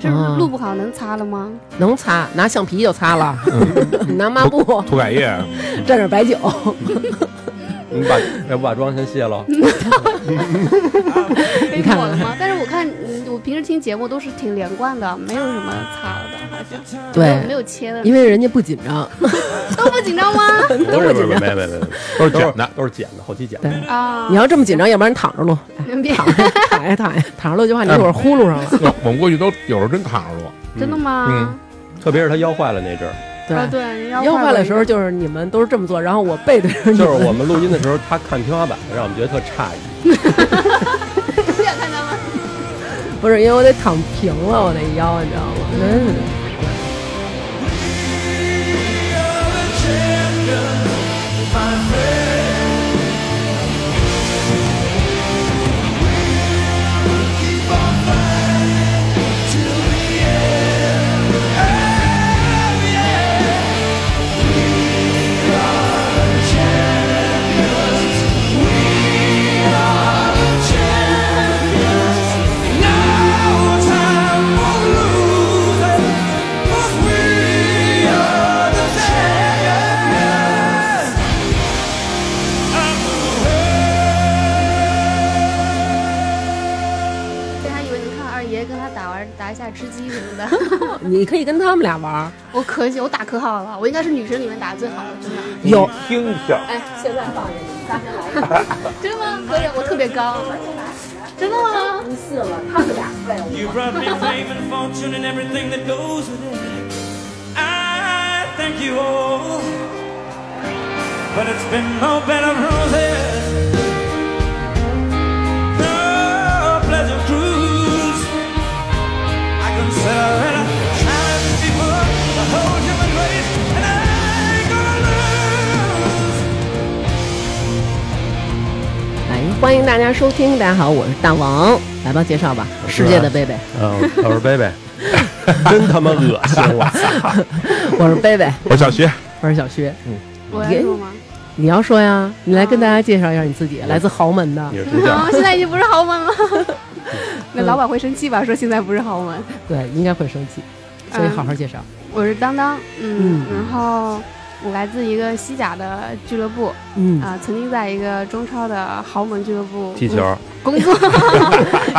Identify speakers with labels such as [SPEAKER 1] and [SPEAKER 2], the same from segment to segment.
[SPEAKER 1] 这
[SPEAKER 2] 嗯
[SPEAKER 1] 路不好能擦了 吗？
[SPEAKER 2] 能擦，拿橡皮就擦了，
[SPEAKER 1] 嗯
[SPEAKER 2] 拿抹布，
[SPEAKER 3] 涂改液，啊
[SPEAKER 2] 蘸 点白酒。
[SPEAKER 4] 你把要不把妆先 卸了？
[SPEAKER 1] 背
[SPEAKER 2] 看
[SPEAKER 1] 过了吗？但是我看嗯我平时听节目都是挺连贯的，没有什么
[SPEAKER 2] 哎
[SPEAKER 1] 擦了的，好像没
[SPEAKER 2] 对，
[SPEAKER 1] 有切的，
[SPEAKER 2] 因为人家不紧 张，
[SPEAKER 1] 都不紧张 吗？
[SPEAKER 2] 都
[SPEAKER 3] 不
[SPEAKER 2] 不
[SPEAKER 3] 是不是
[SPEAKER 2] 紧
[SPEAKER 3] 没
[SPEAKER 2] 张。
[SPEAKER 3] 没没没，都是
[SPEAKER 4] 都是
[SPEAKER 3] 卷的，
[SPEAKER 4] 都是剪的，后期剪
[SPEAKER 2] 对
[SPEAKER 4] 的。
[SPEAKER 1] 啊，
[SPEAKER 2] 你要这么紧张，要不然你躺 着录，
[SPEAKER 1] 别
[SPEAKER 2] 躺着躺着躺着躺着录就怕你一会儿呼噜上
[SPEAKER 1] 嗯
[SPEAKER 2] 了。
[SPEAKER 3] 我我们过去都有时候真躺着录，
[SPEAKER 1] 真的吗？
[SPEAKER 4] 特别是他腰坏了那阵儿，
[SPEAKER 1] 啊，
[SPEAKER 2] 嗯对，
[SPEAKER 1] 对，
[SPEAKER 2] 腰坏
[SPEAKER 1] 坏
[SPEAKER 2] 的时候就是你们都是这么做，然后我背对着你
[SPEAKER 4] 就
[SPEAKER 2] 们，
[SPEAKER 4] 是我们录音的时候，他看天花板，让我们觉得特诧异。
[SPEAKER 1] 不想看他们。
[SPEAKER 2] 不是因为我得躺平了，我那腰你知道吗？嗯。
[SPEAKER 1] 对还以为能看二爷跟他打玩打一下吃鸡什么 的，
[SPEAKER 2] 你可以跟他们俩玩儿。
[SPEAKER 1] 我可喜我打可好了，我应该是女生里面打的最好的，真的。
[SPEAKER 2] 有
[SPEAKER 4] 听听，
[SPEAKER 2] 哎，现在放给你，咱先来一
[SPEAKER 1] 真的吗？可以，我特别高。真的吗？
[SPEAKER 2] 个，信了他们俩废物。
[SPEAKER 5] You brought me fame and fortune and everything that goes with it. I thank you all. But it's been no bed of roses, no pleasure cruise. I consider it a challenge before the whole human race, and I ain't gonna lose.
[SPEAKER 2] 来，哎欢迎大家收听，大家好，我是大王，来吧，介绍吧，世界的 贝贝，
[SPEAKER 4] 嗯，我是贝贝， 真他妈恶心我操！
[SPEAKER 2] 我是贝贝，
[SPEAKER 3] 我哎是小徐，
[SPEAKER 2] 我是小薛。
[SPEAKER 1] 我来说吗？
[SPEAKER 2] 你要说呀，你来跟大家介绍一下你自己，
[SPEAKER 1] 嗯
[SPEAKER 2] 来自豪门的
[SPEAKER 4] 你，是主角
[SPEAKER 1] 啊，，现在已经不是豪门了。 那老板会生气吧？说现在不是豪门。
[SPEAKER 2] 对，应该会生气，
[SPEAKER 1] 嗯
[SPEAKER 2] 所以好好介绍。
[SPEAKER 1] 我是当当，嗯，
[SPEAKER 2] 嗯
[SPEAKER 1] 然后我来自一个西甲的俱乐部啊、
[SPEAKER 2] 嗯，
[SPEAKER 1] 曾经在一个中超的豪门俱乐部
[SPEAKER 4] 踢球，
[SPEAKER 1] 工 作，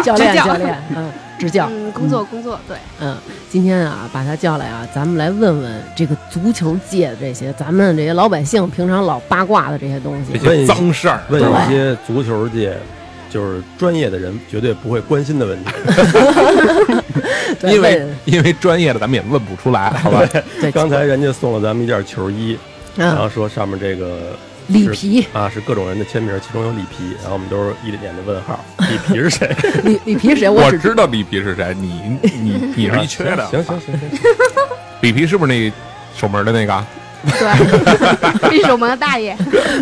[SPEAKER 2] 教练，
[SPEAKER 1] 指教
[SPEAKER 2] 教练， 嗯，支教，
[SPEAKER 1] 嗯，工作工作，对，
[SPEAKER 2] 哎嗯，今天啊，把他叫来啊，咱们来问问这个足球界的这些咱们这些老百姓平常老八卦的这些东
[SPEAKER 3] 这
[SPEAKER 2] 西。
[SPEAKER 4] 问
[SPEAKER 3] 些
[SPEAKER 4] 一
[SPEAKER 3] 脏事儿，
[SPEAKER 4] 嗯问一些足球界就是专业的人绝对不会关心的问题。
[SPEAKER 2] 对
[SPEAKER 3] 因为
[SPEAKER 2] 问
[SPEAKER 3] 因为专业的咱们也问不出来，好吧？
[SPEAKER 2] 对
[SPEAKER 4] 刚才人家送了咱们一件球衣，然
[SPEAKER 3] 啊
[SPEAKER 2] 嗯
[SPEAKER 4] 后说上面这个
[SPEAKER 2] 里
[SPEAKER 4] 是
[SPEAKER 2] 皮，
[SPEAKER 4] 啊是各种人的签名，其中有里皮，然后我们都是一脸的问号，里皮 是谁？
[SPEAKER 2] 里里皮是谁？
[SPEAKER 3] 我
[SPEAKER 2] 只
[SPEAKER 3] 知道里皮是谁，你 你你是一缺的，
[SPEAKER 4] 啊行行行行行，
[SPEAKER 3] 里皮是不是那守门的那个？啊
[SPEAKER 1] 对，一守门的大 爷，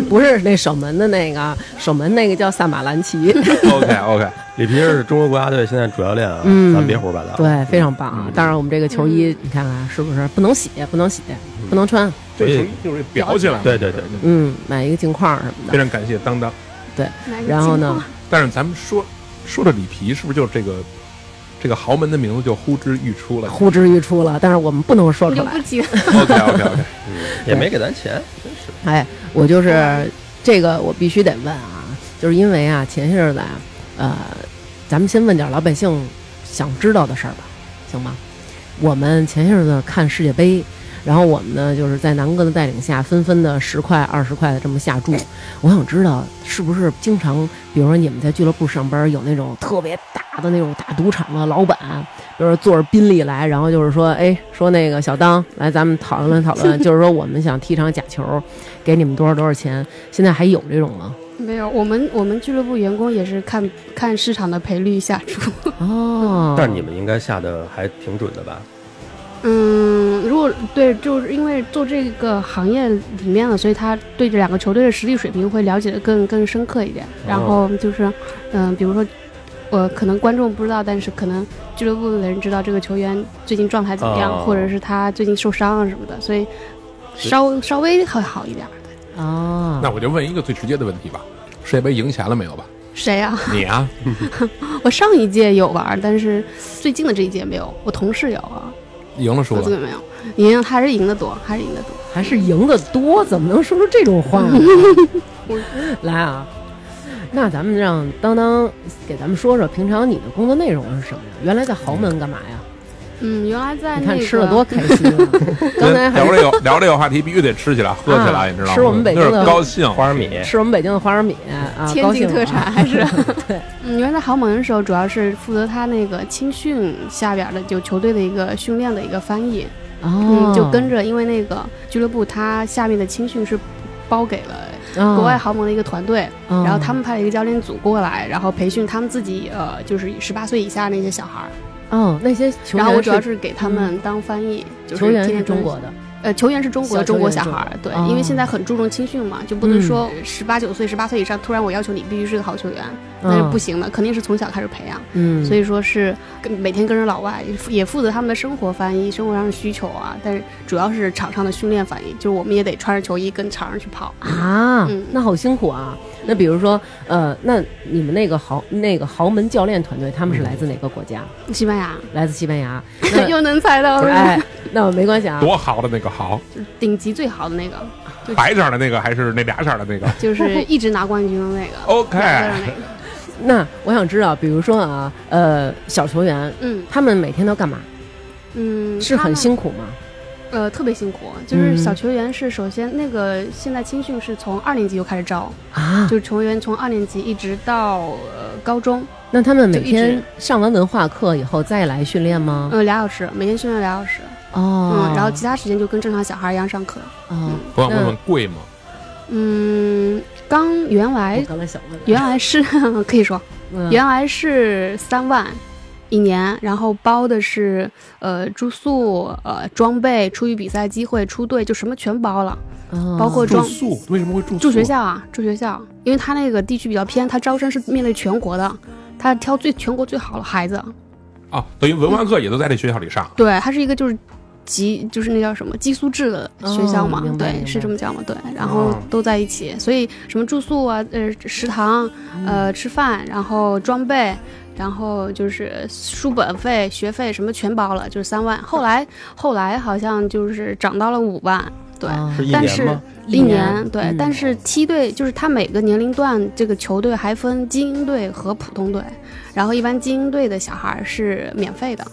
[SPEAKER 2] 不是那守门的那个，守门那个叫萨马兰奇，
[SPEAKER 3] OK OK，
[SPEAKER 4] 里皮是中国国家队现在主教练啊，
[SPEAKER 2] 嗯
[SPEAKER 4] 咱别胡说八道。
[SPEAKER 2] 对，非常棒
[SPEAKER 3] 嗯
[SPEAKER 2] 啊！当然，我们这个球
[SPEAKER 1] 嗯
[SPEAKER 2] 衣你看看是不是不能洗，不能洗，
[SPEAKER 3] 嗯
[SPEAKER 2] 不能穿，
[SPEAKER 4] 所以
[SPEAKER 3] 就是裱起来，
[SPEAKER 4] 对对对
[SPEAKER 2] 嗯，买一个镜框什么
[SPEAKER 3] 非
[SPEAKER 2] 的。
[SPEAKER 3] 常感谢当当。
[SPEAKER 1] 买个
[SPEAKER 2] 然后呢
[SPEAKER 1] 金矿？
[SPEAKER 3] 但是咱们说说这里皮，是不是就这个这个豪门的名字就呼之欲出了
[SPEAKER 2] 呼之欲出了，但是我们不能说
[SPEAKER 1] 你
[SPEAKER 2] 出
[SPEAKER 1] 就
[SPEAKER 2] 来
[SPEAKER 1] 不。急了，
[SPEAKER 3] ？OK OK OK，
[SPEAKER 4] 也没给咱钱，
[SPEAKER 2] 哎，我就是这个，我必须得问啊，就是因为啊，前些日子啊，呃，咱们先问点老百姓想知道的事儿吧，行吗？我们前些日子看世界杯，然后我们呢就是在南哥的带领下，纷纷的十块、二十块的这么下注。我想知道是不是经常，比如说你们在俱乐部上班有那种特别大的那种大赌场的老板，啊比如说坐着宾利来，然后就是说，哎，说那个小当来，咱们讨论讨论，就是说我们想踢场假球，给你们多少多少钱？现在还有这种吗？
[SPEAKER 1] 没有，我们我们俱乐部员工也是看看市场的赔率下注。
[SPEAKER 2] 哦，
[SPEAKER 4] 但是你们应该下的还挺准的吧？
[SPEAKER 1] 嗯，如果对，就是因为做这个行业里面了，所以他对这两
[SPEAKER 2] 哦
[SPEAKER 1] 个球队的实力水平会了解的更更深刻一点。然后就是，嗯、比如说，呃，可能观众不知道，但是可能俱乐部的人知道这个球员最近状态怎么样，
[SPEAKER 4] 哦
[SPEAKER 1] 或者是他最近受伤啊什么的，所以稍稍微会好一点。
[SPEAKER 2] 哦，
[SPEAKER 3] 那我就问一个最直接的问题吧：世界杯赢钱了没有吧？
[SPEAKER 1] 谁啊？
[SPEAKER 3] 你啊，
[SPEAKER 1] 我上一届有玩，但是最近的这一届没有。我同事有啊，
[SPEAKER 3] 赢了输
[SPEAKER 1] 我自己
[SPEAKER 3] 了，
[SPEAKER 1] 没有。赢还是赢得多，还是赢得多。
[SPEAKER 2] 还是赢得多，怎么能说出这种 话呢？来啊，那咱们让当当给咱们说说，平常你的工作内容是什么呀？原来在豪门干嘛呀？
[SPEAKER 1] 嗯，原来在
[SPEAKER 2] 你
[SPEAKER 1] 那
[SPEAKER 2] 看
[SPEAKER 1] 个
[SPEAKER 2] 吃的多开心啊！ 刚才还
[SPEAKER 3] 聊这个聊这个话题必须得吃起来喝起
[SPEAKER 2] 啊
[SPEAKER 3] 来，你知道吗？
[SPEAKER 2] 吃我们北京的
[SPEAKER 3] 那是高兴，
[SPEAKER 4] 花生米，
[SPEAKER 2] 吃我们北京的花生米 啊，
[SPEAKER 1] 天
[SPEAKER 2] 高
[SPEAKER 1] 津
[SPEAKER 2] 兴
[SPEAKER 1] 特
[SPEAKER 2] 了
[SPEAKER 1] 产还是
[SPEAKER 2] 对，
[SPEAKER 1] 嗯，原来在豪门的时候，主要是负责他那个青训下边的就球队的一个训练的一个翻译，
[SPEAKER 2] 哦
[SPEAKER 1] 嗯，就跟着，因为那个俱乐部他下面的青训是包给了
[SPEAKER 2] 嗯
[SPEAKER 1] 国外，豪门的一个团队，
[SPEAKER 2] 哦
[SPEAKER 1] 然后他们派了一个教练组过来，然后培训他们自己呃，就是十八岁以下那些小孩儿，
[SPEAKER 2] 哦那些球员
[SPEAKER 1] 然后我主要
[SPEAKER 2] 是嗯
[SPEAKER 1] 是给他们当翻译，就是
[SPEAKER 2] 球员
[SPEAKER 1] 天
[SPEAKER 2] 是
[SPEAKER 1] 天
[SPEAKER 2] 中
[SPEAKER 1] 跟
[SPEAKER 2] 国的，
[SPEAKER 1] 呃，球员是中国的
[SPEAKER 2] 小球
[SPEAKER 1] 中国
[SPEAKER 2] 员
[SPEAKER 1] 小
[SPEAKER 2] 是
[SPEAKER 1] 孩儿，对，
[SPEAKER 2] 哦
[SPEAKER 1] 因为现在很注重青训嘛，就不能
[SPEAKER 2] 嗯
[SPEAKER 1] 说十八九岁、十八岁以上，突然我要求你必须是个好球员，那是不行的，肯定是从小开始培养，
[SPEAKER 2] 嗯，
[SPEAKER 1] 所以说是跟每天跟着老外，也负也负责他们的生活翻译、生活上的需求啊，但是主要是场上的训练翻译，就是我们也得穿着球衣跟场上去跑。
[SPEAKER 2] 啊
[SPEAKER 1] 嗯，
[SPEAKER 2] 那好辛苦啊。那比如说，呃，那你们那个豪那个豪门教练团队，他们是来自哪个国家？
[SPEAKER 1] 西班牙
[SPEAKER 2] 来自西 班牙。那
[SPEAKER 1] 又能猜到
[SPEAKER 2] 不
[SPEAKER 1] 是
[SPEAKER 2] 是，
[SPEAKER 1] 吧
[SPEAKER 2] 哎，那我没关系啊。
[SPEAKER 3] 多好的那个好，
[SPEAKER 1] 顶级最好的那个，
[SPEAKER 3] 白色儿的那个还是那俩色儿的那
[SPEAKER 2] 嗯
[SPEAKER 3] 个
[SPEAKER 1] 就是一直拿冠军的那个，
[SPEAKER 3] ？OK，
[SPEAKER 1] 两个人那个，
[SPEAKER 2] 那我想知道，比如说啊，呃，小球员
[SPEAKER 1] 嗯
[SPEAKER 2] 他们每天都干嘛？
[SPEAKER 1] 嗯，
[SPEAKER 2] 是
[SPEAKER 1] 他
[SPEAKER 2] 很
[SPEAKER 1] 们
[SPEAKER 2] 辛苦吗？
[SPEAKER 1] 呃，特别辛苦，就是
[SPEAKER 2] 嗯
[SPEAKER 1] 小球员是首先那个现在青训是从二年级就开始招，
[SPEAKER 2] 啊，
[SPEAKER 1] 就是球员从二年级一直到呃高中，
[SPEAKER 2] 那他们每
[SPEAKER 1] 就一
[SPEAKER 2] 天
[SPEAKER 1] 直
[SPEAKER 2] 上完文化课以后再来训练吗？
[SPEAKER 1] 呃俩小时，每天训练俩小时，
[SPEAKER 2] 哦，
[SPEAKER 1] 嗯，然后其嗯他时间就跟正常小孩一样上课。
[SPEAKER 2] 哦，
[SPEAKER 3] 我想问问贵吗？
[SPEAKER 1] 嗯，刚原
[SPEAKER 2] 我
[SPEAKER 3] 嗯
[SPEAKER 1] 来
[SPEAKER 2] 刚才想问，
[SPEAKER 1] 哎原来是 可以说
[SPEAKER 2] 嗯
[SPEAKER 1] 原来是三万一年，然后包的是呃住宿、呃装备、出去比赛机会、出队，就什么全包了，
[SPEAKER 2] 哦
[SPEAKER 1] 包括
[SPEAKER 3] 住
[SPEAKER 1] 装。
[SPEAKER 3] 宿为什么会住宿？
[SPEAKER 1] 住学校啊，住学校，因为他那个地区比较偏，他招生是面对全国的，他挑最全国最好的孩子。
[SPEAKER 3] 啊，等于文化课也都在这学校里上。
[SPEAKER 1] 对，它是一个就是集，就是那叫什么寄宿制的学校嘛，
[SPEAKER 2] 哦明白明
[SPEAKER 1] 对，
[SPEAKER 2] 白嗯
[SPEAKER 1] 是这么叫嘛，对。然后都在一起，所以什么住宿啊，呃，食堂，呃，
[SPEAKER 2] 嗯
[SPEAKER 1] 吃饭，然后装备。然后就是书本费、学费什么全包了，就是三万。后
[SPEAKER 2] 嗯
[SPEAKER 1] 来后来好像就是涨到了五万，对。
[SPEAKER 2] 哦
[SPEAKER 4] 是一
[SPEAKER 1] 但
[SPEAKER 4] 年
[SPEAKER 1] 是
[SPEAKER 4] 吗？
[SPEAKER 1] 一年，对，
[SPEAKER 2] 嗯
[SPEAKER 1] 但是梯队就是它每个年龄段这个球队还分精英队和普通队，然后一般精英队的小孩儿是免费的，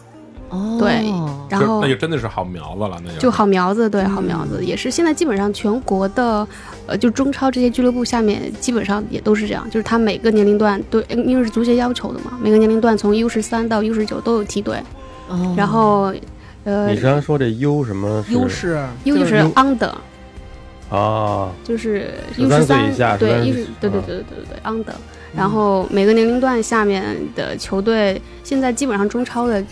[SPEAKER 2] 哦，
[SPEAKER 1] 对然
[SPEAKER 3] 就
[SPEAKER 1] 后
[SPEAKER 3] 那就真的是好苗子了，那就
[SPEAKER 1] 就好苗子，对，好嗯苗子、也是现在基本上全国的，呃，就中超这些俱乐部下面基本上也都是这样，就是他每个年龄段对，因为是足协要求的嘛，每个年龄段从 U 十三到 U 十九都有梯队，
[SPEAKER 2] 哦
[SPEAKER 1] 然后，呃
[SPEAKER 4] 你刚才说这 U 什么是
[SPEAKER 2] 优势
[SPEAKER 1] ，U 就是 under，
[SPEAKER 4] 啊？
[SPEAKER 1] 就是 U
[SPEAKER 4] 13
[SPEAKER 1] 十
[SPEAKER 4] 岁
[SPEAKER 1] 三
[SPEAKER 4] 以下
[SPEAKER 1] 对
[SPEAKER 4] 13
[SPEAKER 1] U 对对对对对对 under，然后每个年龄段下面的球队，现在基本上中超的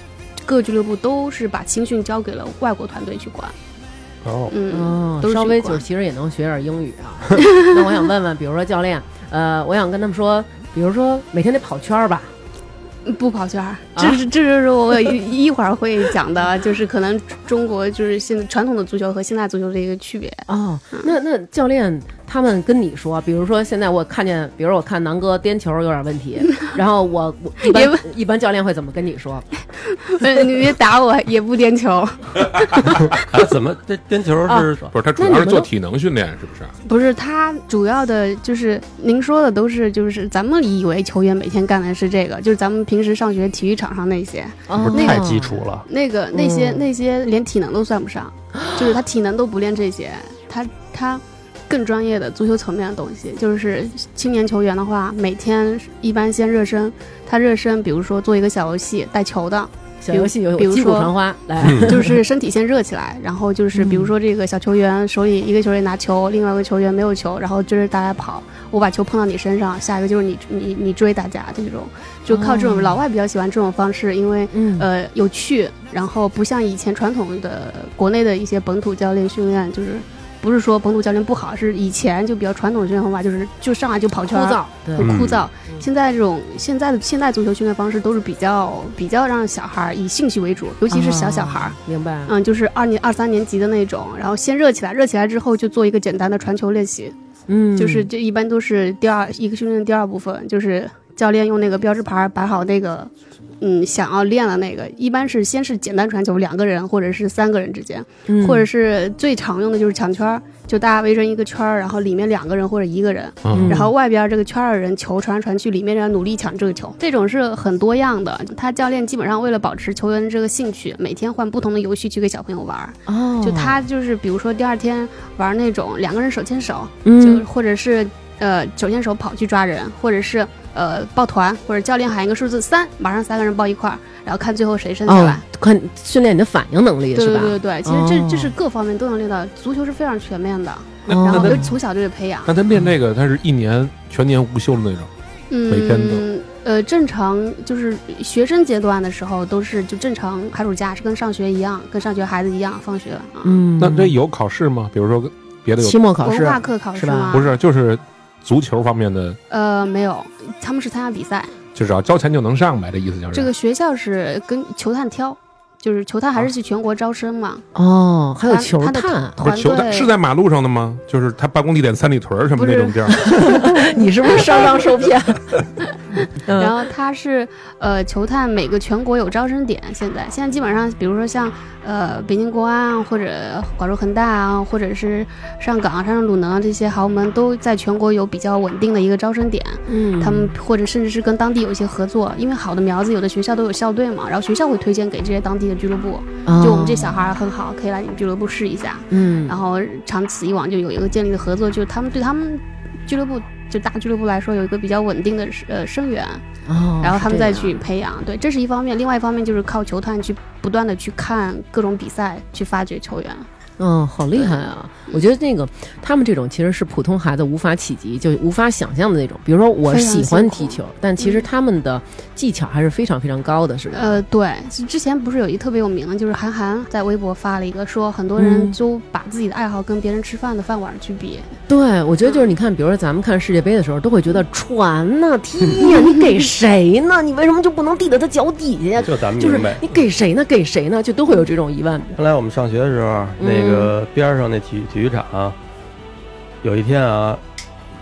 [SPEAKER 1] 各俱乐部都是把青训交给了外国团队去管，
[SPEAKER 4] 哦，
[SPEAKER 1] 嗯，
[SPEAKER 2] 哦
[SPEAKER 1] 都，是
[SPEAKER 2] 稍微
[SPEAKER 1] 习
[SPEAKER 2] 就是
[SPEAKER 1] 惯
[SPEAKER 2] 其实也能学点英语啊。 那我想问问，比如说教练，呃，我想跟他们说，比如说每天得跑圈儿吧，
[SPEAKER 1] 不跑圈儿，这是这就是我一一会儿会讲的，就是可能中国就是现在传统的足球和现代足球的一个区别。
[SPEAKER 2] 哦，
[SPEAKER 1] 嗯
[SPEAKER 2] 那那教练他们跟你说，比如说现在我看见，比如我看南哥颠球有点 问题，然后我我一般
[SPEAKER 1] 也
[SPEAKER 2] 一般教练会怎么跟你说？
[SPEAKER 1] 呃你别打我，也不颠球，
[SPEAKER 4] 啊怎么这颠球
[SPEAKER 2] 啊
[SPEAKER 4] 是
[SPEAKER 3] 不是他主
[SPEAKER 2] 那
[SPEAKER 3] 要
[SPEAKER 2] 你
[SPEAKER 3] 是
[SPEAKER 2] 们
[SPEAKER 3] 做
[SPEAKER 2] 都
[SPEAKER 3] 体能训练，是不是？
[SPEAKER 1] 不是他主要的就是您说的都是就是咱们以为球员每天干的是这个，就是咱们平时上学体育场上那些
[SPEAKER 4] 不
[SPEAKER 2] 哦，
[SPEAKER 4] 是太基础了？
[SPEAKER 1] 那个那些、
[SPEAKER 2] 嗯
[SPEAKER 1] 那些连体能都算不上，就是他体能都不练这些，他他。更专业的足球层面的东西，就是青年球员的话，每天一般先热身。他热身，比如说做一个小游戏，带球的，
[SPEAKER 2] 小游戏有
[SPEAKER 1] 比如
[SPEAKER 2] 击鼓
[SPEAKER 1] 说
[SPEAKER 2] 传花来，
[SPEAKER 1] 就是身体先热起来，然后就是比如说这个小球员手里一个球员拿球，另外一个球员没有球，然后追着大家跑，我把球碰到你身上，下一个就是你你你追大家这种，就靠这种老外比较喜欢这种方式，因为
[SPEAKER 2] 嗯
[SPEAKER 1] 呃有趣，然后不像以前传统的国内的一些本土教练训练就是。不是说彭祖教练不好，是以前就比较传统的训练方法，就是就上来就跑
[SPEAKER 2] 枯
[SPEAKER 1] 圈儿，
[SPEAKER 2] 燥，对，
[SPEAKER 1] 很枯
[SPEAKER 4] 嗯
[SPEAKER 1] 燥。现在这种现在的现代足球训练方式都是比较比较让小孩儿以兴趣为主，尤其是小小孩儿。
[SPEAKER 2] 啊，明白？
[SPEAKER 1] 嗯，就是二年二三年级的那种，然后先热起来，热起来之后就做一个简单的传球练习，
[SPEAKER 2] 嗯，
[SPEAKER 1] 就是这一般都是第二一个训练的第二部分，就是教练用那个标志牌儿摆好那个，嗯，想要练的那个，一般是先是简单传球，两个人或者是三个人之间，
[SPEAKER 2] 嗯
[SPEAKER 1] 或者是最常用的就是抢圈儿，就大家围成一个圈儿，然后里面两个人或者一个人，
[SPEAKER 2] 嗯
[SPEAKER 1] 然后外边这个圈儿的人球传来传去，里面人努力抢这个球，这种是很多样的。他教练基本上为了保持球员的这个兴趣，每天换不同的游戏去给小朋友玩儿。
[SPEAKER 2] 哦，
[SPEAKER 1] 就他就是比如说第二天玩那种两个人手牵手，
[SPEAKER 2] 嗯
[SPEAKER 1] 就或者是呃手牵手跑去抓人，或者是呃抱团，或者教练喊一个数字三，马上三个人抱一块儿，然后看最后谁伸下
[SPEAKER 2] 哦
[SPEAKER 1] 来。，
[SPEAKER 2] 看训练你的反应能力
[SPEAKER 1] 对
[SPEAKER 2] 是
[SPEAKER 1] 对
[SPEAKER 2] 吧？
[SPEAKER 1] 对对，其实这、这
[SPEAKER 2] 哦
[SPEAKER 1] 是各方面都能练到，足球是非常全面的，
[SPEAKER 3] 那
[SPEAKER 2] 哦
[SPEAKER 1] 然
[SPEAKER 3] 那
[SPEAKER 1] 后
[SPEAKER 3] 他
[SPEAKER 1] 就从小就得培养。
[SPEAKER 3] 那他练这个，他是一年全年无休的那种。
[SPEAKER 1] 嗯，
[SPEAKER 3] 每天都
[SPEAKER 1] 呃，正常就是学生阶段的时候，都是就正常寒暑假是跟上学一样，跟上学孩子一样放学啊。
[SPEAKER 2] 嗯，
[SPEAKER 3] 那这有考试吗？比如说别的有
[SPEAKER 2] 期末考试啊
[SPEAKER 1] 文化课考
[SPEAKER 2] 是
[SPEAKER 1] 试
[SPEAKER 2] 吧
[SPEAKER 1] 吗？
[SPEAKER 3] 不，是，就是足球方面的，
[SPEAKER 1] 呃，没有，他们是参加比赛。
[SPEAKER 3] 就只要交钱就能上呗，这意思就是
[SPEAKER 1] 这个学校是跟球探挑，就是球探还是去全国招生嘛？
[SPEAKER 2] 哦，还有
[SPEAKER 1] 他
[SPEAKER 2] 球
[SPEAKER 1] 他的
[SPEAKER 2] 探，
[SPEAKER 3] 不
[SPEAKER 1] 团
[SPEAKER 3] 是球在
[SPEAKER 1] 队
[SPEAKER 3] 是在马路上的吗？就是他办公地点三里屯儿什
[SPEAKER 1] 不
[SPEAKER 3] 么那
[SPEAKER 1] 是
[SPEAKER 3] 种地儿，
[SPEAKER 2] 你是不是上当受骗？嗯
[SPEAKER 1] 然后他是呃，球探每个全国有招生点，现在现在基本上，比如说像呃北京国安或者广州恒大啊，或者是上港、上鲁能啊这些豪门，都在全国有比较稳定的一个招生点。
[SPEAKER 2] 嗯
[SPEAKER 1] 他们或者甚至是跟当地有一些合作，因为好的苗子有的学校都有校队嘛，然后学校会推荐给这些当地的俱乐
[SPEAKER 2] 哦
[SPEAKER 1] 部，就我们这小，啊孩儿很好，可以来你们俱乐部试一下。
[SPEAKER 2] 嗯，
[SPEAKER 1] 然后长此以往就有一个建立的合作，就是他们对他们俱乐部就大俱乐部来说有一个比较稳定的呃生源，
[SPEAKER 2] 哦，
[SPEAKER 1] 然后他们再
[SPEAKER 2] 是这
[SPEAKER 1] 去
[SPEAKER 2] 样
[SPEAKER 1] 培养。对，这是一方面，另外一方面就是靠球探去不断的去看各种比赛，去发掘球员。
[SPEAKER 2] 嗯，好厉害啊！我觉得那个他们这种其实是普通孩子无法企及，就无法想象的那种。比如说，我
[SPEAKER 1] 非常
[SPEAKER 2] 喜欢
[SPEAKER 1] 辛苦
[SPEAKER 2] 踢球，但其实他们的技巧还是非常非常高的，是吧？
[SPEAKER 1] 呃，对，是之前不是有一特别有名的，就是韩寒在微博发了一个，说很多人
[SPEAKER 2] 嗯
[SPEAKER 1] 就把自己的爱好跟别人吃饭的饭碗去比，
[SPEAKER 2] 对，我觉得就是你看，比如说咱们看世界杯的时候，都会觉得传呐、踢呀、你给谁呢？你为什么就不能递到他脚底下呀？
[SPEAKER 4] 就咱们
[SPEAKER 2] 就是
[SPEAKER 4] 明白。
[SPEAKER 2] 你给谁呢？给谁呢？就都会有这种疑问。
[SPEAKER 4] 原来我们上学的时候，那
[SPEAKER 2] 嗯
[SPEAKER 4] 个边上那体体育场、有一天啊，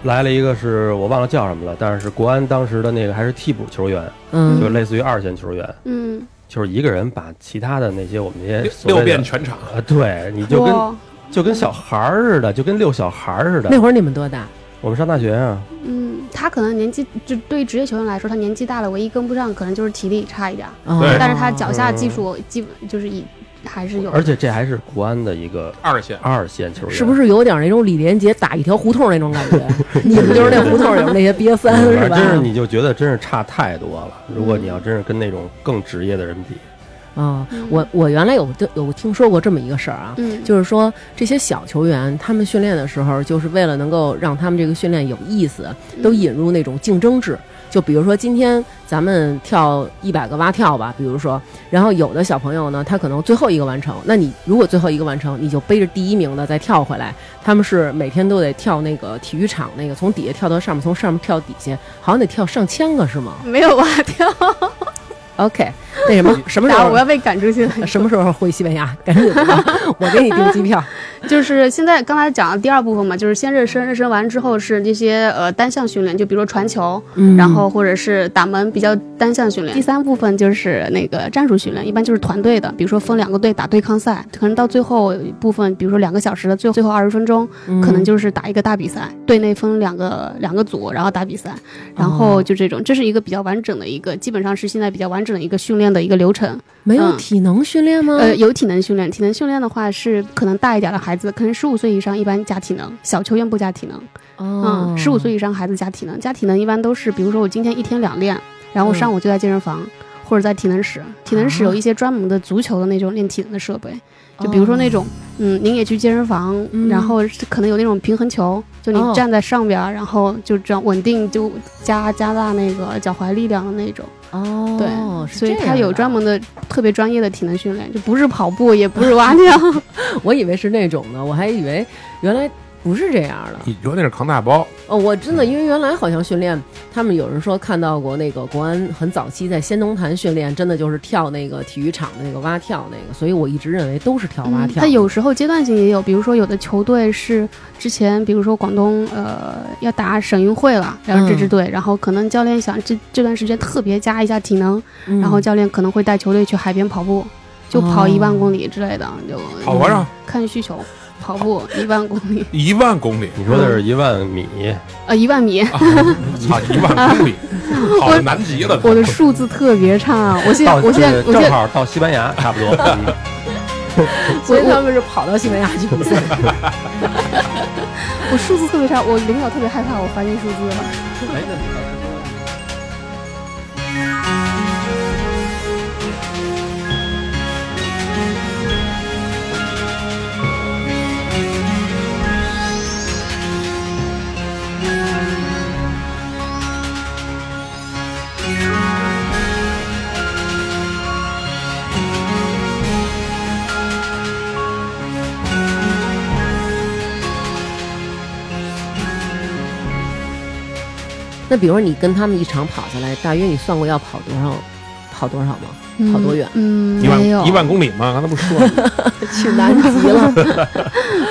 [SPEAKER 4] 来了一个是我忘了叫什么了，但是国安当时的那个还是替补球员，
[SPEAKER 2] 嗯，
[SPEAKER 4] 就类似于二线球员，
[SPEAKER 1] 嗯，
[SPEAKER 4] 就是一个人把其他的那些我们这 些
[SPEAKER 3] 六
[SPEAKER 4] 所谓
[SPEAKER 3] 六
[SPEAKER 4] 的
[SPEAKER 3] 遍全场。
[SPEAKER 4] 啊，对，你就跟
[SPEAKER 1] 哇，
[SPEAKER 4] 就跟小孩儿似的，就跟遛小孩儿似的
[SPEAKER 2] 那。会儿你们多大？
[SPEAKER 4] 我们上大学啊，
[SPEAKER 1] 嗯，他可能年纪就对于职业球员来说，他年纪大了，唯一跟不上可能就是体力差一点儿，
[SPEAKER 4] 嗯
[SPEAKER 2] 哦
[SPEAKER 3] 对
[SPEAKER 1] 但是他脚下
[SPEAKER 2] 嗯
[SPEAKER 1] 技术基本就是以还是有的，
[SPEAKER 4] 而且这还是国安的一个
[SPEAKER 3] 二线，
[SPEAKER 4] 二线球员，嗯
[SPEAKER 2] 是不是有点那种李连杰打一条胡同那种感 觉？你们就是那胡同里面那些瘪三，
[SPEAKER 4] 嗯？
[SPEAKER 2] 是
[SPEAKER 4] 反
[SPEAKER 2] 吧？
[SPEAKER 4] 正真是你就觉得真是差太多了。如果你要真是跟那种更职业的人比，
[SPEAKER 2] 啊、我我原来有有听说过这么一个事儿啊，
[SPEAKER 1] 嗯，
[SPEAKER 2] 就是说这些小球员他们训练的时候，就是为了能够让他们这个训练有意思，都引入那种竞争制。就比如说今天咱们跳一百个蛙跳吧，比如说，然后有的小朋友呢，他可能最后一个完成，那你如果最后一个完成，你就背着第一名的再跳回来。他们是每天都得跳那个体育场那个，从底下跳到上面，从上面跳底下，好像得跳上千个是吗
[SPEAKER 1] 嗯没有蛙跳，
[SPEAKER 2] ？OK，那
[SPEAKER 1] 嗯
[SPEAKER 2] 什么什么时
[SPEAKER 1] 然
[SPEAKER 2] 候
[SPEAKER 1] 后我要被赶出去了。
[SPEAKER 2] 什么时候回西班牙？赶紧吧，我给你订 机票。
[SPEAKER 1] 就是现在刚才讲的第二部分嘛，就是先热身，热身完之后是这些呃单项训练，就比如说传球，
[SPEAKER 2] 嗯
[SPEAKER 1] 然后或者是打门比较单项训练。第三部分就是那个战术训练，一般就是团队的，比如说分两个队打对抗赛，可能到最后部分，比如说两个小时的最最后二十分钟，可
[SPEAKER 2] 嗯
[SPEAKER 1] 能就是打一个大比赛，队内分两个两个组，然后打比赛，然后就这种，这是一个比较完整的一个，基本上是现在比较完整的一个训练的一个流程。
[SPEAKER 2] 没有
[SPEAKER 1] 嗯
[SPEAKER 2] 体能训练吗？
[SPEAKER 1] 呃，有体能训练，体能训练的话是可能大一点的孩子，可能十五岁以上一般加体能，小球员不加体能。
[SPEAKER 2] 哦
[SPEAKER 1] 嗯，十五岁以上孩子加体能，加体能一般都是，比如说我今天一天两练，然后
[SPEAKER 2] 嗯
[SPEAKER 1] 上午就在健身房。或者在体能室，体能室
[SPEAKER 2] 啊
[SPEAKER 1] 有一些专门的足球的那种练体能的设备，就比如说那种，嗯，您也去健身房，
[SPEAKER 2] 哦嗯
[SPEAKER 1] 然后是可能有那种平衡球，就你
[SPEAKER 2] 哦
[SPEAKER 1] 站在上边儿，然后就这样稳定，就加加大那个脚踝力量的那种。
[SPEAKER 2] 哦，
[SPEAKER 1] 对
[SPEAKER 2] 是
[SPEAKER 1] 所以
[SPEAKER 2] 这
[SPEAKER 1] 他
[SPEAKER 2] 样
[SPEAKER 1] 有
[SPEAKER 2] 的啊
[SPEAKER 1] 专门的特别专业的体能训练，就不是跑步，也不是 蛙跳。
[SPEAKER 2] 我以为是那种的，我还以为原来不是这样的。
[SPEAKER 3] 你说那是扛大包，
[SPEAKER 2] 哦，我真的因为原来好像训练，他们有人说看到过那个国安很早期在仙农坛训练，真的就是跳那个体育场的那个蛙跳那个，所以我一直认为都是跳蛙
[SPEAKER 1] 嗯，
[SPEAKER 2] 跳。
[SPEAKER 1] 它有时候阶段性也有，比如说有的球队是之前，比如说广东呃要打省运会了，然后这支
[SPEAKER 2] 嗯
[SPEAKER 1] 队，然后可能教练想这这段时间特别加一下体能，
[SPEAKER 2] 嗯，
[SPEAKER 1] 然后教练可能会带球队去海边跑步，就跑一万
[SPEAKER 2] 哦
[SPEAKER 1] 公里之类的，就
[SPEAKER 3] 跑多少？
[SPEAKER 1] 看需求，跑步一万公里，
[SPEAKER 3] 一万公里，
[SPEAKER 4] 你说的是
[SPEAKER 1] 嗯
[SPEAKER 4] 一万米，
[SPEAKER 1] 呃一万米。
[SPEAKER 3] 啊，操，一 万公里，跑的难极了。
[SPEAKER 1] 我的数字特别差，啊我现在
[SPEAKER 4] 到
[SPEAKER 1] 我现在我现
[SPEAKER 4] 正
[SPEAKER 1] 在
[SPEAKER 4] 好到西班牙差 不多。嗯
[SPEAKER 2] 所以他们是跑到西班牙去比 赛。
[SPEAKER 1] 我数字特别差，我领导特别害怕我翻译数字了。
[SPEAKER 4] 哎，那你倒是
[SPEAKER 2] 那比如说你跟他们一场跑下来，大约你算过要跑多少，跑多少吗？跑多远？
[SPEAKER 1] 嗯，
[SPEAKER 3] 一
[SPEAKER 1] 没有
[SPEAKER 3] 万一万公里嘛，刚才不是说了 吗
[SPEAKER 2] 去南极了。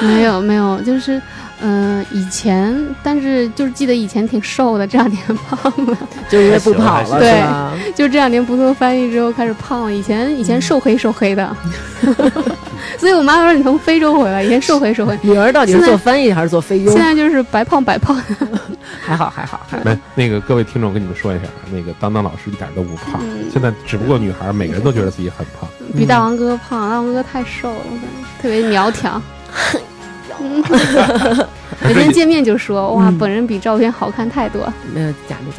[SPEAKER 1] 没有没有，就是嗯、呃以前，但是就是记得以前挺瘦的，这两年胖了，
[SPEAKER 2] 就因为不跑
[SPEAKER 4] 还
[SPEAKER 2] 了，
[SPEAKER 4] 行
[SPEAKER 1] 还行
[SPEAKER 2] 是吧？
[SPEAKER 1] 就这两年不做翻译之后开始胖了。以前以前瘦黑瘦黑的，
[SPEAKER 2] 嗯
[SPEAKER 1] 所以我妈说你从非洲回来，以前瘦黑瘦黑，
[SPEAKER 2] 女儿到底是
[SPEAKER 1] 现在
[SPEAKER 2] 做翻译还是做菲佣
[SPEAKER 1] 现？在就是白胖白胖。
[SPEAKER 2] 还好，还好，还好。
[SPEAKER 3] 来，那个各位听众跟你们说一下，啊那个当当老师一点都不胖，
[SPEAKER 1] 嗯
[SPEAKER 3] 现在只不过女孩每个人都觉得自己很胖。
[SPEAKER 2] 嗯
[SPEAKER 1] 比大王哥胖，大王哥太瘦了，我感觉特别苗 条。嗯每天见面就说哇，
[SPEAKER 2] 嗯
[SPEAKER 1] 本人比照片好看太 多，
[SPEAKER 2] 没有假的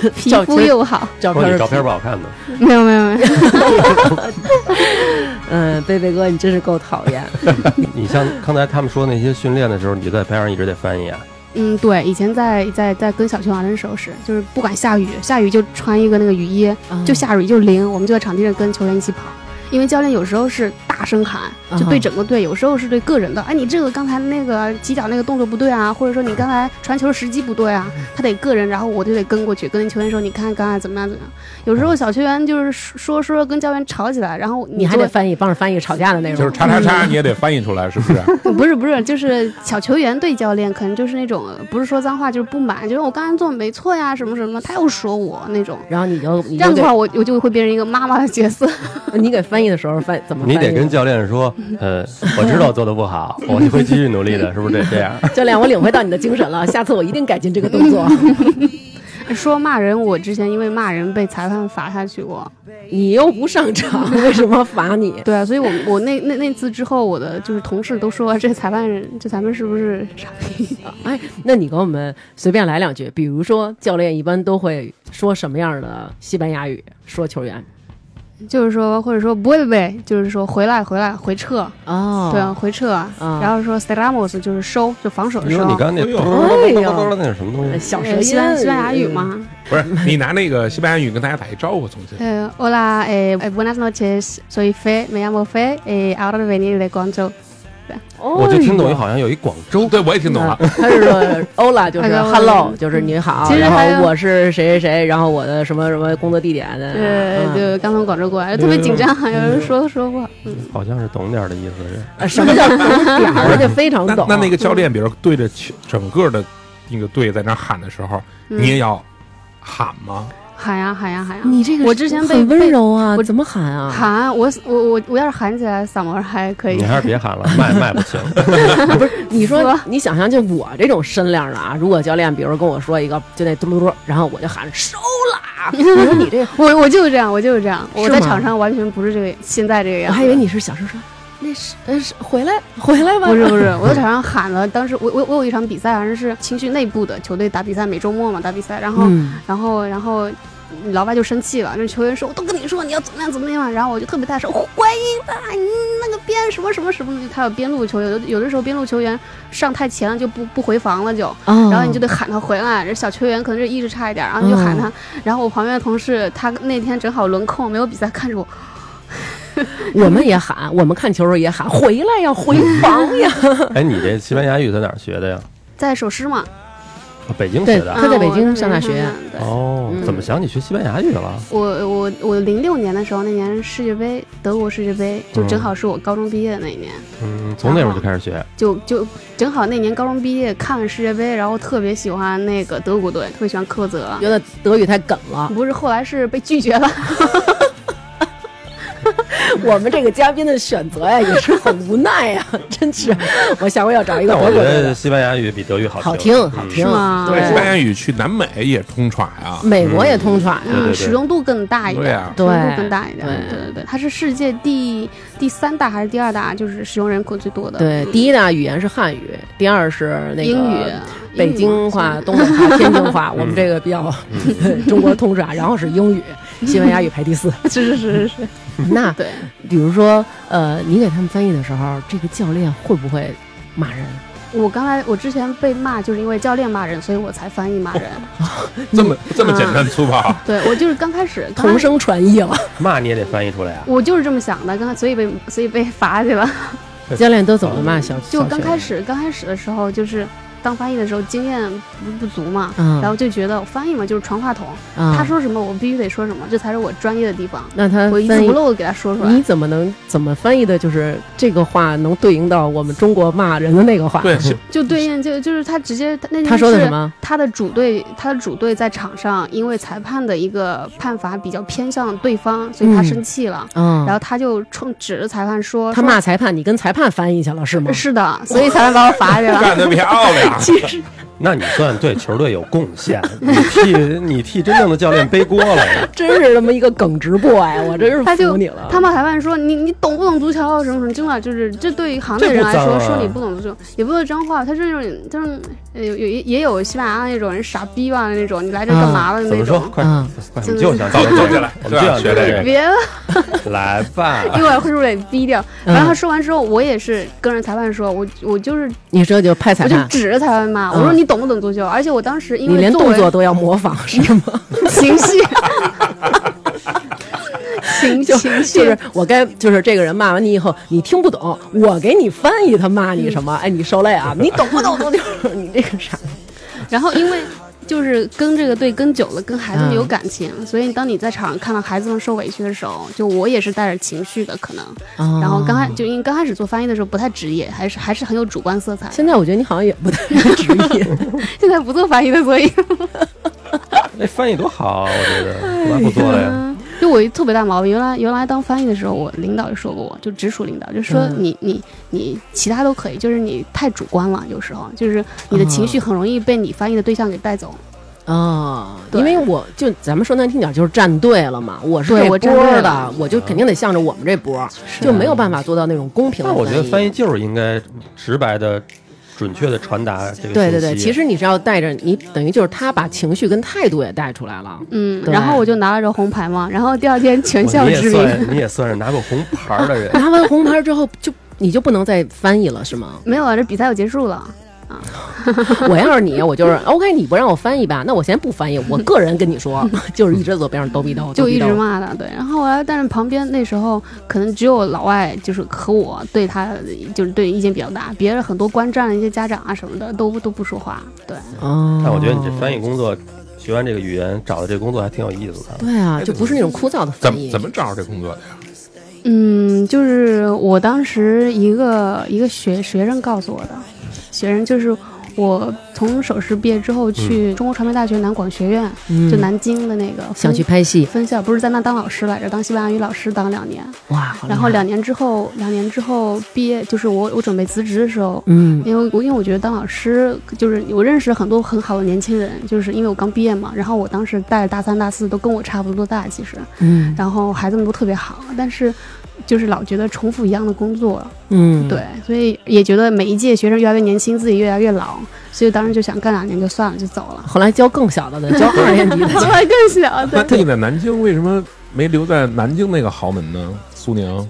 [SPEAKER 2] 假的，
[SPEAKER 1] 皮
[SPEAKER 2] 照
[SPEAKER 1] 肤
[SPEAKER 2] 片
[SPEAKER 1] 又好。
[SPEAKER 2] 照
[SPEAKER 4] 说
[SPEAKER 2] 片
[SPEAKER 4] 你
[SPEAKER 2] 是
[SPEAKER 4] 照片不好看呢，
[SPEAKER 1] 没有没有没有，
[SPEAKER 2] 嗯，贝贝哥，你真是够讨 厌。
[SPEAKER 4] 你像刚才他们说那些训练的时候，你在班上一直得翻译啊。
[SPEAKER 1] 嗯，对，以前在在在跟小区玩的时候是，就是不管下雨，下雨就穿一个那个雨衣，
[SPEAKER 2] 嗯
[SPEAKER 1] 就下雨就淋，我们就在场地上跟球员一起跑。因为教练有时候是大声喊，
[SPEAKER 2] 嗯
[SPEAKER 1] 就对整个队；有时候是对个人的。哎，你这个刚才那个起脚那个动作不对啊，或者说你刚才传球时机不对啊，他得个人，然后我就得跟过去，跟球员说，你看刚才怎么样怎么样。有时候小球员就是说说说跟教练吵起来，然后
[SPEAKER 2] 你还
[SPEAKER 1] 就
[SPEAKER 2] 得翻译，帮着翻译吵架的
[SPEAKER 1] 哎
[SPEAKER 2] 内容。
[SPEAKER 3] 就是叉叉
[SPEAKER 1] 嗯
[SPEAKER 3] 叉，你也得翻译出来，是啊 不是？
[SPEAKER 1] 不是不是，就是小球员对教练可能就是那种不是说脏话，就是不满，就是我刚才做没错呀，什么什么，他又说我那种。
[SPEAKER 2] 然后你就你
[SPEAKER 1] 这样
[SPEAKER 2] 就
[SPEAKER 1] 的
[SPEAKER 2] 给
[SPEAKER 1] 话，我我就会变成一个妈妈的角色。
[SPEAKER 2] 你给翻译的时候翻怎么翻
[SPEAKER 4] 你
[SPEAKER 2] 译？啊
[SPEAKER 4] 得跟教练说，呃，我知道做的不好，我会继续努力的，是不是这这样？
[SPEAKER 2] 教练，我领会到你的精神了，下次我一定改进这个动 作。
[SPEAKER 1] 说骂人，我之前因为骂人被裁判罚下去过。
[SPEAKER 2] 你又不上场，为什么罚你？
[SPEAKER 1] 对啊，所以我我那那那次之后，我的就是同事都说这裁判人，这裁判是不是傻逼？
[SPEAKER 2] 哎，那你给我们随便来两句，比如说教练一般都会说什么样的西班牙语说球员？
[SPEAKER 1] 就是说，或者说不会呗，就是说回来回来回撤，
[SPEAKER 2] 哦
[SPEAKER 1] 对啊，，回撤。
[SPEAKER 2] 嗯
[SPEAKER 1] 然后说 seramos 就是收，就防守
[SPEAKER 4] 你说
[SPEAKER 1] 收
[SPEAKER 4] 你。刚刚那
[SPEAKER 3] 哎呦
[SPEAKER 4] 那是什么东西？
[SPEAKER 2] 小舌嗯
[SPEAKER 1] 呃
[SPEAKER 2] 音，
[SPEAKER 1] 西班西班牙语嘛。
[SPEAKER 3] 不是，你拿那个西班牙语跟大家打一招呼，重新。
[SPEAKER 1] Eh, hola, eh, eh, buenas noches. Soy Fe, me llamo Fe, eh, ahora venir de Guangzhou.
[SPEAKER 2] 哦？
[SPEAKER 4] 我就听懂，好像有一广
[SPEAKER 3] 周，对我也听懂了。
[SPEAKER 2] 嗯他是说 Ola 就是
[SPEAKER 1] Hello
[SPEAKER 2] Hello，就是你好，
[SPEAKER 1] 其实
[SPEAKER 2] 然
[SPEAKER 1] 还有
[SPEAKER 2] 后我是谁谁谁，然后我的什么什么工作地点的，
[SPEAKER 1] 呃，
[SPEAKER 2] 嗯
[SPEAKER 1] 就刚从广州过来，特别紧张，有人说说过，嗯，
[SPEAKER 4] 好像是懂点儿的意思是。
[SPEAKER 2] 啊什么叫懂点 儿，人家非常
[SPEAKER 3] 那
[SPEAKER 1] 啊
[SPEAKER 2] 懂。
[SPEAKER 3] 那那个教练，比如对着球整个的那个队在那喊的时候，
[SPEAKER 1] 嗯
[SPEAKER 3] 你也要喊吗？
[SPEAKER 1] 喊呀喊呀喊呀。
[SPEAKER 2] 你这个
[SPEAKER 1] 我之前被
[SPEAKER 2] 很温柔啊，
[SPEAKER 1] 我
[SPEAKER 2] 怎么喊啊？
[SPEAKER 1] 喊我我我我要是喊起来，嗓门还可以
[SPEAKER 4] 你。还是别喊了，卖卖不行。
[SPEAKER 2] 不是，你说
[SPEAKER 1] 说
[SPEAKER 2] 你想象就我这种身量的啊，如果教练比如跟我说一个就那嘟噜嘟，然后我就喊收 啦，你说你这，
[SPEAKER 1] 我我就是这样，我就是这样，
[SPEAKER 2] 是
[SPEAKER 1] 我在
[SPEAKER 2] 吗
[SPEAKER 1] 场上完全不是这个现在这个
[SPEAKER 2] 我
[SPEAKER 1] 样子。
[SPEAKER 2] 还以为你是小声说，那是呃是回来回来吧，
[SPEAKER 1] 不是不是，我在场上喊了。当时我我我有一场比赛，好像是情绪内部的球队打比赛，每周末嘛打比赛，然后
[SPEAKER 2] 嗯，
[SPEAKER 1] 然后然后老外就生气了，就是球员说：“我都跟你说你要怎么样怎么样。”然后我就特别大声欢迎他，你那个边什么什么什么，他有边路球员，有的有的时候边路球员上太前了就不不回防了就，
[SPEAKER 2] 哦
[SPEAKER 1] 然后你就得喊他回来。这小球员可能是意识差一点，然后你就喊他。
[SPEAKER 2] 嗯
[SPEAKER 1] 然后我旁边的同事，他那天正好轮空没有比赛，看着我，
[SPEAKER 2] 我们也喊，我们看球时候也喊回来呀，回防呀。
[SPEAKER 4] 哎，你这西班牙语在哪儿学的呀？
[SPEAKER 1] 在首师嘛，
[SPEAKER 4] 哦北京学的啊。
[SPEAKER 2] 他在
[SPEAKER 1] 嗯
[SPEAKER 2] 北京
[SPEAKER 1] 我
[SPEAKER 2] 上大学
[SPEAKER 1] 嗯对
[SPEAKER 4] 哦，怎么想起学西班牙语了？
[SPEAKER 1] 我我我零六年的时候，那年是世界杯，德国世界杯，
[SPEAKER 2] 嗯
[SPEAKER 1] 就正好是我高中毕业的那一年，
[SPEAKER 4] 嗯，从那会儿就开始学。
[SPEAKER 1] 就就正好那年高中毕业看了世界杯，然后特别喜欢那个德国队，特别喜欢科泽，
[SPEAKER 2] 觉得德语太梗了，
[SPEAKER 1] 不是后来是被拒绝了，
[SPEAKER 2] 我们这个嘉宾的选择呀也是很无奈呀，真是。我下回要找一个
[SPEAKER 4] 但我
[SPEAKER 2] 德
[SPEAKER 4] 觉
[SPEAKER 2] 国人
[SPEAKER 4] 得
[SPEAKER 2] 的，
[SPEAKER 4] 西班牙语比德语好
[SPEAKER 2] 好
[SPEAKER 4] 听
[SPEAKER 2] 听，
[SPEAKER 4] 嗯
[SPEAKER 2] 好
[SPEAKER 1] 是
[SPEAKER 2] 听
[SPEAKER 1] 吗，
[SPEAKER 3] 对，西班
[SPEAKER 2] 对，
[SPEAKER 3] 牙语去南美也通传啊。
[SPEAKER 1] 嗯
[SPEAKER 2] 美国也通传
[SPEAKER 4] 对对
[SPEAKER 2] 啊，
[SPEAKER 4] 对
[SPEAKER 1] 嗯，使用度更大一点，
[SPEAKER 3] 对啊
[SPEAKER 1] 使用度更大一点，
[SPEAKER 2] 对
[SPEAKER 1] 对对对，它是世界第第三大还是第二大，就是使用人口最多的，
[SPEAKER 2] 对，第一大语言是汉语，第二是那个
[SPEAKER 1] 英语，
[SPEAKER 2] 北京话、东北话、天津话，我们这个比较 中国通传，然后是英语，西班牙语排第四。
[SPEAKER 1] 是是是是是，
[SPEAKER 2] 那
[SPEAKER 1] 对，
[SPEAKER 2] 比如说，呃，你给他们翻译的时候，这个教练会不会骂人？
[SPEAKER 1] 我刚才我之前被骂就是因为教练骂人，所以我才翻译骂人，
[SPEAKER 3] 这么
[SPEAKER 1] 嗯
[SPEAKER 3] 这么简单粗暴，啊
[SPEAKER 1] 对我就是刚开始刚开
[SPEAKER 2] 同
[SPEAKER 1] 始
[SPEAKER 2] 声传译了，
[SPEAKER 4] 骂你也得翻译出来啊。
[SPEAKER 1] 我就是这么想的，刚才所以被所以被罚去了。
[SPEAKER 2] 教练都走了嘛？小
[SPEAKER 1] 就刚开，
[SPEAKER 2] 小学
[SPEAKER 1] 始刚开始的时候，就是当翻译的时候经验不不足嘛，
[SPEAKER 2] 嗯
[SPEAKER 1] 然后就觉得我翻译嘛就是传话筒，
[SPEAKER 2] 啊
[SPEAKER 1] 他说什么我必须得说什么，这才是我专业的地方，
[SPEAKER 2] 那他
[SPEAKER 1] 我一字
[SPEAKER 2] 翻译
[SPEAKER 1] 不漏的给他说出来。
[SPEAKER 2] 你怎么能怎么翻译的？就是这个话能对应到我们中国骂人的那个话？
[SPEAKER 3] 对，西
[SPEAKER 1] 就对应就就是他直接他那
[SPEAKER 2] 他说的什？么？
[SPEAKER 1] 他的主队，他的主队在场上，因为裁判的一个判罚比较偏向对方，所以他
[SPEAKER 2] 嗯
[SPEAKER 1] 生气了，
[SPEAKER 2] 啊，
[SPEAKER 1] 然后他就冲指着裁判说：“
[SPEAKER 2] 他
[SPEAKER 1] 说
[SPEAKER 2] 骂裁判，你跟裁判翻译去了是吗？
[SPEAKER 1] 是的，所以裁判把我罚去了。
[SPEAKER 3] 干得漂 亮。
[SPEAKER 4] 那你算对球队有贡献，你替你替真正的教练背锅了呀。
[SPEAKER 2] 真是那么一个耿直 boy，我真是
[SPEAKER 1] 他
[SPEAKER 2] 服
[SPEAKER 1] 就
[SPEAKER 2] 你了。
[SPEAKER 1] 他骂裁判说你你懂不懂足球啊什么什么，真的就是这对于行内人来
[SPEAKER 4] 这不
[SPEAKER 1] 说，
[SPEAKER 4] 脏啊
[SPEAKER 1] 说你不懂足球也不是脏话，他是那种就是呃有有也有西班牙那种人傻逼吧那种，你来这干
[SPEAKER 2] 啊
[SPEAKER 1] 嘛了的那
[SPEAKER 4] 怎么说？
[SPEAKER 1] 种。
[SPEAKER 4] 快
[SPEAKER 2] 嗯
[SPEAKER 4] 快，我们就想
[SPEAKER 3] 走
[SPEAKER 4] 学
[SPEAKER 3] 走
[SPEAKER 4] 这
[SPEAKER 3] 起
[SPEAKER 4] 个
[SPEAKER 3] 来，
[SPEAKER 4] 我们就想学
[SPEAKER 3] 对
[SPEAKER 4] 这
[SPEAKER 1] 别了，
[SPEAKER 4] 个， 来吧。
[SPEAKER 1] 一会儿会不会得低调？
[SPEAKER 2] 嗯
[SPEAKER 1] 然后他说完之后，我也是跟着裁判说，我我就是
[SPEAKER 2] 你这就拍裁
[SPEAKER 1] 我就
[SPEAKER 2] 判，
[SPEAKER 1] 指着裁判骂，我说
[SPEAKER 2] 嗯
[SPEAKER 1] 你懂不懂足球？而且我当时因
[SPEAKER 2] 你
[SPEAKER 1] 为
[SPEAKER 2] 连
[SPEAKER 1] 作
[SPEAKER 2] 动
[SPEAKER 1] 为
[SPEAKER 2] 作都要模仿是 吗？
[SPEAKER 1] 情绪，情情绪
[SPEAKER 2] 就是我该就是这个人骂完你以后，你听不懂，我给你翻译他骂你什么？哎，你受累啊，你懂不懂足球？ 你这个傻。
[SPEAKER 1] 然后因为就是跟这个队跟久了，跟孩子们
[SPEAKER 2] 嗯
[SPEAKER 1] 有感情，所以当你在场上看到孩子们受委屈的时候，就我也是带着情绪的可能。
[SPEAKER 2] 哦
[SPEAKER 1] 然后刚开就因为刚开始做翻译的时候不太职业，还是还是很有主观色 彩。
[SPEAKER 2] 现在我觉得你好像也不太 职业，
[SPEAKER 1] 现在不做翻译的，所 以
[SPEAKER 4] 那翻译多好啊，我觉得
[SPEAKER 2] 哎
[SPEAKER 4] 干嘛不做了呀？
[SPEAKER 1] 就我一特别大毛病。原来原来当翻译的时候，我领导就说过我，就直属领导就说
[SPEAKER 2] 嗯
[SPEAKER 1] 你、你你其他都可以，就是你太主观了，有时候就是你的情绪很容易被你翻译的对象给带走。
[SPEAKER 2] 哦，
[SPEAKER 1] 对
[SPEAKER 2] 因为我就咱们说难听点，就是站队了嘛。我是
[SPEAKER 1] 对
[SPEAKER 2] 这
[SPEAKER 1] 我站
[SPEAKER 2] 波
[SPEAKER 1] 队
[SPEAKER 2] 儿的
[SPEAKER 1] 了，
[SPEAKER 2] 我就肯定得向着我们这波儿，就没有办法做到那种公平的
[SPEAKER 4] 那我觉得翻
[SPEAKER 2] 翻
[SPEAKER 4] 译。就是应该直白的、准确的传达这个
[SPEAKER 2] 对对
[SPEAKER 4] 信
[SPEAKER 2] 对，
[SPEAKER 4] 息啊
[SPEAKER 2] 其实你是要带着你，等于就是他把情绪跟态度也带出来了。
[SPEAKER 1] 嗯，
[SPEAKER 2] 对。
[SPEAKER 1] 然后我就拿了个红牌嘛，然后第二天全
[SPEAKER 4] 哇
[SPEAKER 1] 校
[SPEAKER 4] 你也
[SPEAKER 1] 知名。
[SPEAKER 4] 算你也算是拿过红牌的人
[SPEAKER 2] 拿完红牌之后，就你就不能再翻译了，是 吗？
[SPEAKER 1] 没有啊，这比赛就结束了。
[SPEAKER 2] 我要是你，我就是 OK，你不让我翻译吧，那我先不翻译。我个人跟你 说，就是一直走边上叨逼叨，
[SPEAKER 1] 就
[SPEAKER 2] 叨逼
[SPEAKER 1] 一直
[SPEAKER 2] 叨。
[SPEAKER 1] 骂他，对。然后后来，但是旁边那时候可能只有老外，就是和我对他就是对意见比较大，别人很多观战的一些家长啊什么的都都不说话，对。
[SPEAKER 2] 哦，
[SPEAKER 4] 但我觉得你这翻译工作，学完这个语言找的这工作还挺有意思的。
[SPEAKER 2] 对啊，就不是那种枯燥的翻
[SPEAKER 3] 怎么
[SPEAKER 2] 译。
[SPEAKER 3] 怎么找着这工作的呀？
[SPEAKER 1] 嗯，就是我当时一个一个学学生告诉我的，学生就是我从首师毕业之后去中国传媒大学南广学院，
[SPEAKER 2] 嗯
[SPEAKER 1] 就南京的那个分
[SPEAKER 2] 想去拍戏？
[SPEAKER 1] 分校，不是在那当老师来着，当西班牙语老师当两年，
[SPEAKER 2] 哇，好厉害
[SPEAKER 1] 然后
[SPEAKER 3] 嗯
[SPEAKER 1] 两年之后，两年之后毕业，就是我我准备辞职的时候，
[SPEAKER 2] 嗯
[SPEAKER 1] 因为我因为我觉得当老师就是我认识很多很好的年轻人，就是因为我刚毕业嘛，然后我当时带着大三大四都跟我差不多大其实，
[SPEAKER 2] 嗯
[SPEAKER 1] 然后孩子们都特别好，但是就是老觉得重复一样的工作，
[SPEAKER 2] 嗯，
[SPEAKER 1] 对，所以也觉得每一届学生越来越年轻，自己越来越老，所以当时就想干两年就算了，就走 了。
[SPEAKER 2] 后来教更小的的，教二年 级 的
[SPEAKER 1] 后
[SPEAKER 2] 去，
[SPEAKER 1] 来更小，对
[SPEAKER 3] 那，弟弟在南京为什么没留在南京那个豪门呢？苏宁，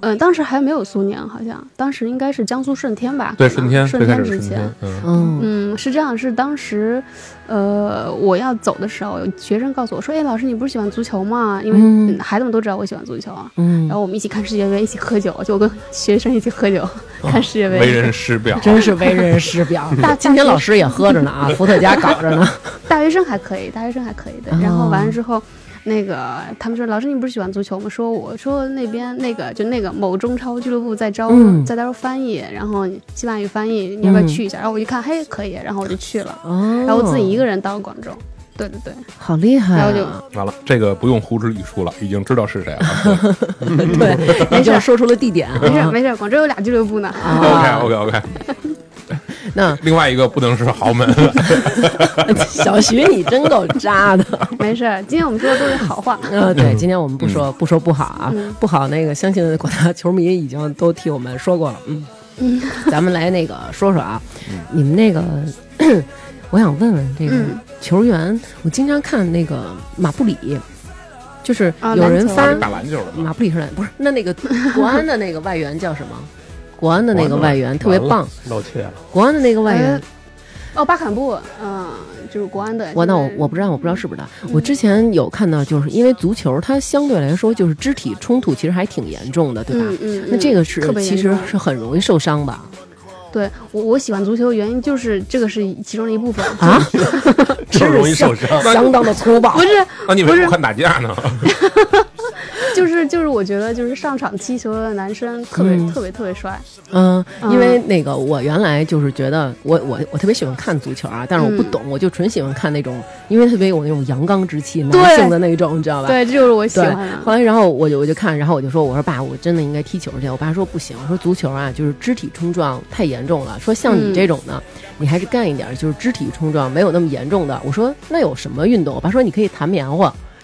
[SPEAKER 1] 嗯，当时还没有苏宁，好像当时应该是江苏顺天吧？
[SPEAKER 3] 对
[SPEAKER 1] 可能
[SPEAKER 3] 顺天，最
[SPEAKER 1] 顺
[SPEAKER 3] 开始
[SPEAKER 1] 之
[SPEAKER 3] 顺
[SPEAKER 1] 前
[SPEAKER 3] 天，，嗯，
[SPEAKER 2] 嗯，
[SPEAKER 1] 嗯，是这样，是当时，呃，我要走的时候，有学生告诉我说：“哎，老师，你不是喜欢足球吗？因为
[SPEAKER 2] 嗯
[SPEAKER 1] 嗯孩子们都知道我喜欢足球。啊
[SPEAKER 2] 嗯
[SPEAKER 1] 然后我们一起看世界杯，一起喝酒，就我跟学生一起喝酒， 看世界杯。
[SPEAKER 3] 为人师表，
[SPEAKER 2] 真是为人师 表
[SPEAKER 1] 大。
[SPEAKER 2] 今天老师也喝着呢 啊，伏特加搞着呢。
[SPEAKER 1] 大学生还可以，大学生还可以的。然后完了之后，那个他们说：“老师，你不是喜欢足球吗？”说我说那边那个就那个某中超俱乐部在招、
[SPEAKER 2] 嗯
[SPEAKER 1] 在招翻译，然后西班牙语翻译，你要不要
[SPEAKER 2] 嗯
[SPEAKER 1] 去一下？然后我一看，嘿，可以，然后我就去了。
[SPEAKER 2] 哦
[SPEAKER 1] 然后我自己一个人到了广州。对对对，
[SPEAKER 2] 好厉害
[SPEAKER 1] 然后
[SPEAKER 2] 啊！
[SPEAKER 1] 就
[SPEAKER 3] 完了，这个不用呼之欲出了，已经知道 是谁了。
[SPEAKER 2] 对，已经说出了地点
[SPEAKER 1] 没事
[SPEAKER 2] 啊。
[SPEAKER 1] 没事，广州有俩俱乐部呢。
[SPEAKER 3] OK
[SPEAKER 2] 啊，
[SPEAKER 3] OK OK，
[SPEAKER 2] 那
[SPEAKER 3] 另外一个不能是豪门，
[SPEAKER 2] 小徐你真够渣的。
[SPEAKER 1] 没事，今天我们说的都是好话。
[SPEAKER 2] 嗯，对，今天我们不说不说不好啊，
[SPEAKER 1] 嗯
[SPEAKER 2] 不好那个，相信广大球迷已经都替我们说过了。嗯，咱们来那个说说啊，你们那个， 我想问问这个
[SPEAKER 1] 嗯
[SPEAKER 2] 球员，我经常看那个马布里，就是
[SPEAKER 1] 啊
[SPEAKER 2] 有人
[SPEAKER 1] 篮球
[SPEAKER 2] 发
[SPEAKER 3] 打篮球的
[SPEAKER 2] 马
[SPEAKER 3] 嘛。
[SPEAKER 2] 布里是篮不是？那那个国安的那个外援叫什么？国安的那个
[SPEAKER 3] 国安的
[SPEAKER 2] 外援特别
[SPEAKER 4] 完了
[SPEAKER 2] 棒，
[SPEAKER 4] 露怯了。
[SPEAKER 2] 国安的那个外援
[SPEAKER 1] 哎，哦，巴坎布，嗯、就是国安的。
[SPEAKER 2] 我那我
[SPEAKER 1] 就是
[SPEAKER 2] 我不知道，我不知道是不是的。我之前有看到，就是因为足球它相对来说就是肢体冲突其实还挺严重的，对吧？
[SPEAKER 1] 嗯嗯，
[SPEAKER 2] 那
[SPEAKER 1] 嗯
[SPEAKER 2] 这个是
[SPEAKER 1] 特别
[SPEAKER 2] 其
[SPEAKER 1] 严
[SPEAKER 2] 实
[SPEAKER 1] 重
[SPEAKER 2] 是很容易受伤吧？嗯
[SPEAKER 1] 对我我喜欢足球的原因就是这个是其中的一部分。
[SPEAKER 2] 啊，
[SPEAKER 4] 这么容易受伤
[SPEAKER 2] 真是相相当的粗暴
[SPEAKER 1] 不。是，
[SPEAKER 3] 那你为什么看打架呢？
[SPEAKER 1] 就是就是，我觉得就是上场踢球的男生特别、特别特别帅，
[SPEAKER 2] 嗯，因为那个我原来就是觉得我我我特别喜欢看足球啊，但是我不
[SPEAKER 1] 嗯
[SPEAKER 2] 懂，我就纯喜欢看那种，因为特别有那种阳刚之气，男
[SPEAKER 1] 对
[SPEAKER 2] 性的那种，你知道吧？
[SPEAKER 1] 对，这就是我喜
[SPEAKER 2] 对
[SPEAKER 1] 欢，啊的。
[SPEAKER 2] 后来然后我就我就看，然后我就说，我说爸，我真的应该踢球去。我爸说不行，我说足球啊，就是肢体冲撞太严重了。说像你
[SPEAKER 1] 嗯
[SPEAKER 2] 这种呢，你还是干一点，就是肢体冲撞没有那么严重的。我说那有什么运动？我爸说你可以弹棉花，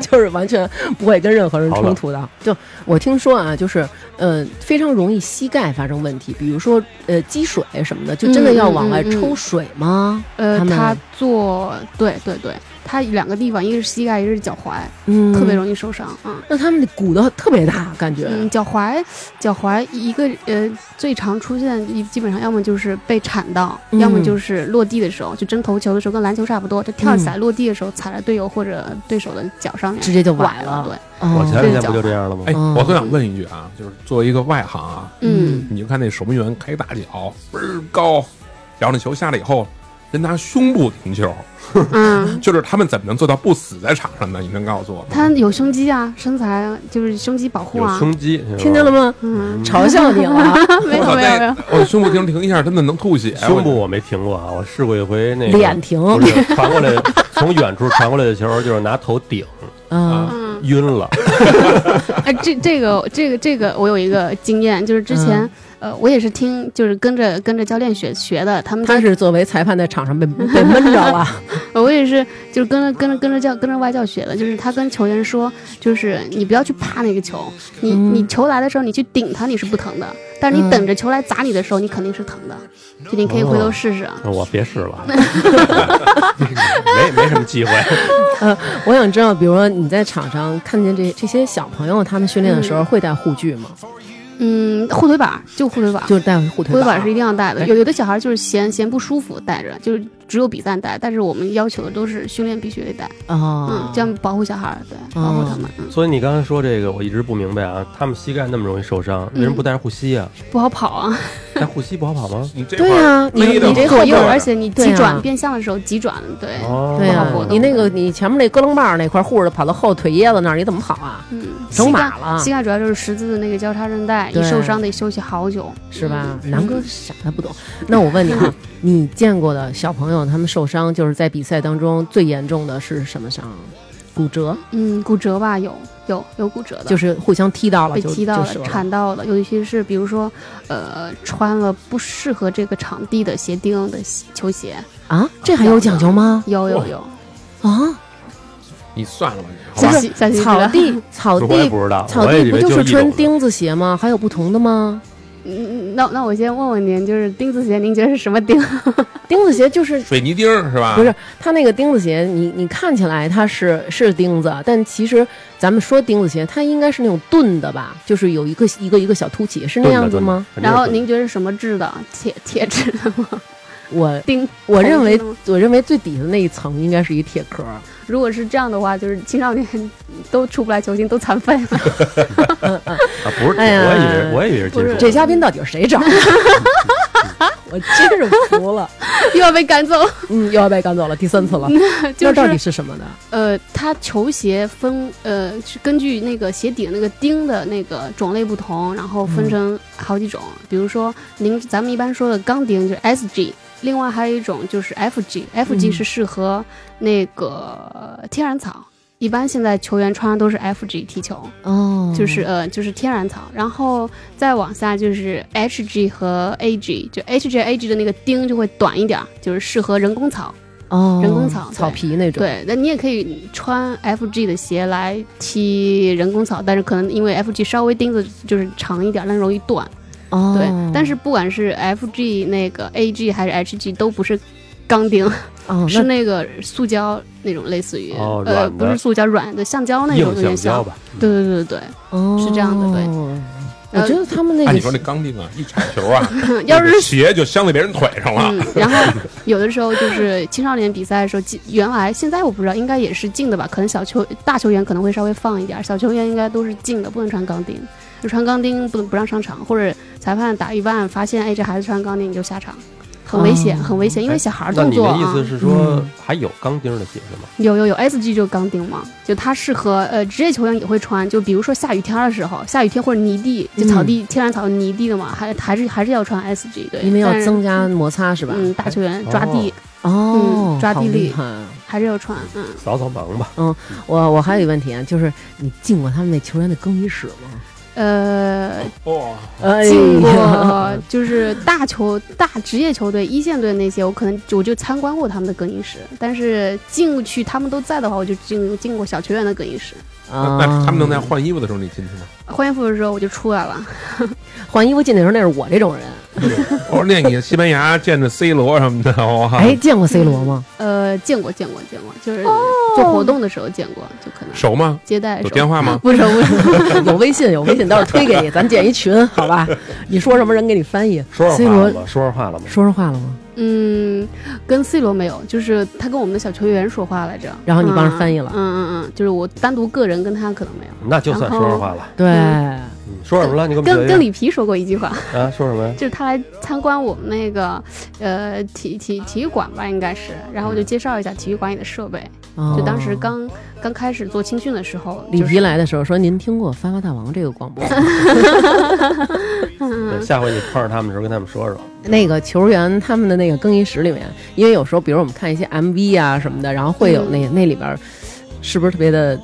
[SPEAKER 2] 就是完全不会跟任何人冲突的。就我听说啊，就是呃非常容易膝盖发生问题，比如说呃积水什么的，就真的要往外
[SPEAKER 1] 嗯嗯嗯嗯
[SPEAKER 2] 抽水吗？
[SPEAKER 1] 呃
[SPEAKER 2] 他，们
[SPEAKER 1] 他做对对对，他两个地方，一个是膝盖，一个是脚踝，
[SPEAKER 2] 嗯，
[SPEAKER 1] 特别容易受伤啊。
[SPEAKER 2] 那他们的骨头特别大，感觉。
[SPEAKER 1] 嗯，脚踝，脚踝一个呃，最常出现一基本上要么就是被铲到，
[SPEAKER 2] 嗯
[SPEAKER 1] 要么就是落地的时候，就争头球的时候跟篮球差不多，就跳起来落地的时候踩在队友或者对手的脚上面，
[SPEAKER 2] 嗯直接就崴
[SPEAKER 1] 崴
[SPEAKER 2] 了
[SPEAKER 1] 对，
[SPEAKER 2] 哦
[SPEAKER 4] 我前两天不就这样了吗？
[SPEAKER 3] 哎，
[SPEAKER 2] 嗯
[SPEAKER 3] 我特想问一句啊，就是作为一个外行啊，
[SPEAKER 1] 嗯，
[SPEAKER 3] 你就看那守门员开大脚，倍儿高，然后那球下来以后，人拿胸部停球，
[SPEAKER 1] 嗯，
[SPEAKER 3] 就是他们怎么能做到不死在场上呢？你能告诉我吗？
[SPEAKER 1] 他有胸肌啊，身材啊就是胸肌保护
[SPEAKER 4] 有
[SPEAKER 1] 啊，
[SPEAKER 4] 胸嗯肌，
[SPEAKER 2] 听见了？吗？
[SPEAKER 1] 嗯，
[SPEAKER 2] 嘲笑你 了，
[SPEAKER 1] 没有
[SPEAKER 3] 我
[SPEAKER 1] 没有没有，
[SPEAKER 3] 我胸部停停一下，真的能吐血。
[SPEAKER 4] 胸部我没停过啊，我试过一回那个
[SPEAKER 2] 脸停
[SPEAKER 4] 不是 传过来的从远处传过来的球，就是拿头顶
[SPEAKER 2] 嗯
[SPEAKER 1] 嗯，
[SPEAKER 4] 晕了。
[SPEAKER 1] 哎，这这个这个这个我有一个经验，就是之前。
[SPEAKER 2] 嗯
[SPEAKER 1] 呃，我也是听，就是跟着跟着教练学学的，他们家
[SPEAKER 2] 他是作为裁判在场上被被闷着 了，
[SPEAKER 1] 呃我也是，就是跟着跟着跟着教跟着外教学的，就是他跟球员说，就是你不要去怕那个球，你、
[SPEAKER 2] 嗯
[SPEAKER 1] 你球来的时候你去顶它，你是不疼的，但是你等着球来砸你的时候，你肯定是疼的，就你可以
[SPEAKER 2] 哦
[SPEAKER 1] 回头试试。啊。
[SPEAKER 4] 那我别 试了，没没什么机会。
[SPEAKER 2] 呃，我想知道，比如说你在场上看见这这些小朋友他们训练的时候会带护具吗？
[SPEAKER 1] 嗯，护腿板儿就护腿板儿，
[SPEAKER 2] 就是哎带护
[SPEAKER 1] 护
[SPEAKER 2] 腿
[SPEAKER 1] 腿
[SPEAKER 2] 板
[SPEAKER 1] 板
[SPEAKER 2] 儿
[SPEAKER 1] 儿是一定要带的。
[SPEAKER 2] 对
[SPEAKER 1] 有有的小孩就是嫌嫌不舒服带着，就是只有比赛带，但是我们要求的都是训练必须得带，嗯
[SPEAKER 2] 哦，，
[SPEAKER 1] 这样保护小孩儿，
[SPEAKER 2] 啊
[SPEAKER 1] 对，保护他们，嗯，
[SPEAKER 4] 所以你刚才说这个，我一直不明白啊，他们膝盖那么容易受伤，
[SPEAKER 2] 嗯
[SPEAKER 4] 为什么不带着护膝啊？
[SPEAKER 1] 不好跑啊。
[SPEAKER 4] 带护膝不好跑吗？
[SPEAKER 3] 你这
[SPEAKER 2] 对呀，你
[SPEAKER 3] 勒得
[SPEAKER 2] 你这
[SPEAKER 1] 左
[SPEAKER 2] 后
[SPEAKER 1] 右，
[SPEAKER 2] 边儿
[SPEAKER 1] 而且你
[SPEAKER 2] 对
[SPEAKER 1] 急
[SPEAKER 2] 啊
[SPEAKER 1] 转变向的时候急转，对，
[SPEAKER 4] 哦，
[SPEAKER 2] 对啊呀
[SPEAKER 1] 不好活，动
[SPEAKER 2] 你那个你前面那咯楞棒儿那块护着跑到后腿叶子那儿，你怎么跑啊？
[SPEAKER 1] 嗯，
[SPEAKER 2] 整
[SPEAKER 1] 膝盖
[SPEAKER 2] 马了
[SPEAKER 1] 膝盖主要就是十字的那个交叉韧带，
[SPEAKER 2] 啊对
[SPEAKER 1] 一受伤得休息好久，嗯
[SPEAKER 2] 是吧？南哥啥也不懂。那我问你 啊，你见过的小朋友他们受伤，就是在比赛当中最严重的是什么伤？骨折，
[SPEAKER 1] 嗯，骨折吧，有有有骨折的，
[SPEAKER 2] 就是互相踢到了
[SPEAKER 1] 被
[SPEAKER 2] 就，
[SPEAKER 1] 踢到
[SPEAKER 2] 就
[SPEAKER 1] 了
[SPEAKER 2] 折、了
[SPEAKER 1] 铲到了，尤其是比如说，呃，穿了不适合这个场地的鞋钉的鞋球鞋，
[SPEAKER 2] 啊，这还有讲究吗？
[SPEAKER 1] 有有有，
[SPEAKER 2] 啊，
[SPEAKER 3] 你算了吧，好
[SPEAKER 2] 就
[SPEAKER 3] 吧
[SPEAKER 1] 下？
[SPEAKER 2] 是
[SPEAKER 1] 期下期知
[SPEAKER 2] 草
[SPEAKER 1] 道
[SPEAKER 2] 地， 草
[SPEAKER 4] 我也
[SPEAKER 2] 地
[SPEAKER 4] 不知道，
[SPEAKER 2] 草
[SPEAKER 4] 我也
[SPEAKER 2] 地
[SPEAKER 4] 以
[SPEAKER 2] 不
[SPEAKER 4] 为
[SPEAKER 2] 就是是
[SPEAKER 4] 一种
[SPEAKER 2] 穿钉子鞋吗？还有不同的吗？
[SPEAKER 1] 嗯，那那我先问问您，就是钉子鞋，您觉得是什么 钉？
[SPEAKER 2] 钉子鞋就是
[SPEAKER 3] 水泥钉儿是吧？
[SPEAKER 2] 不是，它那个钉子鞋，你你看起来它是是钉子，但其实咱们说钉子鞋，它应该是那种钝的吧，就是有一个一个一个小凸起，是那
[SPEAKER 4] 钝的
[SPEAKER 2] 样子
[SPEAKER 4] 钝的
[SPEAKER 2] 吗？？
[SPEAKER 4] 肯定
[SPEAKER 1] 然
[SPEAKER 4] 是
[SPEAKER 1] 后
[SPEAKER 4] 钝的
[SPEAKER 1] 您觉得是什么制的？铁铁制的吗？
[SPEAKER 2] 我
[SPEAKER 1] 钉？
[SPEAKER 2] 我认为
[SPEAKER 1] 铜制的吗
[SPEAKER 2] 我认为最底下那一层应该是一铁壳儿，
[SPEAKER 1] 如果是这样的话，就是青少年都出不来球星，都残废了。
[SPEAKER 4] 啊，不是，
[SPEAKER 2] 哎呀
[SPEAKER 4] 我也以为我也以为是
[SPEAKER 1] 不
[SPEAKER 4] 金
[SPEAKER 1] 是
[SPEAKER 4] 属。
[SPEAKER 2] 这嘉宾到底是谁 找的？我真是服了，
[SPEAKER 1] 又要被赶走，
[SPEAKER 2] 嗯，又要被赶走了，第三次了。
[SPEAKER 1] 就
[SPEAKER 2] 那到底
[SPEAKER 1] 是
[SPEAKER 2] 是什么呢？
[SPEAKER 1] 呃，它球鞋分呃是根据那个鞋底的那个钉的那个种类不同，然后分成好几种。比如说您咱们一般说的钢钉就是 SG，另外还有一种就是 FG，FG
[SPEAKER 2] 嗯
[SPEAKER 1] 是适合那个呃天然草。一般现在球员穿的都是 FG 踢球，
[SPEAKER 2] 哦
[SPEAKER 1] 就是呃就是天然草，然后再往下就是 HG 和 AG，就 HG、AG 的那个钉就会短一点儿，就是适合人工草。
[SPEAKER 2] 哦，
[SPEAKER 1] 人工草
[SPEAKER 2] 草
[SPEAKER 1] 对
[SPEAKER 2] 皮那种。，
[SPEAKER 1] 对，那你也可以穿 FG 的鞋来踢人工草，但是可能因为 FG 稍微钉子就是长一点，但容易断。
[SPEAKER 2] 哦，
[SPEAKER 1] 对，但是不管是 FG 那个 AG 还是 HG 都不是。钢钉
[SPEAKER 2] 哦，
[SPEAKER 1] 是
[SPEAKER 2] 那
[SPEAKER 1] 那个塑胶那种，类似于、
[SPEAKER 4] 哦
[SPEAKER 1] 呃，
[SPEAKER 4] 软的
[SPEAKER 1] 不是塑胶软的，橡胶那种
[SPEAKER 4] 硬
[SPEAKER 1] 有点
[SPEAKER 4] 橡胶
[SPEAKER 1] 像。
[SPEAKER 4] 吧，
[SPEAKER 1] 对对对对
[SPEAKER 2] 哦
[SPEAKER 1] 是这样的对呃
[SPEAKER 2] 我觉得他们那个
[SPEAKER 3] 按你说那钢钉啊，一铲球啊，
[SPEAKER 1] 对， 呃要
[SPEAKER 3] 那
[SPEAKER 1] 是
[SPEAKER 3] 个鞋就镶在别人腿上了。
[SPEAKER 4] 啊
[SPEAKER 1] 嗯，然后有的时候就是青少年比赛的时候，进原来现在我不知道，应该也是进的吧？可能小球大球员可能会稍微放一点，小球员应该都是进的，不能穿钢钉。就穿钢钉不能不让上场，或者裁判打一半发现哎这孩子穿钢钉你就下场，很危险，
[SPEAKER 2] 哦
[SPEAKER 1] 很危险，因为小孩儿
[SPEAKER 4] 哎那
[SPEAKER 1] 动
[SPEAKER 4] 你
[SPEAKER 1] 作
[SPEAKER 4] 的意
[SPEAKER 1] 啊
[SPEAKER 4] 思，是说
[SPEAKER 2] 嗯
[SPEAKER 4] 还有钢钉的鞋是吗？
[SPEAKER 1] 有有有 S G 就是钢钉嘛，就它适合呃职业球员也会穿，就比如说下雨天的时候，下雨天或者泥地，就草地、天然草泥地的嘛，还还是还是要穿 S G 对，
[SPEAKER 2] 嗯因为要
[SPEAKER 1] 但是
[SPEAKER 2] 增加摩擦是吧？
[SPEAKER 1] 嗯大球员抓地、
[SPEAKER 2] 哦，
[SPEAKER 1] 嗯抓地
[SPEAKER 2] 好厉
[SPEAKER 1] 力
[SPEAKER 2] 害啊
[SPEAKER 1] 还是要穿嗯。
[SPEAKER 4] 扫扫盲吧，
[SPEAKER 2] 我我还有一个问题啊，就是你进过他们那球员的更衣室吗？
[SPEAKER 1] 呃，
[SPEAKER 3] 哦，
[SPEAKER 2] 哎
[SPEAKER 1] 进
[SPEAKER 2] 呀
[SPEAKER 1] 过就是大球、大职业球队、一线队那些，我可能我就参观过他们的更衣室，但是进去他们都在的话，我就进进过小球员的更衣室。
[SPEAKER 2] 啊
[SPEAKER 3] 那那他们能在换衣服的时候你进去吗？
[SPEAKER 1] 换衣服的时候我就出来了，
[SPEAKER 2] 换衣服进的时候，那是我这种人。
[SPEAKER 3] 啊我说那你西班牙见着 C 罗什么的，我靠
[SPEAKER 2] 哎，见过 C 罗吗？
[SPEAKER 1] 呃，见过见过见过，就是
[SPEAKER 2] 哦
[SPEAKER 1] 做活动的时候见过，就可能
[SPEAKER 3] 熟吗？
[SPEAKER 1] 接待
[SPEAKER 3] 有电
[SPEAKER 1] 话
[SPEAKER 3] 话吗？
[SPEAKER 1] 不熟不熟，
[SPEAKER 2] 有微信，有微信，到时候推给你，咱建一群，好 吧？你说什么人给你翻译
[SPEAKER 4] 说
[SPEAKER 2] ？C
[SPEAKER 4] 上话了
[SPEAKER 2] 罗
[SPEAKER 4] 吗？说上话了吗？
[SPEAKER 2] 说上话了吗？
[SPEAKER 1] 嗯，跟 C 罗没有，就是他跟我们的小球员说话来着，
[SPEAKER 2] 然后你帮着翻译了
[SPEAKER 1] 嗯嗯嗯，就是我单独个人跟他可能没有，
[SPEAKER 4] 那就算
[SPEAKER 1] 然后
[SPEAKER 4] 说上话了。
[SPEAKER 2] 对，
[SPEAKER 1] 嗯
[SPEAKER 4] 嗯说什么了？你给我们
[SPEAKER 1] 跟
[SPEAKER 4] 学
[SPEAKER 1] 跟
[SPEAKER 4] 一
[SPEAKER 1] 里皮说过一句话。
[SPEAKER 4] 下啊？说什么呀？
[SPEAKER 1] 就是他来参观我们那个呃体体体育馆吧，应该是，然后我就介绍一下体育馆里的设备。
[SPEAKER 2] 嗯哦
[SPEAKER 1] 就当时刚刚开始做青训的时候，
[SPEAKER 2] 里
[SPEAKER 1] 就是
[SPEAKER 2] 皮，来的时候说：“您听过《发发大王》这个广播吗？
[SPEAKER 4] 对下回你碰上他们的时候跟他们说说。
[SPEAKER 2] 那个球员他们的那个更衣室里面，因为有时候，比如我们看一些 MV 啊什么的，然后会有那、那里边儿是不是特别的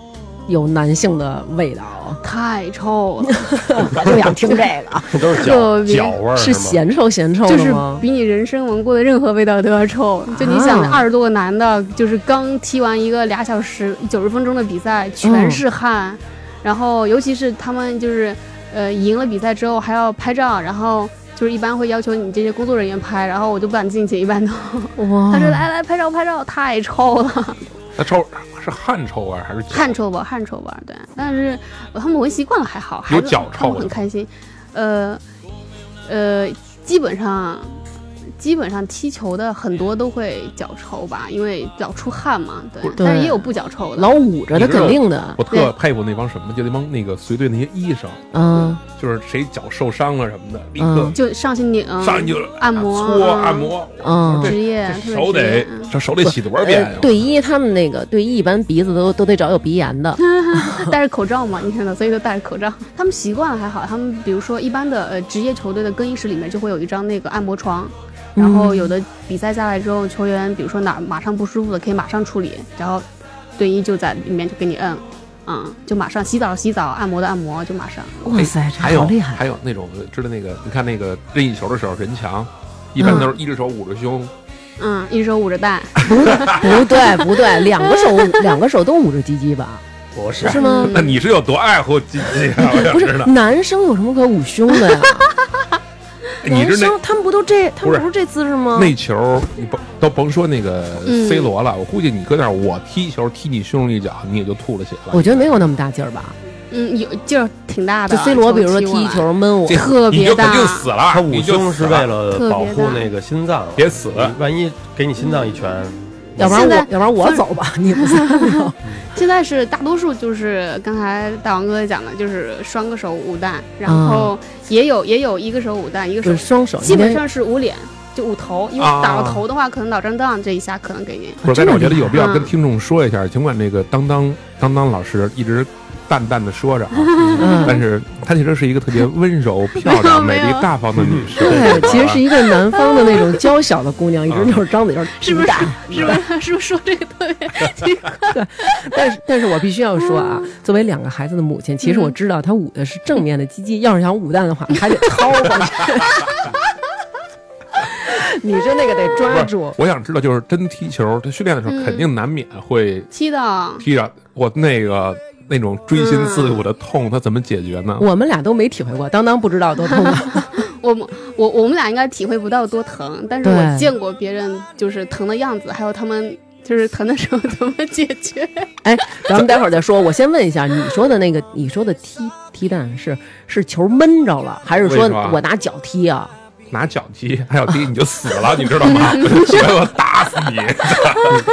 [SPEAKER 2] 有男性的味道？啊
[SPEAKER 1] 太臭了，
[SPEAKER 2] 我就想听这个，
[SPEAKER 4] 这都 是
[SPEAKER 1] 特
[SPEAKER 2] 哦
[SPEAKER 4] 脚
[SPEAKER 1] 别
[SPEAKER 4] 脚味儿
[SPEAKER 2] 嗯是
[SPEAKER 4] 吗？
[SPEAKER 2] 咸臭咸臭
[SPEAKER 1] 就
[SPEAKER 2] 的
[SPEAKER 1] 是
[SPEAKER 2] 吗？
[SPEAKER 1] 比你人生闻过的任何味道都要臭。就你想，
[SPEAKER 2] 啊
[SPEAKER 1] 二十多个男的，就是刚踢完一个俩小时九十分钟的比赛，全是
[SPEAKER 2] 嗯
[SPEAKER 1] 汗，然后尤其是他们就是呃赢了比赛之后还要拍照，然后。就是一般会要求你这些工作人员拍，然后我就不敢进去，一般都。
[SPEAKER 2] 哇
[SPEAKER 3] 嗯
[SPEAKER 1] 他说来来拍照拍照，太臭 了，
[SPEAKER 3] 那臭是汗臭味儿还是脚
[SPEAKER 1] 汗？臭吧，汗臭吧，对。但是呃他们闻习惯了还好，孩
[SPEAKER 3] 有
[SPEAKER 1] 子
[SPEAKER 3] 脚
[SPEAKER 1] 他
[SPEAKER 3] 臭
[SPEAKER 1] 们
[SPEAKER 3] 的
[SPEAKER 1] 很
[SPEAKER 3] 吗
[SPEAKER 1] 开心。呃呃，基本上基本上踢球的很多都会脚臭吧，因为脚出汗嘛，对。
[SPEAKER 2] 对
[SPEAKER 1] 但是也有不脚臭的
[SPEAKER 2] 老，捂着的，肯定的，
[SPEAKER 3] 我特佩服那帮什么，就那帮那个随队那些医生，
[SPEAKER 2] 嗯，
[SPEAKER 3] 就是谁脚受伤了什么的，立刻
[SPEAKER 2] 嗯
[SPEAKER 1] 就上去拧、
[SPEAKER 3] 上去就
[SPEAKER 1] 按摩
[SPEAKER 3] 搓
[SPEAKER 1] 啊
[SPEAKER 3] 按摩，
[SPEAKER 2] 嗯
[SPEAKER 3] 我说
[SPEAKER 1] 职业
[SPEAKER 3] 这，这
[SPEAKER 1] 特别
[SPEAKER 3] 手
[SPEAKER 1] 职业
[SPEAKER 3] 得
[SPEAKER 1] 嗯
[SPEAKER 3] 这手得洗多少遍呀
[SPEAKER 2] 呃？队医他们那个队医一般鼻子都都得找有鼻炎的，
[SPEAKER 1] 戴着口罩嘛，你看到，所以都戴着口罩。 他们习惯了还好，他们比如说一般的呃职业球队的更衣室里面就会有一张那个按摩床，然后有的比赛下来之后，球员比如说哪马上不舒服了，可以马上处理，然后队医就在里面就给你摁，嗯，就马上洗澡洗澡，按摩的按摩就马上。
[SPEAKER 2] 哇塞，这
[SPEAKER 3] 哎还有
[SPEAKER 2] 好厉害！嗯
[SPEAKER 3] 还有那种知道那个，你看那个任意球的时候，人墙一般都是一只手捂着胸，
[SPEAKER 1] 嗯，一手捂着 蛋，
[SPEAKER 2] 不对不对，两个手两个手都捂着鸡鸡吧？
[SPEAKER 4] 不是
[SPEAKER 2] 是吗？
[SPEAKER 3] 那 你是啊有多爱护鸡鸡 啊？我想
[SPEAKER 2] 不
[SPEAKER 3] 知
[SPEAKER 2] 是
[SPEAKER 3] 道，
[SPEAKER 2] 男生有什么可捂胸的呀？
[SPEAKER 3] 你
[SPEAKER 2] 男
[SPEAKER 3] 是那
[SPEAKER 2] 生他们不都这他
[SPEAKER 3] 不
[SPEAKER 2] 们
[SPEAKER 3] 是
[SPEAKER 2] 不是这姿势吗？
[SPEAKER 3] 那球，你甭都甭说那个
[SPEAKER 1] 嗯
[SPEAKER 3] C 罗了，我估计你搁那儿我踢球踢你胸一脚，你也就吐了血了。
[SPEAKER 2] 我觉得没有那么大劲儿吧。
[SPEAKER 1] 嗯，有劲儿挺大的
[SPEAKER 2] 就
[SPEAKER 1] 啊。
[SPEAKER 2] C 罗，比如说
[SPEAKER 1] 踢
[SPEAKER 2] 踢
[SPEAKER 1] 我
[SPEAKER 2] 一
[SPEAKER 1] 来，
[SPEAKER 2] 球闷我
[SPEAKER 3] 这，
[SPEAKER 1] 特
[SPEAKER 3] 你
[SPEAKER 1] 别
[SPEAKER 3] 就肯
[SPEAKER 1] 大
[SPEAKER 3] 定死了，
[SPEAKER 4] 他
[SPEAKER 3] 你
[SPEAKER 4] 捂
[SPEAKER 3] 就
[SPEAKER 4] 胸
[SPEAKER 3] 死
[SPEAKER 4] 是为
[SPEAKER 1] 特
[SPEAKER 4] 了
[SPEAKER 1] 别
[SPEAKER 4] 保护
[SPEAKER 1] 大
[SPEAKER 4] 那个心脏，
[SPEAKER 3] 别死
[SPEAKER 4] 你万一给你心脏一拳，
[SPEAKER 2] 要不然
[SPEAKER 1] 现
[SPEAKER 2] 我
[SPEAKER 1] 在
[SPEAKER 2] 要不然我走吧，你不走。
[SPEAKER 1] 现在是大多数就是刚才大王哥也讲了，就是双个手捂蛋，然后也有也有一个手捂蛋，一个
[SPEAKER 2] 就
[SPEAKER 1] 手
[SPEAKER 2] 是双手，
[SPEAKER 1] 基本
[SPEAKER 2] 应该
[SPEAKER 1] 上是捂脸，就捂头，因为
[SPEAKER 3] 啊
[SPEAKER 1] 打到头的话，可能脑震荡这一下可能给你。
[SPEAKER 3] 不是，但是我觉得有必要
[SPEAKER 1] 嗯
[SPEAKER 3] 跟听众说一下，尽管这个当当当当老师一直淡淡的说着 啊，
[SPEAKER 2] 嗯
[SPEAKER 3] 但是她其实是一个特别温柔、漂亮、
[SPEAKER 1] 没
[SPEAKER 3] 美
[SPEAKER 1] 有
[SPEAKER 3] 丽、大方的女生。
[SPEAKER 2] 对，其实是一个南方的那种娇小的姑 娘，一
[SPEAKER 3] 啊
[SPEAKER 2] 直就是张嘴就是
[SPEAKER 1] 是不是
[SPEAKER 2] 大。
[SPEAKER 1] 是不 是是不是说这个特别？
[SPEAKER 2] 但是，但是我必须要说啊，作为两个孩子的母亲，其实
[SPEAKER 1] 嗯
[SPEAKER 2] 我知道她捂的是正面的鸡鸡，要是想捂蛋 的话，还得掏回去。你说那个得抓
[SPEAKER 3] 不是
[SPEAKER 2] 住，，
[SPEAKER 3] 我想知道，就是真踢球，她训练的时
[SPEAKER 2] 嗯
[SPEAKER 3] 候肯定难免会
[SPEAKER 1] 踢的，
[SPEAKER 3] 踢着我那个那种锥心刺骨的痛，她怎么解决呢？
[SPEAKER 2] 我们俩都没体会过，当当不知道多痛啊。
[SPEAKER 1] 我们我我们俩应该体会不到多疼，但是
[SPEAKER 2] 对
[SPEAKER 1] 我见过别人就是疼的样子，还有他们就是疼的时候怎么解决。
[SPEAKER 2] 哎，咱们待会儿再说。我先问一下，你说的那个，你说的踢踢蛋是是球闷着了，还是
[SPEAKER 3] 为
[SPEAKER 2] 说
[SPEAKER 3] 什么
[SPEAKER 2] 我拿脚踢啊？
[SPEAKER 3] 拿脚踢，还有踢你就死了，你知道 吗？学我打死你！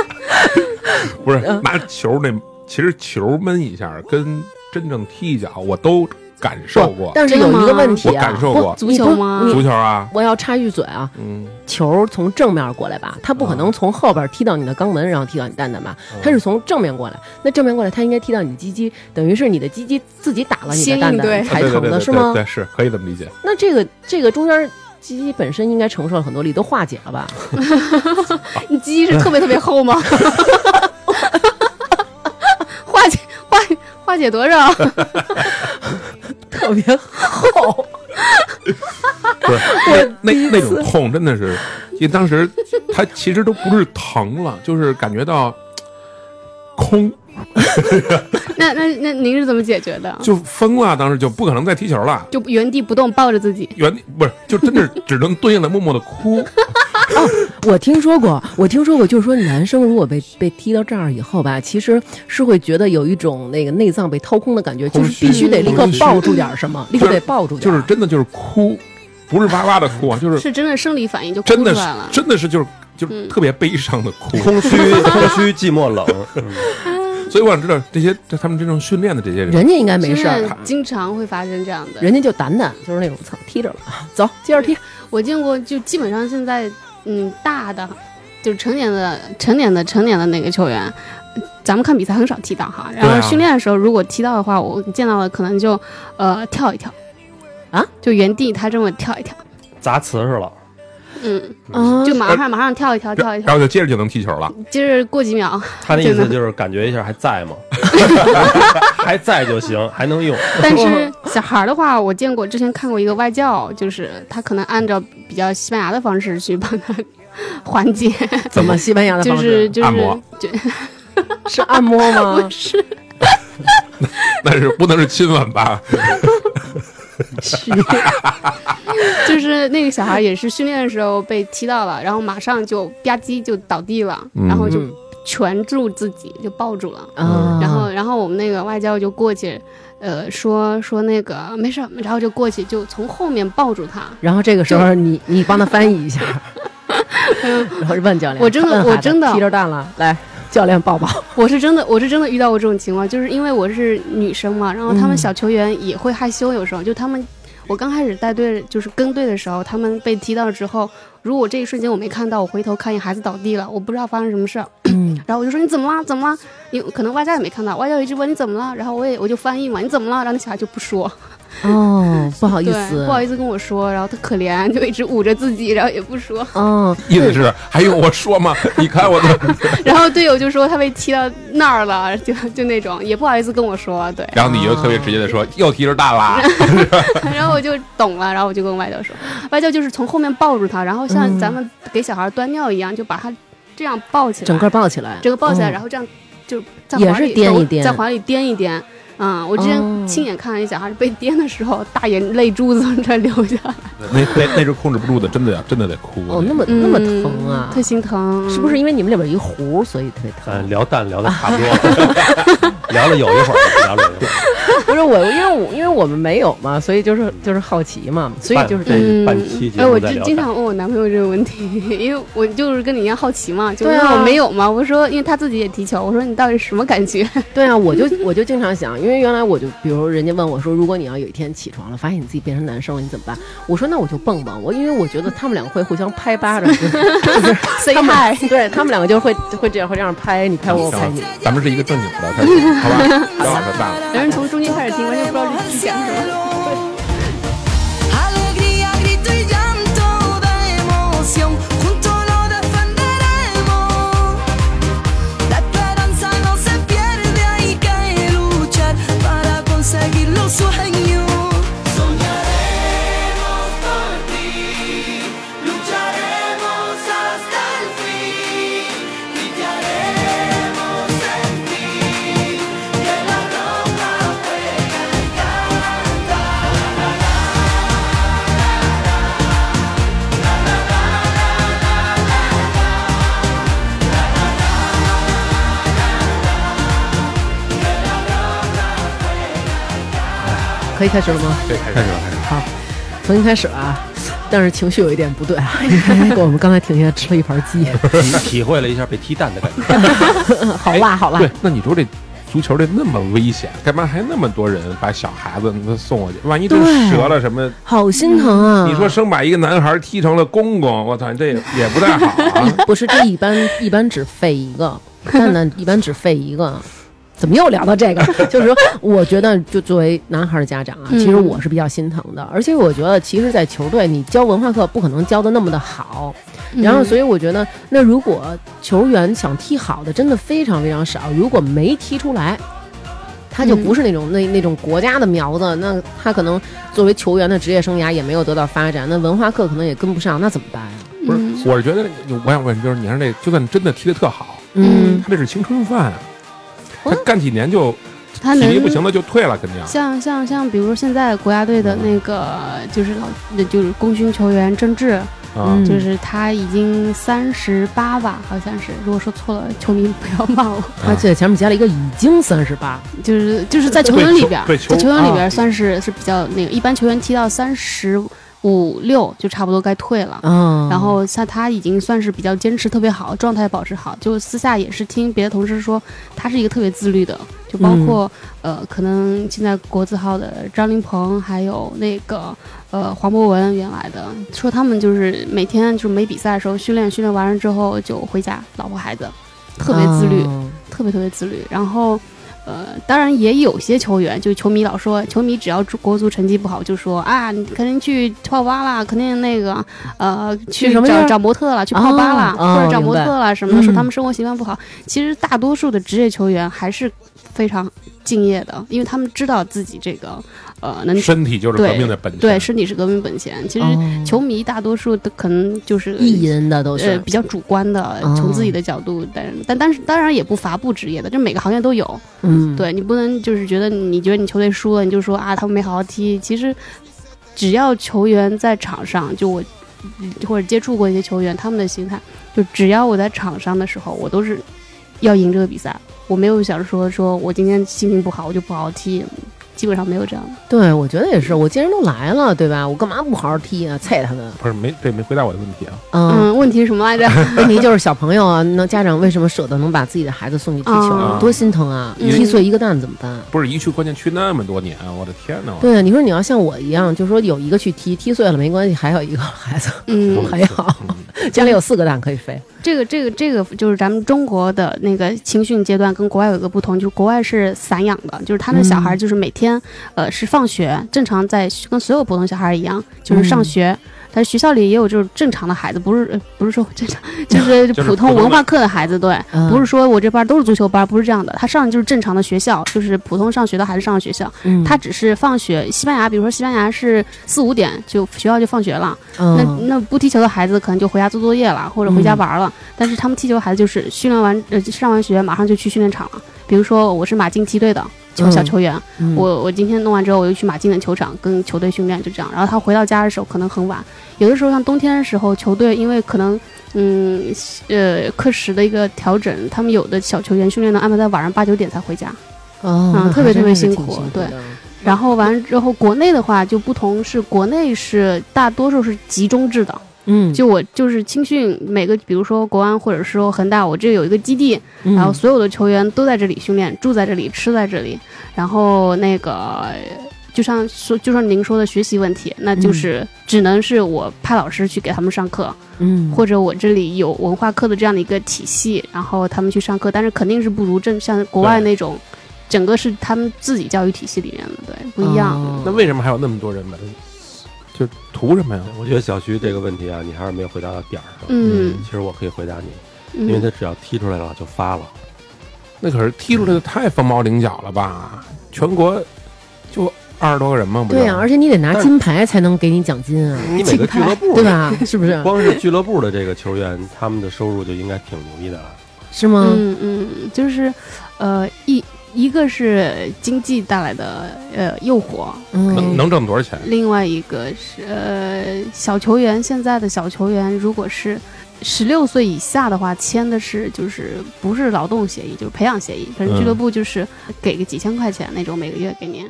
[SPEAKER 3] 不是
[SPEAKER 2] 嗯
[SPEAKER 3] 拿球那，其实球闷一下跟真正踢一脚我都感受
[SPEAKER 2] 不
[SPEAKER 3] 过，，
[SPEAKER 2] 但是有一个问题
[SPEAKER 3] 我
[SPEAKER 2] 啊，
[SPEAKER 3] 感受过
[SPEAKER 2] 不
[SPEAKER 1] 足球？吗
[SPEAKER 2] 你不
[SPEAKER 3] 足
[SPEAKER 2] 你
[SPEAKER 3] 球啊，
[SPEAKER 2] 我要插一句嘴啊，
[SPEAKER 3] 嗯，
[SPEAKER 2] 球从正面过来吧，它不可
[SPEAKER 3] 啊
[SPEAKER 2] 能从后边踢到你的肛门，然后踢到你蛋蛋吧，它是从正面过来。那正面过来，它应该踢到你的鸡鸡，等于是你的鸡鸡自己打了你
[SPEAKER 1] 先
[SPEAKER 2] 的
[SPEAKER 1] 应
[SPEAKER 2] 蛋
[SPEAKER 1] 对
[SPEAKER 2] 蛋才
[SPEAKER 3] 啊对对
[SPEAKER 2] 疼
[SPEAKER 3] 对
[SPEAKER 2] 的
[SPEAKER 3] 对
[SPEAKER 2] 是
[SPEAKER 3] 对
[SPEAKER 2] 吗？
[SPEAKER 3] 对，是可以这么理 解。
[SPEAKER 2] 那这个这个中间鸡鸡本身应该承受了很多力，都化解了吧？
[SPEAKER 1] 你鸡是特别特别厚吗？ 化解化化解多少？
[SPEAKER 2] 特别厚，
[SPEAKER 3] 不是那那那种痛真的是，因为当时他其实都不是疼了，就是感觉到空，
[SPEAKER 1] 那那那您是怎么解决的？
[SPEAKER 3] 就疯了，当时就不可能再踢球了。
[SPEAKER 1] 就原地不动，抱着自己。
[SPEAKER 3] 原地不是，就真的是只能蹲下来默默的哭。
[SPEAKER 2] 我听说过，我听说过，就是说男生如果被被踢到这儿以后吧，其实是会觉得有一种那个内脏被掏空的感觉，就
[SPEAKER 3] 空
[SPEAKER 2] 是
[SPEAKER 3] 虚
[SPEAKER 2] 必须得立刻
[SPEAKER 3] 空虚
[SPEAKER 2] 抱住点儿什么，立刻得抱住点
[SPEAKER 3] 就
[SPEAKER 2] 儿。
[SPEAKER 3] 是真的就是哭，不是哇哇的哭啊，就是
[SPEAKER 1] 是真的生理反应就哭
[SPEAKER 3] 真
[SPEAKER 1] 出
[SPEAKER 3] 的
[SPEAKER 1] 来了
[SPEAKER 3] 是。真的是就是就是特别悲伤的哭。
[SPEAKER 4] 空 虚、空虚、寂寞、冷，
[SPEAKER 3] 所以我想知道这些这他们真正训练的这些人，
[SPEAKER 2] 人家应该没事儿
[SPEAKER 1] 真，的经常会发生这样的。
[SPEAKER 2] 人家就胆胆，就是那种操踢着了，走接着踢。
[SPEAKER 1] 我见过，就基本上现在，嗯，大的，就是成年的、成年的、成年的那个球员，咱们看比赛很少踢到哈。然
[SPEAKER 3] 对啊
[SPEAKER 1] 后训练的时候，如果踢到的话，我见到的可能就，呃，跳一跳，
[SPEAKER 2] 啊，
[SPEAKER 1] 就原地他这么跳一跳，
[SPEAKER 4] 砸瓷实了。
[SPEAKER 1] 嗯，
[SPEAKER 2] 啊
[SPEAKER 1] 就马上马上跳一跳，跳一
[SPEAKER 3] 然
[SPEAKER 1] 跳，
[SPEAKER 3] 后就接着就能踢球了。
[SPEAKER 1] 接着过几 秒，
[SPEAKER 4] 他那意思就是感觉一下还在 吗？还在就行，还能用。
[SPEAKER 1] 但是小孩儿的话，我见过，之前看过一个外教，就是他可能按照比较西班牙的方式去帮他缓解，
[SPEAKER 2] 怎么西班牙的
[SPEAKER 1] 就
[SPEAKER 2] 方
[SPEAKER 1] 是
[SPEAKER 2] 式？
[SPEAKER 1] 就是
[SPEAKER 3] 按摩
[SPEAKER 1] 就是
[SPEAKER 2] 按摩 吗？
[SPEAKER 1] 是
[SPEAKER 3] 但是不能是亲吻吧？
[SPEAKER 2] 去，
[SPEAKER 1] 就是那个小孩也是训练的时候被踢到了，然后马上就吧唧就倒地了，然后就全住自己就抱住了，
[SPEAKER 2] 啊，
[SPEAKER 1] 然后然后我们那个外教就过去。呃，说说那个没事儿，然后就过去，就从后面抱住他，
[SPEAKER 2] 然后这个时候你你帮他翻译 一下，然后问教练，
[SPEAKER 1] 我真的
[SPEAKER 2] 问孩子
[SPEAKER 1] 我真的
[SPEAKER 2] 踢着蛋了，来教练抱抱。
[SPEAKER 1] 我是真的，我是真的遇到过这种情况，就是因为我是女生嘛，然后他们小球员也会害羞，有时候就他们，我刚开始带队就是跟队的时候，他们被踢到之后，如果这一瞬间我没看到，我回头看见孩子倒地了，我不知道发生什么事儿，然后我就说你怎么了？怎么了？你可能外教也没看到，外教一直问你怎么了，然后我也我就翻译嘛，你怎么了？然后那小孩就不说，
[SPEAKER 2] 哦，不好意
[SPEAKER 1] 对，
[SPEAKER 2] 思，
[SPEAKER 1] 不好意思跟我说，然后他可怜就一直捂着自己，然后也不说。
[SPEAKER 2] 哦，
[SPEAKER 3] 意思是还用我说吗？你看我的，。
[SPEAKER 1] 然后队友就说他被踢到那儿了， 就就那种也不好意思跟我说，对
[SPEAKER 3] 然后你就特别直接的说又提着大啦，
[SPEAKER 1] 然后我就懂了，然后我就跟外教说，外教就是从后面抱住他，然后像
[SPEAKER 2] 嗯
[SPEAKER 1] 咱们给小孩端尿一样，就把他这样抱起来，嗯
[SPEAKER 2] 整个抱起来，
[SPEAKER 1] 整个抱起来，然
[SPEAKER 2] 后
[SPEAKER 1] 后这样就在
[SPEAKER 2] 哦也
[SPEAKER 1] 怀
[SPEAKER 2] 是
[SPEAKER 1] 里
[SPEAKER 2] 颠一
[SPEAKER 1] 抖
[SPEAKER 2] 颠
[SPEAKER 1] 在怀里颠一颠。嗯，我之
[SPEAKER 2] 哦
[SPEAKER 1] 前亲眼看了一小孩被颠的时候，大眼泪珠子从这流下来，
[SPEAKER 3] 那那那是控制不住的，真的真的得哭。
[SPEAKER 2] 哦，那么那么
[SPEAKER 1] 嗯
[SPEAKER 2] 疼啊
[SPEAKER 1] 特，心疼，
[SPEAKER 2] 是不是因为你们里边有一壶，所以特别
[SPEAKER 4] 嗯，
[SPEAKER 2] 疼？
[SPEAKER 4] 聊蛋聊的差不多了， 聊了有一会儿，聊了有一会儿，
[SPEAKER 2] 不是我，因为我因为我们没有嘛，所以就是就是好奇嘛，所以就是
[SPEAKER 4] 这
[SPEAKER 1] 嗯，
[SPEAKER 4] 半期节
[SPEAKER 1] 哎，
[SPEAKER 4] 目
[SPEAKER 1] 我
[SPEAKER 4] 在
[SPEAKER 1] 就
[SPEAKER 4] 聊
[SPEAKER 1] 经
[SPEAKER 4] 蛋
[SPEAKER 1] 常问我男朋友这个问题， 因为我就是跟你一样好奇嘛，就
[SPEAKER 2] 对
[SPEAKER 1] 问
[SPEAKER 2] 啊
[SPEAKER 1] 我没有嘛，我说因为他自己也踢球，我说你到底什么感觉？
[SPEAKER 2] 对啊，我就 我就经常想，因为原来我就比如人家问我说，如果你要有一天起床了，发现你自己变成男生了，你怎么办？我说那我就蹦蹦，我因为我觉得他们两个会互相拍巴掌，就是
[SPEAKER 1] 谁
[SPEAKER 2] 他们
[SPEAKER 1] 嗨，
[SPEAKER 2] 对他们两个就会会这样会这样拍，你拍我，我
[SPEAKER 3] 行
[SPEAKER 2] 拍
[SPEAKER 3] 了
[SPEAKER 2] 你。，
[SPEAKER 3] 咱们是一个正经的聊天节目，好吧？好了，好吧。
[SPEAKER 1] 有人从中间开始听，完全不知道这是讲什么。
[SPEAKER 6] Alegría, grito y llanto de emoción, juntos lo defenderemos. La esperanza no se pierde, hay que luchar para conseguir los sueños.
[SPEAKER 5] Soñaremos por ti, lucharemos hasta el fin y te haremos sentir que la roca juega y canta.
[SPEAKER 2] 可以开始了吗？
[SPEAKER 3] 对，开始了，开始了。
[SPEAKER 2] 重新开始了啊，但是情绪有一点不对啊， 因为我们刚才停下吃了一盘鸡，
[SPEAKER 4] 体体会了一下被踢蛋的感觉。
[SPEAKER 2] 好辣好辣
[SPEAKER 3] 哎对。，那你说这足球这那么危险，干嘛还那么多人把小孩子那送过去？万一真
[SPEAKER 2] 对
[SPEAKER 3] 折了什么？
[SPEAKER 2] 好心疼啊！
[SPEAKER 3] 你说生把一个男孩踢成了公公，我操，这也 不太好 啊！
[SPEAKER 2] 不是这一般一般只废一个，蛋 蛋一般只废一个。怎么又聊到 这个？就是说，我觉得就作为男孩儿的家长啊，其实我是比较心疼的。而且我觉得，其实，在球队你教文化课不可能教的那么的好。然
[SPEAKER 1] 嗯
[SPEAKER 2] 后，所以我觉得，那如果球员想踢好的，真的非常非常少。如果没踢出来，他就不是那种、那那种国家的苗子，那他可能作为球员的职业生涯也没有得到发展，那文化课可能也跟不上，那怎么办呀、啊
[SPEAKER 3] 不是，我是觉得你，我想问，就是你看这，就算真的踢得特好，
[SPEAKER 2] 嗯
[SPEAKER 3] 他这是青春饭啊，他
[SPEAKER 2] 嗯
[SPEAKER 3] 干几年就
[SPEAKER 1] 他
[SPEAKER 3] 体力
[SPEAKER 1] 能
[SPEAKER 3] 不行了就退了，肯定。啊
[SPEAKER 1] 像像像，比如说现在国家队的那个就是老就是功勋球员郑智，
[SPEAKER 3] 啊
[SPEAKER 2] 嗯，
[SPEAKER 1] 就是他已经三十八吧，好像是，如果说错了，球迷不要骂我。
[SPEAKER 2] 而且前面加了一个已经三十八，
[SPEAKER 1] 就是就是在球员里边儿，
[SPEAKER 3] 对
[SPEAKER 1] 在
[SPEAKER 3] 球对球
[SPEAKER 1] 球员里边
[SPEAKER 3] 啊
[SPEAKER 1] 儿算是是比较那个，一般球员踢到三十五六就差不多该退了。
[SPEAKER 2] 嗯，
[SPEAKER 1] 然后像他已经算是比较坚持特别好，状态保持好。就私下也是听别的同事说，他是一个特别自律的，就包括、呃，可能现在国字号的张琳芃，还有那个呃黄博文原来的，说他们就是每天就是没比赛的时候训练，训练完了之后就回家，老婆孩子，特别自律。
[SPEAKER 2] 嗯
[SPEAKER 1] 特别特别自律。然后，呃，当然也有些球员，就球迷老说，球迷只要中国足成绩不好，就说啊，你肯定去泡吧啦，肯定那个呃，去
[SPEAKER 2] 啊什么地儿
[SPEAKER 1] 找找模特了，去泡吧啦，
[SPEAKER 2] 哦
[SPEAKER 1] 或者找
[SPEAKER 2] 哦明
[SPEAKER 1] 模
[SPEAKER 2] 白
[SPEAKER 1] 特啦什么的，说
[SPEAKER 2] 嗯
[SPEAKER 1] 他们生活习惯不好。其实大多数的职业球员还是非常敬业的，因为他们知道自己这个呃能。
[SPEAKER 3] 啊身体就是革命的本钱。
[SPEAKER 1] 对，身体是革命本钱。其实
[SPEAKER 2] 哦
[SPEAKER 1] 球迷大多数都可能就是
[SPEAKER 2] 意淫的都
[SPEAKER 1] 呃
[SPEAKER 2] 是啊哦
[SPEAKER 1] 比较主观的，从自己的角度，但但但是当然也不乏不职业的，就每个行业都有。
[SPEAKER 2] 嗯，
[SPEAKER 1] 对你不能就是觉得你觉得你球队输了，你就说啊他们没好好踢。其实只要球员在场上，就我嗯或者接触过一些球员，他们的心态就只要我在场上的时候，我都是要赢这个比赛，我没有想说说我今天心情不好我就不好好踢，基本上没有这样的。
[SPEAKER 2] 对，我觉得也是。我既然都来了，对吧？我干嘛不好好踢啊？菜他们，
[SPEAKER 3] 不是没这没回答我的问题啊，
[SPEAKER 2] 嗯，
[SPEAKER 1] 嗯，问题是什么来 着？
[SPEAKER 2] 问题就是小朋友啊，那家长为什么舍得能把自己的孩子送去踢球啊
[SPEAKER 3] 嗯？
[SPEAKER 2] 多心疼啊！
[SPEAKER 1] 哦嗯
[SPEAKER 2] 踢碎一个蛋怎么办？啊
[SPEAKER 3] 不是一去关键去那么多年，我的天哪！我
[SPEAKER 2] 对啊，你说 你要像我一样，就说有一个去踢，踢碎了没关系，还有一个孩子
[SPEAKER 1] 嗯，
[SPEAKER 2] 还好，家里有四个蛋可以飞。
[SPEAKER 1] 这个这个这个就是咱们中国的那个青训阶段跟国外有一个不同，就是国外是散养的，就是他们小孩就是每天、呃是放学，正常在跟所有普通小孩一样，就是上学。但是学校里也有就是正常的孩子，不是呃不是说正常， 就是
[SPEAKER 3] 就是
[SPEAKER 1] 普
[SPEAKER 3] 普
[SPEAKER 1] 通
[SPEAKER 3] 通
[SPEAKER 1] 文化课的孩子，对，
[SPEAKER 2] 嗯
[SPEAKER 1] 不是说我这班都是足球班，不是这样的。他上的就是正常的学校，就是普通上学的孩子上的学校，
[SPEAKER 2] 嗯
[SPEAKER 1] 他只是放学。西班牙，比如说西班牙是四五点就学校就放学了，那
[SPEAKER 2] 嗯
[SPEAKER 1] 那不踢球的孩子可能就回家做作业了，或者回家玩儿了。但是他们踢球的孩子就是训练完呃上完学马上就去训练场了。比如说我是马竞梯队的球小
[SPEAKER 2] 嗯
[SPEAKER 1] 球员，
[SPEAKER 2] 嗯
[SPEAKER 1] 我我今天弄完之后我又去马竞的球场跟球队训练，就这样。然后他回到家的时候可能很晚，有的时候像冬天的时候，球队因为可能。嗯，呃，课时的一个调整，他们有的小球员训练呢安排在晚上八九点才回家，
[SPEAKER 2] 哦
[SPEAKER 1] 嗯
[SPEAKER 2] 那
[SPEAKER 1] 特别
[SPEAKER 2] 还真
[SPEAKER 1] 特别
[SPEAKER 2] 是
[SPEAKER 1] 辛
[SPEAKER 2] 挺
[SPEAKER 1] 苦
[SPEAKER 2] 辛
[SPEAKER 1] 对
[SPEAKER 2] 的
[SPEAKER 1] 然后完了之后，国内的话就不同，是国内是大多数是集中制的，
[SPEAKER 2] 嗯，
[SPEAKER 1] 就我就是青训每个，比如说国安或者说恒大，我这有一个基地，
[SPEAKER 2] 嗯
[SPEAKER 1] 然后所有的球员都在这里训练，住在这里，吃在这里，然后那个呃就像说，就像您说的学习问题，那就是只能是我派老师去给他们上课，
[SPEAKER 2] 嗯
[SPEAKER 1] 或者我这里有文化课的这样的一个体系，然后他们去上课，但是肯定是不如正像国外那种，整个是他们自己教育体系里面的，对，不一样。嗯
[SPEAKER 2] 哦
[SPEAKER 3] 那为什么还有那么多人买？就图什么呀？
[SPEAKER 4] 我觉得小徐这个问题啊，你还是没有回答到点儿上。
[SPEAKER 1] 嗯
[SPEAKER 4] 其实我可以回答你，
[SPEAKER 1] 嗯，
[SPEAKER 4] 因为他只要踢出来了就发了。
[SPEAKER 3] 那可是踢出来的太凤毛麟角了吧？全国就二十多个人嘛，不
[SPEAKER 2] 对呀，啊而且你得拿金牌才能给你奖金啊，
[SPEAKER 4] 你每个俱乐部
[SPEAKER 2] 对？吧？是不是？
[SPEAKER 4] 光是俱乐部的这个球员，他们的收入就应该挺牛逼的了。
[SPEAKER 2] 是吗？
[SPEAKER 1] 嗯嗯，就是，呃，一一个是经济带来的呃诱惑，
[SPEAKER 3] 能
[SPEAKER 2] 嗯，
[SPEAKER 3] 能挣多少钱？
[SPEAKER 1] 另外一个是呃小球员，现在的小球员如果是十六岁以下的话，签的是就是不是劳动协议，就是培养协议，可能俱乐
[SPEAKER 3] 嗯
[SPEAKER 1] 部就是给个几千块钱那种每个月给您。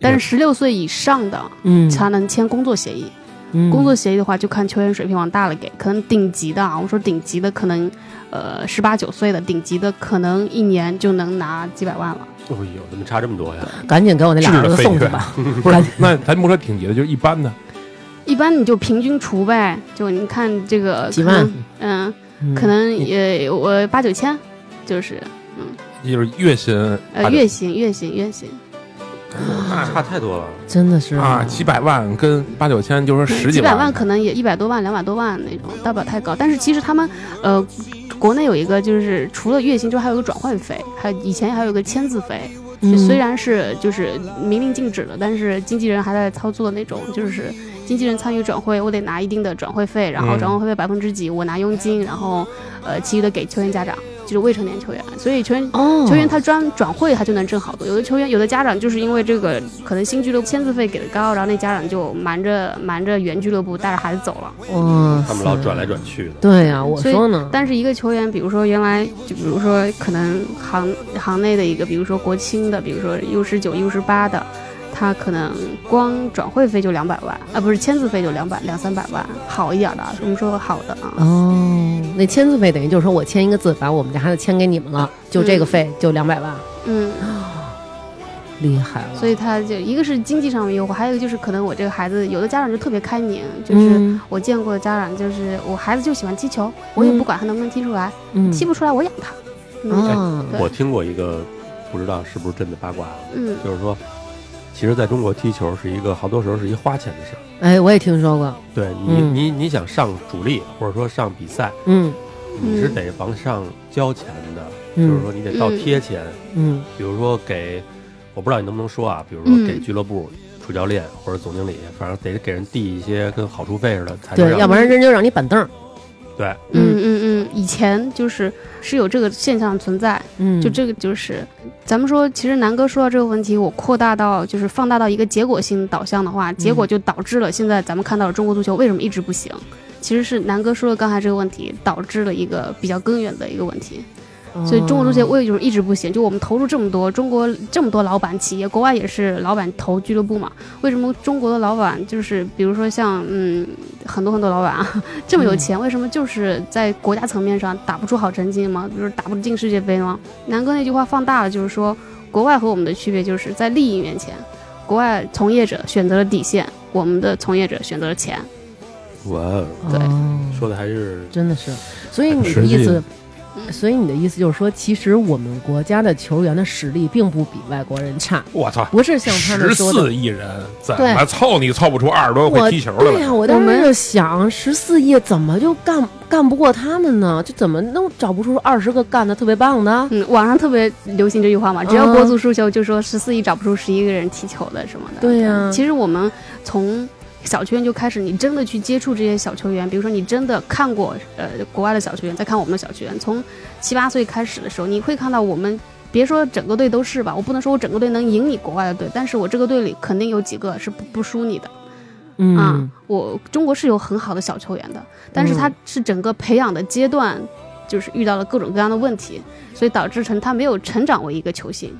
[SPEAKER 1] 但是十六岁以上的
[SPEAKER 2] 嗯，
[SPEAKER 1] 才能签工作协议，
[SPEAKER 2] 嗯
[SPEAKER 1] 工作协议的话，就看球员水平往大了给，可能顶级的啊，我说顶级的可能，呃，十八九岁的顶级的可能一年就能拿几百万了。
[SPEAKER 4] 哎呦，怎么差这么多呀？
[SPEAKER 2] 赶紧给我那俩
[SPEAKER 3] 质
[SPEAKER 2] 儿
[SPEAKER 3] 的
[SPEAKER 2] 子
[SPEAKER 3] 飞
[SPEAKER 2] 送去
[SPEAKER 3] 跃
[SPEAKER 2] 吧。
[SPEAKER 3] 不是，那咱莫说挺级的，就是一般的，
[SPEAKER 1] 一般你就平均除呗，就你看这个
[SPEAKER 2] 几
[SPEAKER 1] 可能
[SPEAKER 2] 万，
[SPEAKER 1] 嗯，
[SPEAKER 2] 嗯
[SPEAKER 1] 可能也我八九千，就是
[SPEAKER 3] 就是月薪
[SPEAKER 1] 呃月薪月薪月薪，
[SPEAKER 4] 差太多了。
[SPEAKER 2] 嗯真的是
[SPEAKER 3] 啊几百万跟八九千，就说十
[SPEAKER 1] 几
[SPEAKER 3] 万，
[SPEAKER 1] 百万可能也一百多万两百多万那种，大不了太高。但是其实他们呃，国内有一个就是除了月薪之外，还有一个转换费，还有以前还有一个签字费。
[SPEAKER 2] 嗯
[SPEAKER 1] 虽然是就是明令禁止的，但是经纪人还在操作那种，就是经纪人参与转会，我得拿一定的转会费，然后
[SPEAKER 3] 嗯
[SPEAKER 1] 转会费百分之几，我拿佣金，然后呃，其余的给球员家长，就是未成年球员，所以球员。
[SPEAKER 2] 哦，
[SPEAKER 1] 球员他专转会，他就能挣好多。有的球员，有的家长就是因为这个，可能新俱乐部签字费给的高，然后那家长就瞒着瞒着原俱乐部带着孩子走了。
[SPEAKER 2] 哇塞，
[SPEAKER 4] 他们老转来转去的。
[SPEAKER 2] 对呀，我
[SPEAKER 1] 所以
[SPEAKER 2] 说呢，
[SPEAKER 1] 但是一个球员，比如说原来就比如说可能行行内的一个，比如说国青的，比如说 U 十九、U 十八的，他可能光转会费就两百万啊，不是签字费就两百两三百万，好一点的，我们说好的啊，
[SPEAKER 2] 哦，那签字费等于就是说我签一个字，把我们家孩子签给你们了，就这个费就两百万，
[SPEAKER 1] 嗯，
[SPEAKER 2] 厉害了。
[SPEAKER 1] 所以他就一个是经济上面诱惑，还有一个就是可能我这个孩子有的家长就特别开明，就是
[SPEAKER 2] 嗯
[SPEAKER 1] 我见过的家长就是我孩子就喜欢踢球，我也不管他能不能踢出来，
[SPEAKER 2] 嗯
[SPEAKER 1] 踢不出来我养他，嗯
[SPEAKER 2] 啊，
[SPEAKER 1] 对
[SPEAKER 4] 我听过一个，不知道是不是真的八卦，啊
[SPEAKER 1] 嗯
[SPEAKER 4] 就是说，其实在中国踢球是一个好多时候是一花钱的事儿。
[SPEAKER 2] 哎，我也听说过，
[SPEAKER 4] 对你，
[SPEAKER 2] 嗯
[SPEAKER 4] 你你想上主力或者说上比赛，
[SPEAKER 2] 嗯
[SPEAKER 4] 你是得往上交钱的，
[SPEAKER 2] 嗯
[SPEAKER 4] 就是说你得倒贴钱，
[SPEAKER 2] 嗯
[SPEAKER 4] 比如说给，我不知道你能不能说啊，比如说
[SPEAKER 1] 嗯
[SPEAKER 4] 给俱乐部主教练或者总经理，反正得给人递一些跟好处费似的，才能
[SPEAKER 2] 对，要
[SPEAKER 4] 让
[SPEAKER 2] 不然人就让你板凳儿，
[SPEAKER 4] 对
[SPEAKER 1] 嗯嗯嗯，以前就是是有这个现象存在，
[SPEAKER 2] 嗯，
[SPEAKER 1] 就这个就是，咱们说，其实南哥说到这个问题，我扩大到就是放大到一个结果性导向的话，结果就导致了现在咱们看到了中国足球为什么一直不行，其实是南哥说的刚才这个问题导致了一个比较根源的一个问题，所以中国足球
[SPEAKER 2] 哦
[SPEAKER 1] 为什么一直不行？就我们投入这么多，中国这么多老板企业，国外也是老板投俱乐部嘛，为什么中国的老板就是比如说像嗯很多很多老板啊 这么有钱，为什么就是在国家层面上打不出好成绩吗？就是打不进世界杯吗？南哥那句话放大了，就是说国外和我们的区别就是在利益面前，国外从业者选择了底线，我们的从业者选择了钱。
[SPEAKER 4] 哇哦，
[SPEAKER 1] 对
[SPEAKER 2] 哦
[SPEAKER 4] 说的还是
[SPEAKER 2] 真的是，所以你的
[SPEAKER 4] 实际
[SPEAKER 2] 意思，
[SPEAKER 1] 嗯
[SPEAKER 2] 所以你的意思就是说，其实我们国家的球员的实力并不比外国人差，
[SPEAKER 3] 我操，
[SPEAKER 2] 不是像他们
[SPEAKER 3] 十
[SPEAKER 2] 说的。
[SPEAKER 3] 四亿人，怎
[SPEAKER 2] 对
[SPEAKER 3] 么凑你凑不出二十多个
[SPEAKER 2] 我
[SPEAKER 3] 会踢球的
[SPEAKER 2] 对呀、
[SPEAKER 3] 来？
[SPEAKER 2] 我当时就想，十四亿怎么就干干不过他们呢？就怎么能找不出二十个干的特别棒的？
[SPEAKER 1] 嗯，网上特别流行这句话嘛，只要
[SPEAKER 2] 嗯
[SPEAKER 1] 国足输球，就说十四亿找不出十一个人踢球的什么的。
[SPEAKER 2] 对呀
[SPEAKER 1] 其实我们从小球员就开始，你真的去接触这些小球员，比如说你真的看过呃国外的小球员，再看我们的小球员，从七八岁开始的时候，你会看到我们。别说整个队都是吧，我不能说我整个队能赢你国外的队，但是我这个队里肯定有几个是不不输你的
[SPEAKER 2] 嗯，
[SPEAKER 1] 啊、我中国是有很好的小球员的，但是他是整个培养的阶段，就是遇到了各种各样的问题，所以导致成他没有成长为一个球星。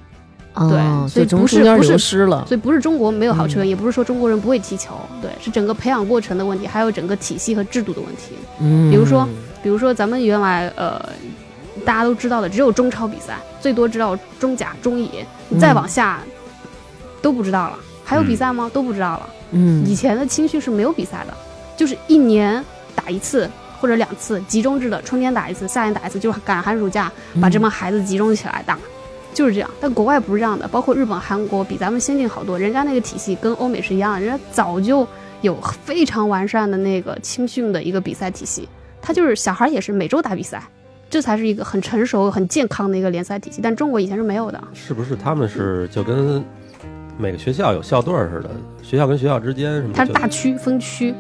[SPEAKER 2] 哦
[SPEAKER 1] 对所以
[SPEAKER 2] 就从
[SPEAKER 1] 不是
[SPEAKER 2] 中间
[SPEAKER 1] 不是
[SPEAKER 2] 流失了。
[SPEAKER 1] 所以不是中国没有好球员，也不是说中国人不会踢球，对，是整个培养过程的问题，还有整个体系和制度的问题。
[SPEAKER 2] 嗯，
[SPEAKER 1] 比如说比如说咱们原来呃，大家都知道的，只有中超比赛，最多知道中甲、中乙，你再
[SPEAKER 2] 嗯
[SPEAKER 1] 往下、都不知道了。还有比赛吗？都不知道了。
[SPEAKER 2] 嗯，
[SPEAKER 1] 以前的青训是没有比赛的，就是一年打一次或者两次，集中制的，春天打一次，夏天打一次，就是赶寒暑假把这帮孩子集中起来打，就是这样。但国外不是这样的，包括日本、韩国比咱们先进好多，人家那个体系跟欧美是一样的，人家早就有非常完善的那个青训的一个比赛体系，他就是小孩也是每周打比赛。这才是一个很成熟、很健康的一个联赛体系，但中国以前是没有的。
[SPEAKER 4] 是不是他们是就跟每个学校有校队儿似的，学校跟学校之间什么的就，
[SPEAKER 1] 它是大区分区，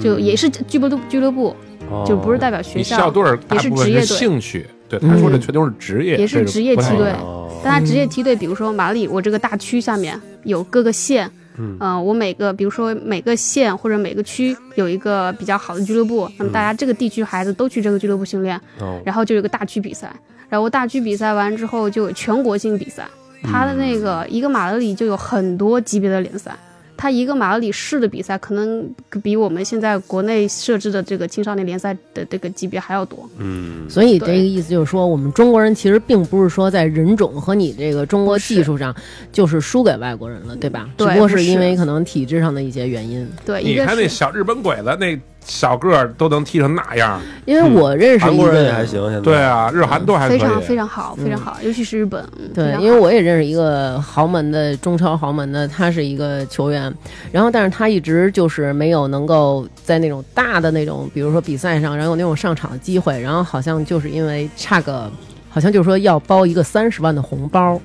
[SPEAKER 1] 就也是俱乐部俱乐部，
[SPEAKER 4] 哦
[SPEAKER 1] 就不是代表学
[SPEAKER 3] 你
[SPEAKER 1] 校。
[SPEAKER 3] 校队儿大
[SPEAKER 1] 也是
[SPEAKER 3] 部分
[SPEAKER 1] 职业
[SPEAKER 3] 是
[SPEAKER 1] 队
[SPEAKER 3] 兴趣，对
[SPEAKER 2] 嗯
[SPEAKER 3] 他说的全都是职业，
[SPEAKER 1] 也是
[SPEAKER 3] 这个
[SPEAKER 1] 职业
[SPEAKER 3] 不太
[SPEAKER 1] 梯
[SPEAKER 3] 一
[SPEAKER 1] 队
[SPEAKER 3] 样
[SPEAKER 4] 哦
[SPEAKER 1] 但他职业梯队，比如说马里，我这个大区下面有各个县，
[SPEAKER 4] 嗯
[SPEAKER 1] 呃，我每个，比如说每个县或者每个区有一个比较好的俱乐部，那么大家
[SPEAKER 3] 嗯
[SPEAKER 1] 这个地区孩子都去这个俱乐部训练，
[SPEAKER 4] 哦
[SPEAKER 1] 然后就有个大区比赛，然后大区比赛完之后就有全国性比赛，他的
[SPEAKER 3] 嗯
[SPEAKER 1] 那个一个马德里就有很多级别的联赛。他一个马德里市的比赛，可能比我们现在国内设置的这个青少年联赛的这个级别还要多。
[SPEAKER 4] 嗯，
[SPEAKER 2] 所以这
[SPEAKER 1] 对
[SPEAKER 2] 个意思就是说，我们中国人其实并不是说在人种和你这个中国技术上就是输给外国人了，对吧？
[SPEAKER 1] 对
[SPEAKER 2] 只不过
[SPEAKER 1] 不
[SPEAKER 2] 是因
[SPEAKER 1] 是
[SPEAKER 2] 为可能体制上的一些原因。
[SPEAKER 1] 对，一
[SPEAKER 3] 你
[SPEAKER 1] 个
[SPEAKER 3] 看那
[SPEAKER 1] 是
[SPEAKER 3] 小日本鬼子，那小个儿都能踢成那样，
[SPEAKER 2] 因为我认识
[SPEAKER 4] 嗯韩
[SPEAKER 2] 一
[SPEAKER 4] 国
[SPEAKER 2] 个
[SPEAKER 4] 人也还行，现在
[SPEAKER 3] 对，啊，日韩都还可
[SPEAKER 1] 非
[SPEAKER 3] 以。
[SPEAKER 1] 常非常好，非常好，尤其是日本。嗯非
[SPEAKER 2] 对，
[SPEAKER 1] 常
[SPEAKER 2] 因为
[SPEAKER 1] 好
[SPEAKER 2] 我也认识一个豪门的中超豪门的，他是一个球员，然后但是他一直就是没有能够在那种大的那种，比如说比赛上，然后有那种上场的机会，然后好像就是因为差个，好像就是说要包一个三十万的红包，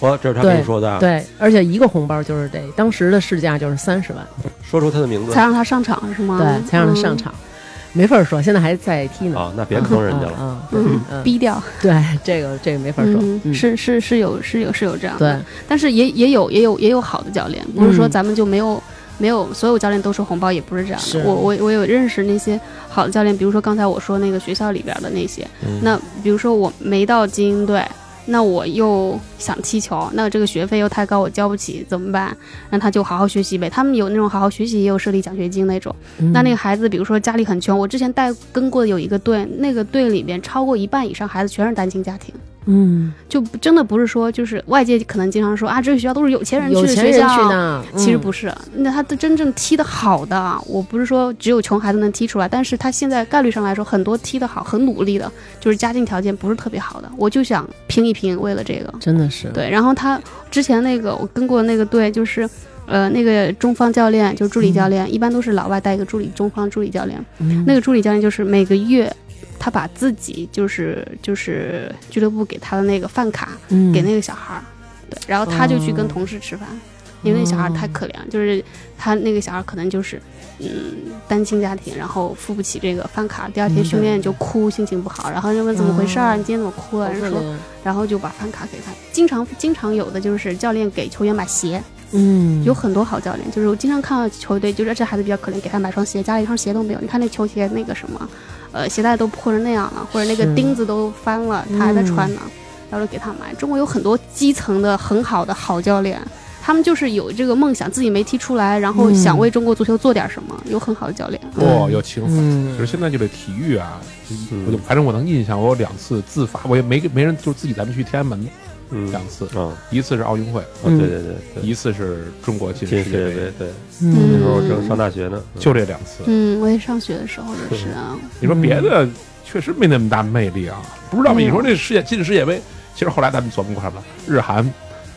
[SPEAKER 4] 我哦这是他跟你说的，，啊
[SPEAKER 2] 对，而且一个红包就是得当时的市价就是三十万，
[SPEAKER 4] 说出他的名字
[SPEAKER 1] 才让他上场是吗？
[SPEAKER 2] 对，才让他上
[SPEAKER 1] 嗯，
[SPEAKER 2] 场，没法说，现在还在踢呢，
[SPEAKER 4] 啊，那别坑人家了，
[SPEAKER 2] 了，嗯
[SPEAKER 1] 嗯，
[SPEAKER 2] 嗯，
[SPEAKER 1] 逼掉，
[SPEAKER 2] 对，这个这个没法说，嗯
[SPEAKER 1] 嗯，是是是有是有是有这样
[SPEAKER 2] 对嗯
[SPEAKER 1] 的，，但是也也有也有也有好的教练，不是说咱们就没有。没有，所有教练都收红包，也不是这样
[SPEAKER 2] 是
[SPEAKER 1] 的。我我我有认识那些好的教练，比如说刚才我说那个学校里边的那些，
[SPEAKER 4] 嗯
[SPEAKER 1] 那比如说我没到精英队，那我又想踢球，那这个学费又太高，我交不起，怎么办？那他就好好学习呗。他们有那种好好学习，也有设立奖学金那种。
[SPEAKER 2] 嗯
[SPEAKER 1] 那那个孩子，比如说家里很穷，我之前带跟过有一个队，那个队里面超过一半以上孩子全是单亲家庭，
[SPEAKER 2] 嗯，
[SPEAKER 1] 就不真的不是说就是外界可能经常说啊，这个学校都是有钱人去
[SPEAKER 2] 嗯有
[SPEAKER 1] 的
[SPEAKER 2] 钱
[SPEAKER 1] 学
[SPEAKER 2] 人
[SPEAKER 1] 校，
[SPEAKER 2] 去呢，
[SPEAKER 1] 其实
[SPEAKER 2] 嗯
[SPEAKER 1] 不是。那他的真正踢得好的啊，我不是说只有穷孩子能踢出来，但是他现在概率上来说，很多踢得好、很努力的，就是家境条件不是特别好的，我就想拼一拼，为了这个。
[SPEAKER 2] 真的是，
[SPEAKER 1] 对，然后他之前那个我跟过那个队，就是呃那个中方教练，就是助理教练，一般都是老外带一个助理，中方助理教练。
[SPEAKER 2] 嗯，
[SPEAKER 1] 那个助理教练就是每个月。他把自己就是就是俱乐部给他的那个饭卡
[SPEAKER 2] 嗯
[SPEAKER 1] 给那个小孩儿，对，然后他就去跟
[SPEAKER 2] 哦
[SPEAKER 1] 同事吃饭，因为那小孩儿太可怜了，就是他那个小孩儿可能就是嗯单亲家庭，然后付不起这个饭卡，第二天
[SPEAKER 2] 明白
[SPEAKER 1] 训练就哭，心情不好，然后就问怎么回事
[SPEAKER 2] 嗯哦
[SPEAKER 1] 儿，你今天怎么哭了？
[SPEAKER 2] 好
[SPEAKER 1] 人
[SPEAKER 2] 可
[SPEAKER 1] 说
[SPEAKER 2] 怜
[SPEAKER 1] 然后就把饭卡给他。经常经常有的就是教练给球员买鞋，
[SPEAKER 2] 嗯，
[SPEAKER 1] 有很多好教练，就是我经常看到球队，就是这孩子比较可怜，给他买双鞋，家里一双鞋都没有。你看那球鞋那个什么，呃，鞋带都破成那样了，或者那个
[SPEAKER 2] 是嗯
[SPEAKER 1] 钉子都翻了，他还在穿呢，然后就给他买。中国有很多基层的很好的好教练。他们就是有这个梦想，自己没踢出来，然后
[SPEAKER 2] 嗯
[SPEAKER 1] 想为中国足球做点什么，有很好的教练。啊
[SPEAKER 3] 哦，有情怀。
[SPEAKER 2] 嗯
[SPEAKER 3] 就是现在就这体育啊，就
[SPEAKER 4] 嗯
[SPEAKER 3] 我就反正我能印象，我有两次自发，我也没没人，就是自己咱们去天安门
[SPEAKER 4] 嗯
[SPEAKER 3] 两次，
[SPEAKER 4] 嗯，
[SPEAKER 3] 一次是奥运会，
[SPEAKER 4] 哦对对对对，
[SPEAKER 3] 一次是中国进
[SPEAKER 4] 近
[SPEAKER 3] 世
[SPEAKER 4] 世
[SPEAKER 3] 界杯
[SPEAKER 4] 界杯，，对，那
[SPEAKER 1] 嗯
[SPEAKER 4] 时候正上大学呢，嗯
[SPEAKER 3] 就这两次。
[SPEAKER 1] 嗯，我也上学的时候就是啊，
[SPEAKER 3] 你说别的确实没那么大魅力啊，不知道你说这世界进世界杯，其实后来咱们琢磨过来了，日韩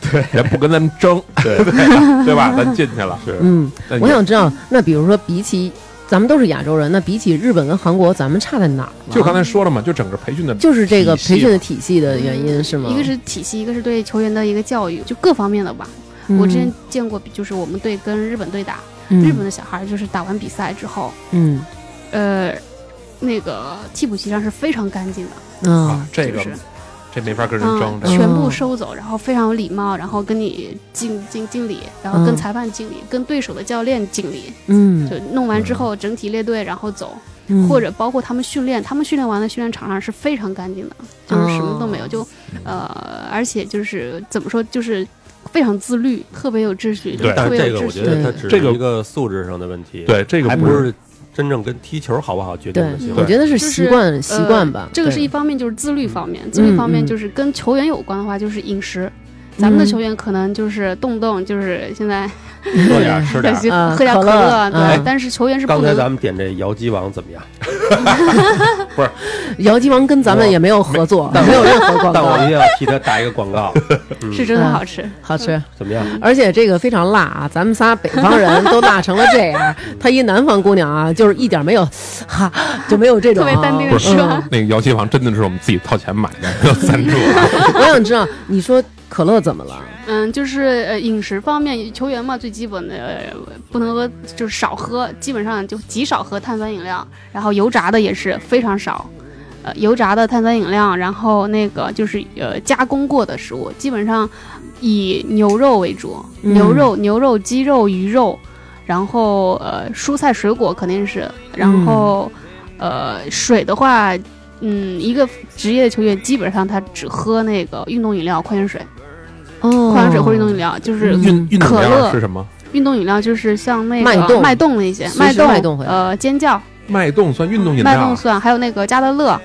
[SPEAKER 3] 对也不 跟咱们争，对 对吧？咱进去了，是
[SPEAKER 2] 嗯，我想知道，那比如说比起咱们都是亚洲人，那比起日本跟韩国，咱们差在哪儿了？
[SPEAKER 3] 就刚才说了嘛，就整个培训的
[SPEAKER 2] 就是这个
[SPEAKER 3] 体系
[SPEAKER 2] 培训的体系的原因是吗？
[SPEAKER 1] 一个是体系，一个是对球员的一个教育，就各方面的吧。我之前见过，就是我们队跟日本队打，
[SPEAKER 2] 嗯
[SPEAKER 1] 日本的小孩就是打完比赛之后，
[SPEAKER 2] 嗯
[SPEAKER 1] 呃，那个替补席上是非常干净的，
[SPEAKER 2] 啊
[SPEAKER 3] 啊，这
[SPEAKER 1] 就
[SPEAKER 3] 个
[SPEAKER 1] 是
[SPEAKER 3] 这没法跟人
[SPEAKER 1] 嗯
[SPEAKER 3] 争，，这
[SPEAKER 2] 嗯
[SPEAKER 3] 个
[SPEAKER 1] 全部收走，然后非常有礼貌，然后跟你敬敬敬礼，然后
[SPEAKER 2] 嗯
[SPEAKER 1] 跟裁判敬礼，跟对手的教练敬礼，
[SPEAKER 2] 嗯
[SPEAKER 1] 就弄完之后整体列队然后走，
[SPEAKER 2] 嗯
[SPEAKER 1] 或者包括他们训练，他们训练完的训练场上是非常干净的，就是什么都没有，
[SPEAKER 3] 哦
[SPEAKER 1] 就呃，而且就是怎么说，就是非常自律，特别有秩序，
[SPEAKER 3] 对
[SPEAKER 4] 但
[SPEAKER 1] 特
[SPEAKER 4] 是
[SPEAKER 1] 别
[SPEAKER 4] 这
[SPEAKER 1] 有
[SPEAKER 4] 个
[SPEAKER 1] 秩
[SPEAKER 4] 我
[SPEAKER 1] 序
[SPEAKER 4] 觉得它
[SPEAKER 2] 对
[SPEAKER 4] 只
[SPEAKER 3] 这个
[SPEAKER 4] 是一个素质上的问题，，
[SPEAKER 3] 对这个
[SPEAKER 4] 还
[SPEAKER 3] 不
[SPEAKER 4] 不
[SPEAKER 3] 是
[SPEAKER 4] 是真正跟踢球好不好决
[SPEAKER 2] 对
[SPEAKER 4] 定
[SPEAKER 2] 嗯
[SPEAKER 4] 的行，
[SPEAKER 2] 我
[SPEAKER 4] 为。
[SPEAKER 2] 觉得是
[SPEAKER 1] 就是
[SPEAKER 2] 习惯习惯吧
[SPEAKER 1] 呃。这个是
[SPEAKER 2] 对嗯
[SPEAKER 1] 一方面，就是自律方面，自律方面就是跟球员有关的话，就是饮食。咱们的球员可能就是动不动就是现在
[SPEAKER 3] 喝点儿吃点儿，
[SPEAKER 1] 去
[SPEAKER 2] 嗯
[SPEAKER 1] 喝点
[SPEAKER 2] 可
[SPEAKER 1] 可
[SPEAKER 2] 乐
[SPEAKER 1] 乐，
[SPEAKER 2] 嗯
[SPEAKER 1] 对，但是球员是不
[SPEAKER 4] 刚才咱
[SPEAKER 1] 能。
[SPEAKER 4] 们点这姚鸡王怎么样？
[SPEAKER 2] 姚鸡王跟咱们也没有合作，哦没有任何广
[SPEAKER 4] 但我
[SPEAKER 2] 告
[SPEAKER 4] 一，定要替他打一个 广告，嗯
[SPEAKER 1] 是真的好吃，
[SPEAKER 2] 好吃。
[SPEAKER 4] 怎么样？
[SPEAKER 2] 而且这个非常辣啊！咱们仨北方人都辣成了这 样，她一南方姑娘啊，就是一点没有，哈，就没有这 种、
[SPEAKER 1] 特
[SPEAKER 2] 啊、
[SPEAKER 1] 别淡定
[SPEAKER 3] 不
[SPEAKER 1] 的
[SPEAKER 3] 是
[SPEAKER 1] 吃
[SPEAKER 2] 嗯
[SPEAKER 1] 完。
[SPEAKER 3] 那个姚鸡王真的是我们自己掏钱买的， 没有赞助啊。
[SPEAKER 2] 嗯 我想知道，你说可乐怎么了？
[SPEAKER 1] 嗯，就是呃饮食方面，球员嘛最基本的呃不能喝，就是少喝，基本上就极少喝碳酸饮料，然后油炸的也是非常少，呃油炸的碳酸饮料，然后那个就是呃加工过的食物，基本上以牛肉为主，
[SPEAKER 2] 嗯
[SPEAKER 1] 牛肉、牛肉、鸡肉、鱼肉，然后呃蔬菜水果肯定是，然后、呃水的话。嗯，一个职业的球员基本上他只喝那个运动饮料、矿泉水，
[SPEAKER 2] 哦
[SPEAKER 1] 矿泉水或者运动饮料，就是
[SPEAKER 2] 嗯
[SPEAKER 3] 运运动
[SPEAKER 1] 可
[SPEAKER 3] 量
[SPEAKER 1] 乐
[SPEAKER 3] 是什么？
[SPEAKER 1] 运动饮料，就是像那个
[SPEAKER 2] 脉动
[SPEAKER 1] 脉动那些，
[SPEAKER 2] 随
[SPEAKER 1] 脉
[SPEAKER 2] 时
[SPEAKER 1] 动、
[SPEAKER 2] 脉动回来
[SPEAKER 1] 呃尖叫、
[SPEAKER 3] 脉动算运动饮
[SPEAKER 1] 脉动
[SPEAKER 3] 料，
[SPEAKER 1] 算，还有那个加乐乐，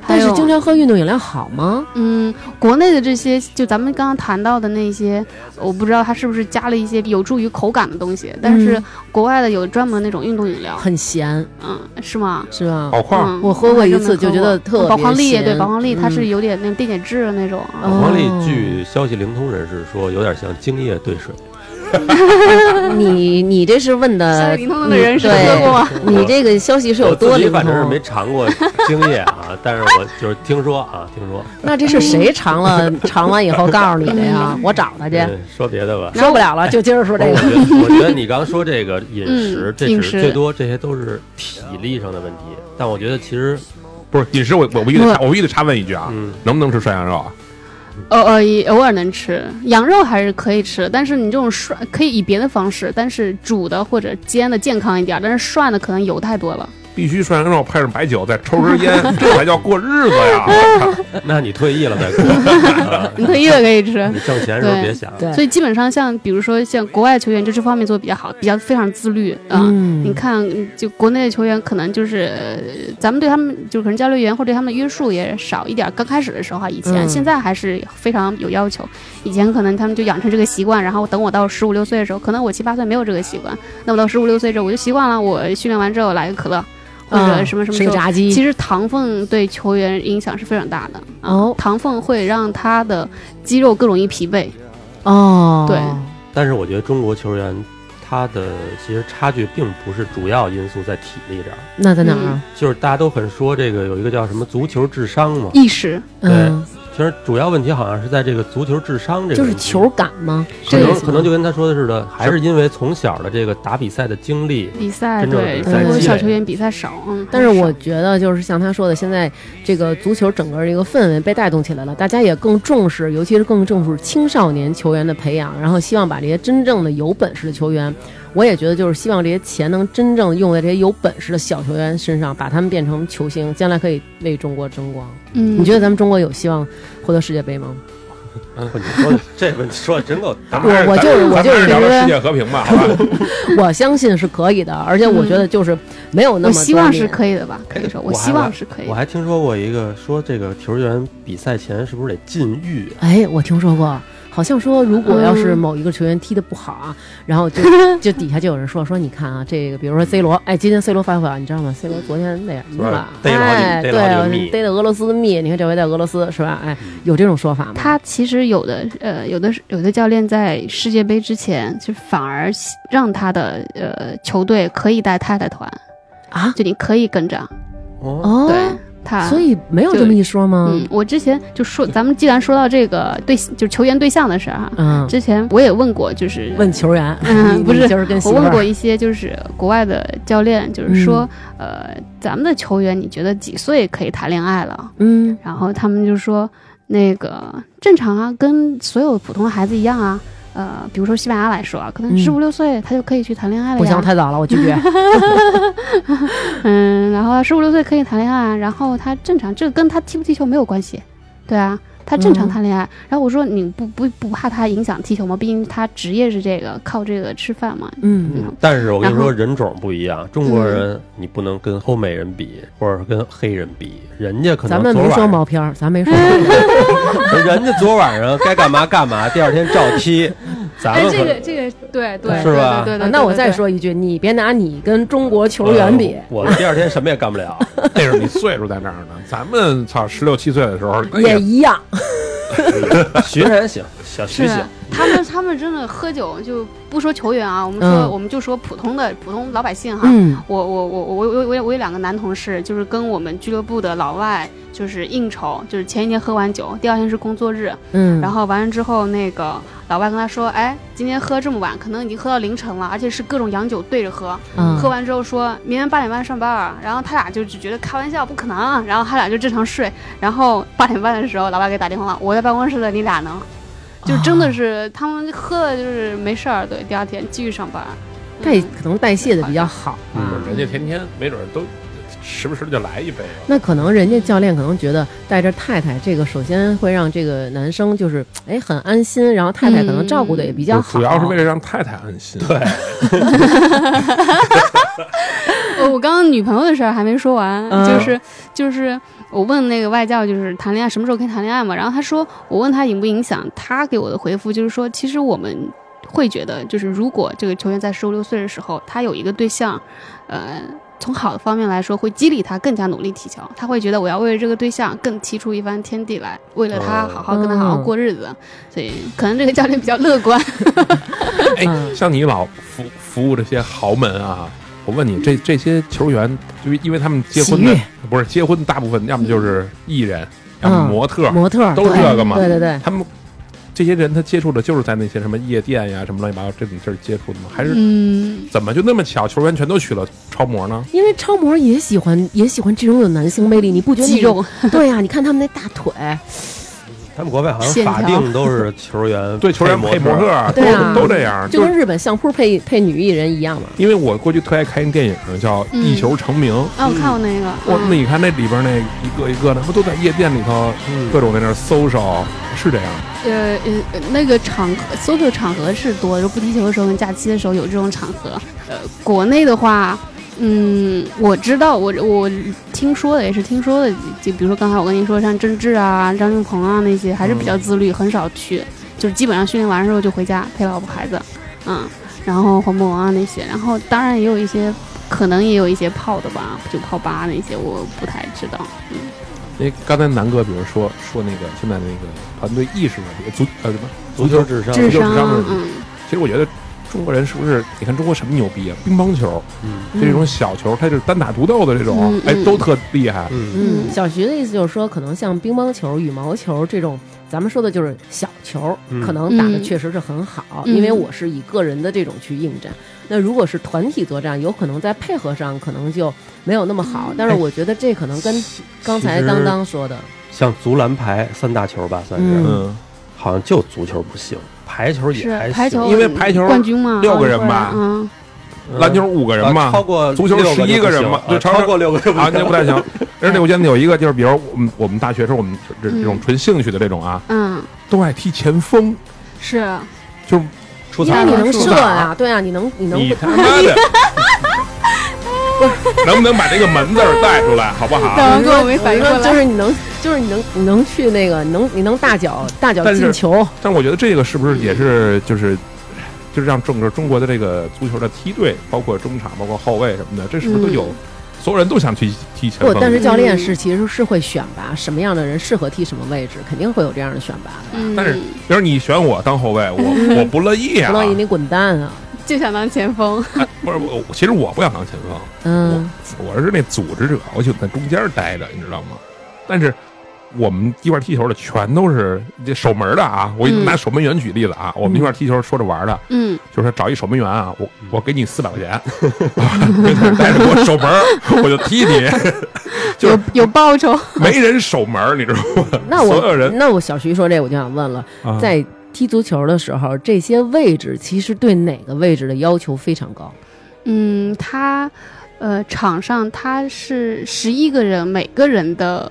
[SPEAKER 1] 还
[SPEAKER 2] 但
[SPEAKER 1] 有
[SPEAKER 2] 是经常喝运动饮料好吗？
[SPEAKER 1] 嗯，国内的这些，就咱们刚刚谈到的那些，我不知道它是不是加了一些有助于口感的东西，但是
[SPEAKER 2] 嗯
[SPEAKER 1] 国外的有专门那种运动饮料，
[SPEAKER 2] 很咸
[SPEAKER 1] 嗯，是吗？
[SPEAKER 2] 是吧？
[SPEAKER 3] 啊好块儿。
[SPEAKER 1] 嗯，
[SPEAKER 2] 我喝过一次就觉得
[SPEAKER 1] 我还真没喝过
[SPEAKER 2] 特别
[SPEAKER 1] 宝矿力，
[SPEAKER 2] 咸
[SPEAKER 1] 对宝矿力，它是
[SPEAKER 2] 嗯
[SPEAKER 1] 有点那种电解质的那种，啊
[SPEAKER 2] 哦
[SPEAKER 4] 王丽据消息灵通人士说，有点像精液兑水。
[SPEAKER 2] 你你这是问
[SPEAKER 1] 消
[SPEAKER 2] 的嗯
[SPEAKER 1] 息灵通的人是
[SPEAKER 2] 对
[SPEAKER 1] 喝过吗？
[SPEAKER 2] 你这个消息是有
[SPEAKER 4] 我
[SPEAKER 2] 多
[SPEAKER 4] 自己
[SPEAKER 2] 灵
[SPEAKER 4] 反正是没
[SPEAKER 2] 通？
[SPEAKER 4] 尝过精液啊，但是我就是听说啊，听说。
[SPEAKER 2] 那这是谁 尝了尝完以后告诉你的呀？我找他去，
[SPEAKER 4] 嗯说别的吧。
[SPEAKER 2] 受不了
[SPEAKER 1] 哎
[SPEAKER 2] 了，就今儿说
[SPEAKER 4] 不
[SPEAKER 2] 这
[SPEAKER 4] 是
[SPEAKER 2] 个。
[SPEAKER 4] 我觉得，我觉得你刚刚说 这个饮食
[SPEAKER 1] 嗯，
[SPEAKER 4] 这
[SPEAKER 1] 饮
[SPEAKER 4] 只
[SPEAKER 1] 食
[SPEAKER 4] 是最多这些都是体力上的问题。但我觉得其实
[SPEAKER 3] 不是饮食，我我必须
[SPEAKER 2] 嗯
[SPEAKER 3] 得插，我必须得插问一句啊
[SPEAKER 4] 嗯，
[SPEAKER 3] 能不能吃涮羊肉啊？
[SPEAKER 1] 呃呃，也偶尔能吃羊肉还是可以吃，但是你这种涮可以以别的方式，但是煮的或者煎的健康一点，但是涮的可能油太多 了。
[SPEAKER 3] 必须涮羊肉配上白酒，再抽根烟，这才叫过日子 呀！我操
[SPEAKER 4] 那你退役了再说，啊
[SPEAKER 1] 你可以的可以吃，
[SPEAKER 4] 你挣钱的时候别想。
[SPEAKER 2] 对
[SPEAKER 1] 所以基本上像比如说像国外球员就这方面做的比较好，比较非常自律啊。
[SPEAKER 2] 嗯
[SPEAKER 1] 你看，就国内的球员可能就是呃咱们对他们就可能教练员或者对他们的约束也少一点。刚开始的时候啊，以前、
[SPEAKER 2] 嗯
[SPEAKER 1] 现在还是非常有要求。以前可能他们就养成这个习惯，然后等我到十五六岁的时候，可能我七八岁没有这个习惯，那我到十五六岁之后我就习惯了。我训练完之后来个可乐，啊或者
[SPEAKER 2] 嗯
[SPEAKER 1] 什么什么时
[SPEAKER 2] 吃个
[SPEAKER 1] 候
[SPEAKER 2] 炸鸡，
[SPEAKER 1] 其实糖分对球员影响是非常大的啊，
[SPEAKER 2] 哦
[SPEAKER 1] 糖分会让他的肌肉更容易疲惫。
[SPEAKER 2] 哦，
[SPEAKER 1] 对
[SPEAKER 4] 但是我觉得中国球员他的其实差距并不是主要因素在体力这儿，
[SPEAKER 2] 那在哪儿？啊
[SPEAKER 4] 就是大家都很说这个有一个叫什么足球智商嘛，
[SPEAKER 1] 意识，
[SPEAKER 2] 嗯，
[SPEAKER 4] 其实主要问题好像是在这个足球智商这个
[SPEAKER 2] 就是
[SPEAKER 4] 问题
[SPEAKER 2] 球感吗？嗯
[SPEAKER 4] 可
[SPEAKER 2] 这个
[SPEAKER 4] 能
[SPEAKER 2] 意思
[SPEAKER 4] 可能就跟他说的似的，还是因为从小的这个打比赛的经历，
[SPEAKER 1] 比赛
[SPEAKER 4] 真正
[SPEAKER 1] 对
[SPEAKER 4] 比
[SPEAKER 1] 中
[SPEAKER 2] 赛
[SPEAKER 1] 国
[SPEAKER 2] 积
[SPEAKER 1] 小
[SPEAKER 4] 累
[SPEAKER 1] 球员比赛少，嗯，
[SPEAKER 2] 但是我
[SPEAKER 1] 很少
[SPEAKER 2] 觉得，就是像他说的，现在这个足球整个一个氛围被带动起来了，大家也更重视，尤其是更重视青少年球员的培养，然后希望把这些真正的有本事的球员，我也觉得就是希望这些钱能真正用在这些有本事的小球员身上，把他们变成球星，将来可以为中国争光。
[SPEAKER 1] 嗯，
[SPEAKER 2] 你觉得咱们中国有希望获得世界杯吗？
[SPEAKER 4] 你说的这问题说 的真够大。
[SPEAKER 2] 我我就是我
[SPEAKER 3] 咱
[SPEAKER 2] 就是
[SPEAKER 3] 们还是聊
[SPEAKER 2] 觉
[SPEAKER 3] 聊
[SPEAKER 2] 得，
[SPEAKER 3] 世界和平吧，好吧？
[SPEAKER 1] 嗯
[SPEAKER 2] 我相信是可以的，而且我觉得就是没有那
[SPEAKER 1] 我
[SPEAKER 2] 么
[SPEAKER 1] 希望是
[SPEAKER 2] 以。
[SPEAKER 1] 可以的吧？可以说，
[SPEAKER 4] 我还
[SPEAKER 1] 希望是可以
[SPEAKER 4] 我
[SPEAKER 1] 的。
[SPEAKER 4] 还听说过一个说这个球员比赛前是不是得禁欲啊？
[SPEAKER 2] 哎，我听说过，好像说如果要是某一个球员踢得不好啊，然后就就底下就有人说说你看啊，这个比如说 C 罗，哎，今天 C 罗发挥不好，你知道吗？C 罗昨天那什么了，
[SPEAKER 4] 逮了好几
[SPEAKER 2] 哎，
[SPEAKER 4] 逮
[SPEAKER 2] 对
[SPEAKER 4] 了好几个密，嗯
[SPEAKER 2] 逮了俄罗斯的密，你看这回在俄罗斯是吧？哎，有这种说法吗？
[SPEAKER 1] 他其实有的呃，有的有的教练在世界杯之前，就反而让他的呃球队可以带太太团，
[SPEAKER 2] 啊
[SPEAKER 1] 就你可以跟着，
[SPEAKER 4] 哦，
[SPEAKER 2] 哦，
[SPEAKER 1] 对他。
[SPEAKER 2] 所以没有这么一说吗？
[SPEAKER 1] 嗯，我之前就说，咱们既然说到这个对，就是球员对象的事儿哈，啊
[SPEAKER 2] 嗯，
[SPEAKER 1] 之前我也问过，就是
[SPEAKER 2] 问球员，
[SPEAKER 1] 嗯
[SPEAKER 2] 你
[SPEAKER 1] 不是
[SPEAKER 2] 你就是跟媳
[SPEAKER 1] 我
[SPEAKER 2] 妇
[SPEAKER 1] 问
[SPEAKER 2] 儿
[SPEAKER 1] 过一些就是国外的教练，就是说，呃，咱们的球员你觉得几岁可以谈恋爱了？
[SPEAKER 2] 嗯
[SPEAKER 1] 然后他们就说，那个正常啊，跟所有普通孩子一样啊。呃，比如说西班牙来说啊，可能
[SPEAKER 2] 嗯
[SPEAKER 1] 十五六岁他就可以去谈恋爱了
[SPEAKER 2] 不行，
[SPEAKER 1] 呀。
[SPEAKER 2] 太早了，我拒 绝。
[SPEAKER 1] 嗯，然后十五六岁可以谈恋爱，啊然后他正常，这跟他踢不踢球没有关系，对啊，他正常
[SPEAKER 2] 嗯
[SPEAKER 1] 谈恋爱。然后我说你不不不怕他影响踢球吗？毕竟他职业是这个，靠这个吃饭嘛。
[SPEAKER 2] 嗯，
[SPEAKER 4] 但是我跟你
[SPEAKER 1] 然后
[SPEAKER 4] 说，人种不一样，中国人你不能跟欧美人比，或者跟黑人比，人家可
[SPEAKER 2] 咱
[SPEAKER 4] 能
[SPEAKER 2] 们
[SPEAKER 4] 昨
[SPEAKER 2] 没
[SPEAKER 4] 晚
[SPEAKER 2] 说
[SPEAKER 4] 上
[SPEAKER 2] 毛片儿，咱没
[SPEAKER 1] 嗯
[SPEAKER 2] 说毛片儿。
[SPEAKER 4] 人家昨晚上该干嘛干嘛，第二天照 踢。咱
[SPEAKER 2] 哎
[SPEAKER 4] 们可
[SPEAKER 1] 哎这个对
[SPEAKER 4] 对是吧对
[SPEAKER 2] 啊那我再说一句，你别拿你跟中国球
[SPEAKER 4] 呃
[SPEAKER 2] 员比，
[SPEAKER 4] 我第二天什么也干 不了。
[SPEAKER 3] 那是你岁数在那儿呢，咱们操十六七岁的时候
[SPEAKER 4] 啊
[SPEAKER 3] 哎
[SPEAKER 2] 也一样。
[SPEAKER 4] 徐然行，小徐
[SPEAKER 1] 是
[SPEAKER 2] 啊
[SPEAKER 4] 行，
[SPEAKER 1] 他们他们真的喝酒就不说球员啊，我们说、
[SPEAKER 2] 嗯
[SPEAKER 1] 我们就说普通的普通老百姓哈。
[SPEAKER 2] 嗯，
[SPEAKER 1] 我我我我我我有我有两个男同事，就是跟我们俱乐部的老外就是应酬，就是前一天喝完酒，第二天是工作日，
[SPEAKER 2] 嗯，
[SPEAKER 1] 然后完了之后，那个老外跟他说：“哎，今天喝这么晚，可能已经喝到凌晨了，而且是各种洋酒对着喝。
[SPEAKER 2] 嗯
[SPEAKER 1] 喝完之后说明天八点半上班儿。”然后他俩就只觉得开玩笑，不可能啊。然后他俩就正常睡。然后八点半的时候，老外给打电话：“我在办公室的，你俩呢？”就真
[SPEAKER 2] 啊
[SPEAKER 1] 的是他们喝了就是没事儿，对，第二天继续上班。嗯
[SPEAKER 2] 这可能代谢的比较好吧
[SPEAKER 3] 嗯。人家天天没准儿都时不时地就来一杯啊。
[SPEAKER 2] 那可能人家教练可能觉得带着太太，这个首先会让这个男生就是哎很安心，然后太太可能照顾的也比较
[SPEAKER 3] 就
[SPEAKER 2] 好。
[SPEAKER 3] 嗯主要是为了让太太安心。对，
[SPEAKER 1] 我我刚刚女朋友的事儿还没说完，
[SPEAKER 2] 嗯
[SPEAKER 1] 就是就是我问那个外教，就是谈恋爱什么时候可以谈恋爱嘛？然后他说，我问他影不影响，他给我的回复就是说，其实我们会觉得，就是如果这个球员在十五六岁的时候，他有一个对象，呃。从好的方面来说，会激励他更加努力踢球。他会觉得我要为了这个对象更踢出一番天地来，为了他
[SPEAKER 4] 哦
[SPEAKER 1] 好好跟他好好过日子。所以可能这个教练比较乐观。
[SPEAKER 2] 嗯
[SPEAKER 3] 哎，像你老服服务这些豪门啊，我问你，这这些球员，因为因为他们结婚的
[SPEAKER 2] 洗
[SPEAKER 3] 不是结婚，大部分要么就是艺人，要么
[SPEAKER 2] 嗯
[SPEAKER 3] 模特，
[SPEAKER 2] 模特儿
[SPEAKER 3] 都是
[SPEAKER 2] 对
[SPEAKER 3] 这个嘛
[SPEAKER 2] 对对对，
[SPEAKER 3] 他们。这些人他接触的就是在那些什么夜店呀、什么乱七八糟这种地儿接触的吗？还是
[SPEAKER 1] 嗯，
[SPEAKER 3] 怎么就那么巧，球员全都娶了超模呢？
[SPEAKER 2] 因为超模也喜欢也喜欢这种有男性魅力，你不觉得那
[SPEAKER 1] 肌肉？
[SPEAKER 2] 对呀、啊你看他们那大腿，
[SPEAKER 4] 他们国外好像
[SPEAKER 1] 线条
[SPEAKER 4] 法定都是球员
[SPEAKER 3] 对，球员配
[SPEAKER 4] 配
[SPEAKER 3] 模
[SPEAKER 4] 特，
[SPEAKER 3] 特
[SPEAKER 2] 对啊
[SPEAKER 3] 都都这样，
[SPEAKER 2] 就
[SPEAKER 3] 就
[SPEAKER 2] 跟日本相扑配配女艺人一样嘛。
[SPEAKER 3] 因为我过去特爱看一电影叫《
[SPEAKER 2] 嗯
[SPEAKER 3] 一球成名》，
[SPEAKER 1] 啊，我看过那个，
[SPEAKER 3] 我
[SPEAKER 1] 嗯
[SPEAKER 3] 你看那里边那一个一个的，不都在夜店里头
[SPEAKER 4] 嗯
[SPEAKER 3] 各种在那儿搜手，是这样。
[SPEAKER 1] 呃呃，那个场合 social 场合是多，就不踢球的时候跟假期的时候有这种场合。呃，国内的话，嗯，我知道，我我听说的也是听说的，就比如说刚才我跟您说，像郑智啊、张俊鹏啊那些，还是比较自律，很少去，就是基本上训练完之后就回家陪老婆孩子，嗯，然后黄渤啊那些，然后当然也有一些，可能也有一些泡的吧，就泡吧那些，我不太知道。
[SPEAKER 3] 因为刚才南哥，比如说说那个现在那个团队意识嘛，这个足呃什么
[SPEAKER 4] 足球智商，
[SPEAKER 1] 智
[SPEAKER 3] 就是
[SPEAKER 1] 商
[SPEAKER 3] 这样的
[SPEAKER 1] 啊，嗯，
[SPEAKER 3] 其实我觉得中国人是不是？你看中国什么牛逼啊？乒乓球，
[SPEAKER 4] 嗯
[SPEAKER 3] 就这种小球，它就是单打独斗的这种
[SPEAKER 1] 嗯，
[SPEAKER 3] 哎
[SPEAKER 1] 嗯，
[SPEAKER 3] 都特厉害。
[SPEAKER 4] 嗯，
[SPEAKER 2] 嗯，小徐的意思就是说，可能像乒乓球、羽毛球这种，咱们说的就是小球，
[SPEAKER 4] 嗯
[SPEAKER 2] 可能打的
[SPEAKER 1] 嗯
[SPEAKER 2] 确实是很好，
[SPEAKER 1] 嗯
[SPEAKER 2] 因为我是以个人的这种去应战。那如果是团体作战，有可能在配合上可能就没有那么好，但是我觉得这可能跟刚才
[SPEAKER 4] 其实
[SPEAKER 2] 当当说的，
[SPEAKER 4] 像足篮排三大球吧，
[SPEAKER 2] 嗯
[SPEAKER 4] 算是，
[SPEAKER 3] 嗯，
[SPEAKER 4] 好像就足球不行，排球也还
[SPEAKER 1] 是
[SPEAKER 4] 行，
[SPEAKER 1] 排球，
[SPEAKER 3] 因为排球
[SPEAKER 1] 冠军嘛，
[SPEAKER 3] 六个人吧
[SPEAKER 1] 嗯。
[SPEAKER 4] 嗯
[SPEAKER 3] 篮球五个人
[SPEAKER 4] 啊
[SPEAKER 3] 嘛，
[SPEAKER 4] 超过
[SPEAKER 3] 足球
[SPEAKER 4] 六个
[SPEAKER 3] 11
[SPEAKER 4] 就不
[SPEAKER 3] 个人
[SPEAKER 4] 行
[SPEAKER 3] 嘛
[SPEAKER 4] 啊
[SPEAKER 3] 对超
[SPEAKER 4] 超过六个就不
[SPEAKER 3] 啊，那不太行。而且我记得有一个就是，比如我们我们大学时候，我们这
[SPEAKER 1] 嗯
[SPEAKER 3] 这种纯兴趣的这种啊，
[SPEAKER 1] 嗯，
[SPEAKER 3] 都爱踢前锋，
[SPEAKER 1] 是
[SPEAKER 3] 就是
[SPEAKER 4] 出
[SPEAKER 2] 因
[SPEAKER 4] 彩
[SPEAKER 2] 为你
[SPEAKER 4] 了，
[SPEAKER 2] 能
[SPEAKER 1] 出
[SPEAKER 2] 射
[SPEAKER 1] 彩
[SPEAKER 2] 呀、对啊，你能你能
[SPEAKER 3] 你他妈的， 能不能把这个门字儿带出来，好不好？
[SPEAKER 1] 等哥我没反应过
[SPEAKER 2] 就
[SPEAKER 1] 来，
[SPEAKER 2] 是你能，就是你能，你能去那个，你能你能大脚大脚
[SPEAKER 3] 但是
[SPEAKER 2] 进球，
[SPEAKER 3] 但我觉得这个是不是也是就是。就是让整个中国的这个足球的梯队，包括中场、包括后卫什么的，这是不是都有？所有人都想踢踢前
[SPEAKER 2] 不
[SPEAKER 3] 锋，，
[SPEAKER 2] 但是教练
[SPEAKER 1] 嗯
[SPEAKER 2] 是其实是会选拔什么样的人适合踢什么位置，肯定会有这样的选拔的。
[SPEAKER 1] 嗯
[SPEAKER 3] 但是比如你选我当后卫， 我我不乐意啊，
[SPEAKER 2] 不乐意你滚蛋啊！
[SPEAKER 1] 就想当前 锋，
[SPEAKER 3] 哎不是我，其实我不想当前锋，
[SPEAKER 2] 嗯，
[SPEAKER 3] 我是那组织者，我就在中间待着，你知道吗？但是我们一块踢球的全都是这守门的啊，我
[SPEAKER 1] 嗯
[SPEAKER 3] 拿守门员举例子啊，我们一块踢球说着玩的，
[SPEAKER 1] 嗯，
[SPEAKER 3] 就是找一守门员啊，我我给你四百块钱， 带着我守门儿，我就踢 你，就
[SPEAKER 1] 有
[SPEAKER 3] 是嗯
[SPEAKER 1] 有报酬，
[SPEAKER 3] 没人守门儿，你知道吗？
[SPEAKER 2] 那
[SPEAKER 3] 所有
[SPEAKER 2] 我
[SPEAKER 3] 人
[SPEAKER 2] 那我小徐说这我就想问了，
[SPEAKER 3] 啊
[SPEAKER 2] 在踢足球的时候，这些位置其实对哪个位置的要求非常高？
[SPEAKER 1] 嗯，他呃场上他是十一个人，每个人的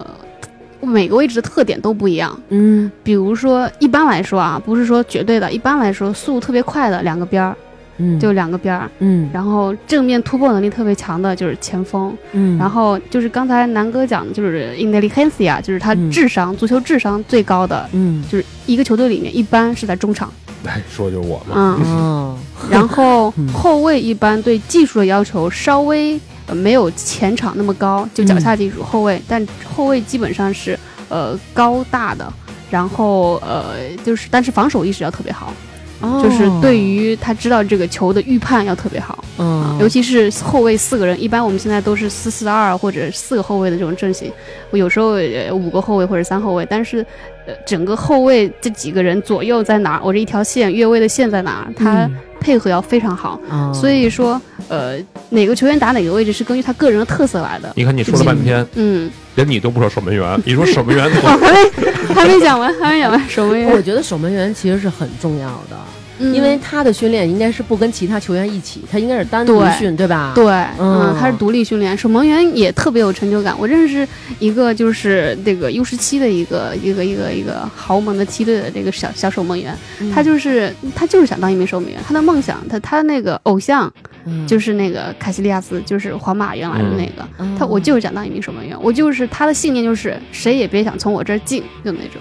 [SPEAKER 1] 每个位置的特点都不一样。
[SPEAKER 2] 嗯
[SPEAKER 1] 比如说，一般来说啊，不是说绝对的，一般来说速度特别快的两个边儿
[SPEAKER 2] 嗯，
[SPEAKER 1] 就两个边儿，
[SPEAKER 2] 嗯
[SPEAKER 1] 然后正面突破能力特别强的就是前锋，
[SPEAKER 2] 嗯，
[SPEAKER 1] 然后就是刚才南哥讲的就是 intelligentsia，就是他
[SPEAKER 2] 嗯
[SPEAKER 1] 智商、足球智商最高的，
[SPEAKER 2] 嗯
[SPEAKER 1] 就是一个球队里面一般是在中场，
[SPEAKER 3] 哎说就是我嘛，
[SPEAKER 1] 嗯，
[SPEAKER 2] 哦，
[SPEAKER 1] 然后
[SPEAKER 2] 嗯
[SPEAKER 1] 后卫一般对技术的要求稍微呃没有前场那么高，就脚下技术后卫，但后卫基本上是呃高大的，然后呃就是但是防守意识要特别好，
[SPEAKER 2] 哦
[SPEAKER 1] 就是对于他知道这个球的预判要特别好，啊
[SPEAKER 2] 嗯，
[SPEAKER 1] 尤其是后卫四个人，一般我们现在都是四四二或者四个后卫的这种阵型，有时候呃五个后卫或者三后卫，但是呃整个后卫这几个人左右在哪儿，我这一条线越位的线在哪儿，他
[SPEAKER 2] 嗯
[SPEAKER 1] 配合要非常好。
[SPEAKER 2] 哦
[SPEAKER 1] 所以说，呃，哪个球员打哪个位置是根据他个人的特色来的。
[SPEAKER 3] 你看你说了半天，
[SPEAKER 1] 嗯，哦
[SPEAKER 3] 人你都不说守门 员，你说守门员，我
[SPEAKER 1] 还没还没讲完，还没讲完，守门
[SPEAKER 2] 我
[SPEAKER 1] 员，
[SPEAKER 2] 觉得守门员其实是很重要的，
[SPEAKER 1] 嗯
[SPEAKER 2] 因为他的训练应该是不跟其他球员一起，他应该是单独
[SPEAKER 1] 对
[SPEAKER 2] 训，对吧？
[SPEAKER 1] 对，
[SPEAKER 2] 嗯
[SPEAKER 1] 嗯，他是独立训练，守门员也特别有成就感。我认识一个就是这个 U 十七的一个一个一个一个豪门的梯队的这个小小守门员，
[SPEAKER 2] 嗯，
[SPEAKER 1] 他就是他就是想当一名守门员，他的梦想，他他那个偶像
[SPEAKER 2] 嗯
[SPEAKER 1] 就是那个凯西利亚斯，就是皇马原来的那个，
[SPEAKER 2] 嗯
[SPEAKER 1] 他我就是想当一名守门员，我就是他的信念就是谁也别想从我这儿进，就那种。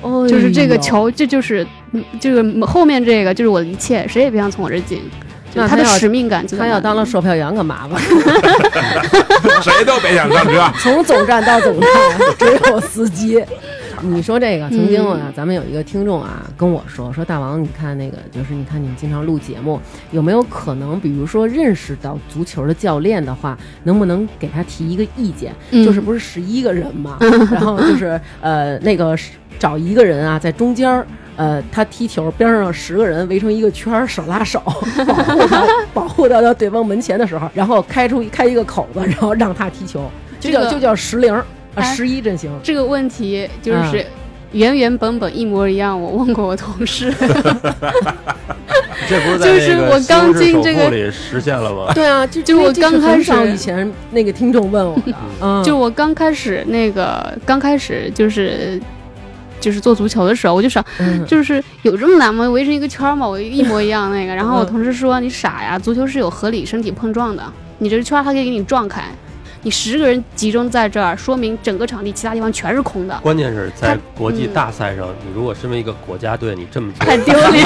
[SPEAKER 2] 哦
[SPEAKER 1] 就是这个
[SPEAKER 2] 呦
[SPEAKER 1] 球，这就是嗯这个后面这个就是我的一切，谁也别想从我这进。就
[SPEAKER 2] 那
[SPEAKER 1] 是他的
[SPEAKER 2] 他要
[SPEAKER 1] 使命感就在
[SPEAKER 2] 他
[SPEAKER 1] 那里，
[SPEAKER 2] 要当了售票员干嘛吧？
[SPEAKER 3] 谁都别想上车。
[SPEAKER 2] 从总站到总站只有司机。你说这个，曾经啊，咱们有一个听众啊跟我说，说大王，你看那个，就是你看你们经常录节目，有没有可能，比如说认识到足球的教练的话，能不能给他提一个意见？
[SPEAKER 1] 嗯
[SPEAKER 2] 就是不是十一个人 嘛，然后就是呃那个是找一个人啊，在中间儿。呃，他踢球，边上十个人围成一个圈儿，手 拉手，保护到保护到到对方门前的时候，然后开出开一个口子，然后让他踢球，就
[SPEAKER 1] 这
[SPEAKER 2] 叫、
[SPEAKER 1] 个
[SPEAKER 2] 就叫十零儿啊，
[SPEAKER 1] 哎
[SPEAKER 2] 十一阵型。
[SPEAKER 1] 这个问题就
[SPEAKER 2] 嗯
[SPEAKER 1] 是原原本本一模一样。我问过我同 事，
[SPEAKER 4] 这不是在
[SPEAKER 1] 就是
[SPEAKER 4] 那个
[SPEAKER 1] 我
[SPEAKER 4] 西
[SPEAKER 1] 刚
[SPEAKER 4] 红柿
[SPEAKER 1] 进
[SPEAKER 4] 首
[SPEAKER 1] 这
[SPEAKER 4] 富
[SPEAKER 1] 个
[SPEAKER 4] 里实现了吗？
[SPEAKER 2] 对啊，就
[SPEAKER 1] 就我
[SPEAKER 2] 这这是
[SPEAKER 1] 刚开
[SPEAKER 2] 很少
[SPEAKER 1] 始
[SPEAKER 2] 以前那个听众 问我的，嗯，
[SPEAKER 1] 就我刚开始那个刚开始就是就是做足球的时候，我就想
[SPEAKER 2] 嗯
[SPEAKER 1] 就是有这么难吗？围成一个圈儿吗？我一模一样那个。然后我
[SPEAKER 2] 嗯
[SPEAKER 1] 同事说：“你傻呀，足球是有合理身体碰撞的，你这圈儿它可以给你撞开。你十个人集中在这儿，说明整个场地其他地方全是空的，
[SPEAKER 4] 关键是在
[SPEAKER 1] 他
[SPEAKER 4] 国际
[SPEAKER 1] 嗯
[SPEAKER 4] 大赛上，你如果身为一个国家队，你这么做
[SPEAKER 1] 太丢脸。
[SPEAKER 4] 你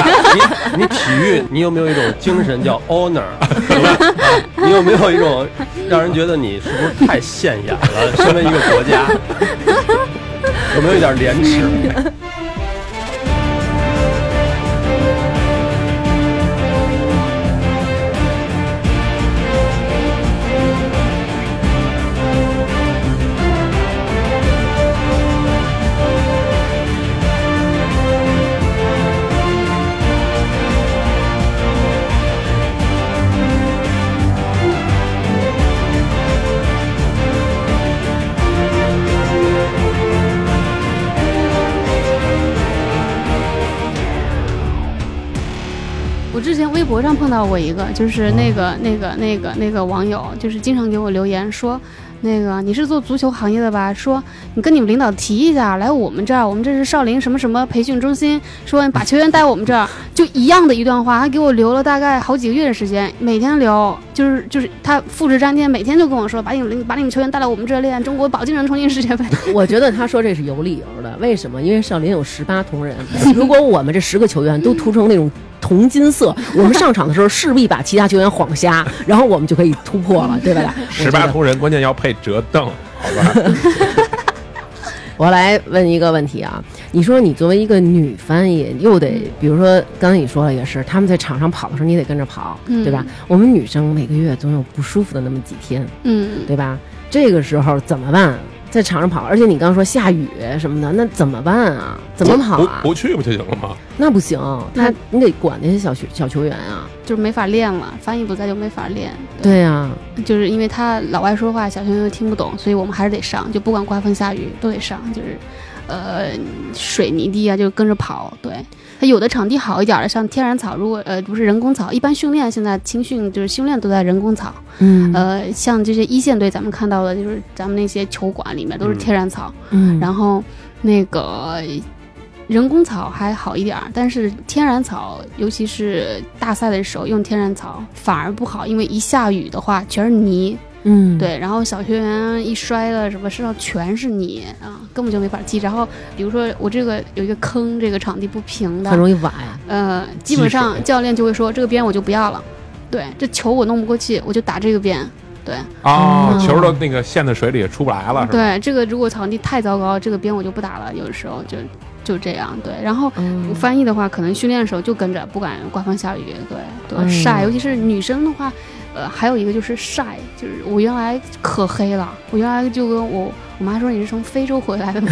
[SPEAKER 4] 你体育，你有没有一种精神叫 honor？懂吗你有没有一种让人觉得你是不是太现眼了？身为一个国家，有没有一点廉 耻？
[SPEAKER 1] 我之前微博上碰到过一个，就是那个、那个那个那个网友，就是经常给我留言说，那个你是做足球行业的吧？说你跟你们领导提一下，来我们这儿，我们这是少林什么什么培训中心，说你把球员带我们这儿，就一样的一段话，他给我留了大概好几个月的时间，每天留，就是就是他复制粘贴，每天就跟我说，把你们领把你们球员带来我们这儿练，中国保证能冲进世界杯。
[SPEAKER 2] 我觉得他说这是有理由的，为什么？因为少林有十八铜人， 如果我们这十个球员都涂成那种铜金色， 我们上场的时候势必把其他球员晃瞎，然后我们就可以突破了， 对吧？
[SPEAKER 3] 十
[SPEAKER 2] 我
[SPEAKER 3] 八
[SPEAKER 2] 觉得。
[SPEAKER 3] 铜人，关键要配折凳，好吧？
[SPEAKER 2] 我来问一个问题啊，你说你作为一个女翻译，又得比如说刚才你说了也是，他们在场上跑的时候，你得跟着跑，
[SPEAKER 1] 嗯
[SPEAKER 2] 对吧？我们女生每个月总有不舒服的那么几天，
[SPEAKER 1] 嗯，
[SPEAKER 2] 对吧？这个时候怎么办？在场上跑，而且你刚说下雨什么的，那怎么办啊？怎么跑啊？
[SPEAKER 3] 不不去不就行了吗？
[SPEAKER 2] 那不行，他
[SPEAKER 1] 那
[SPEAKER 2] 你得管那些小球小球员啊。
[SPEAKER 1] 就是没法练了，翻译不在就没法练。
[SPEAKER 2] 对啊呀、
[SPEAKER 1] 就是因为他老外说话，小朋友又听不懂，所以我们还是得上，就不管刮风下雨都得上，就是，呃，水泥地啊，就跟着跑。对，它有的场地好一点的，像天然草，如果呃不是人工草，一般训练现在青训就是训练都在人工草。
[SPEAKER 2] 嗯
[SPEAKER 1] 呃，像这些一线队，咱们看到的就是咱们那些球馆里面都是天然草，
[SPEAKER 2] 嗯
[SPEAKER 1] 然后那个人工草还好一点儿，但是天然草，尤其是大赛的时候用天然草反而不好，因为一下雨的话全是泥，
[SPEAKER 2] 嗯，
[SPEAKER 1] 对，然后小学员一摔了什么，身上全是泥啊，根本就没法踢。然后比如说我这个有一个坑，这个场地不平的
[SPEAKER 2] 很，容易崴。
[SPEAKER 1] 呃，基本上教练就会说这个边我就不要了，对，这球我弄不过去，我就打这个边。对
[SPEAKER 3] 哦
[SPEAKER 2] 嗯，
[SPEAKER 3] 球都那个陷在水里也出不来了，是吧？
[SPEAKER 1] 对，这个如果场地太糟糕，这个边我就不打了。有的时候就就这样，对。然后
[SPEAKER 2] 嗯
[SPEAKER 1] 翻译的话，可能训练的时候就跟着，不管刮风下雨，对对、
[SPEAKER 2] 嗯
[SPEAKER 1] 晒，尤其是女生的话，呃，还有一个就是晒，就是我原来可黑了，我原来就跟我我妈说你是从非洲回来的吗？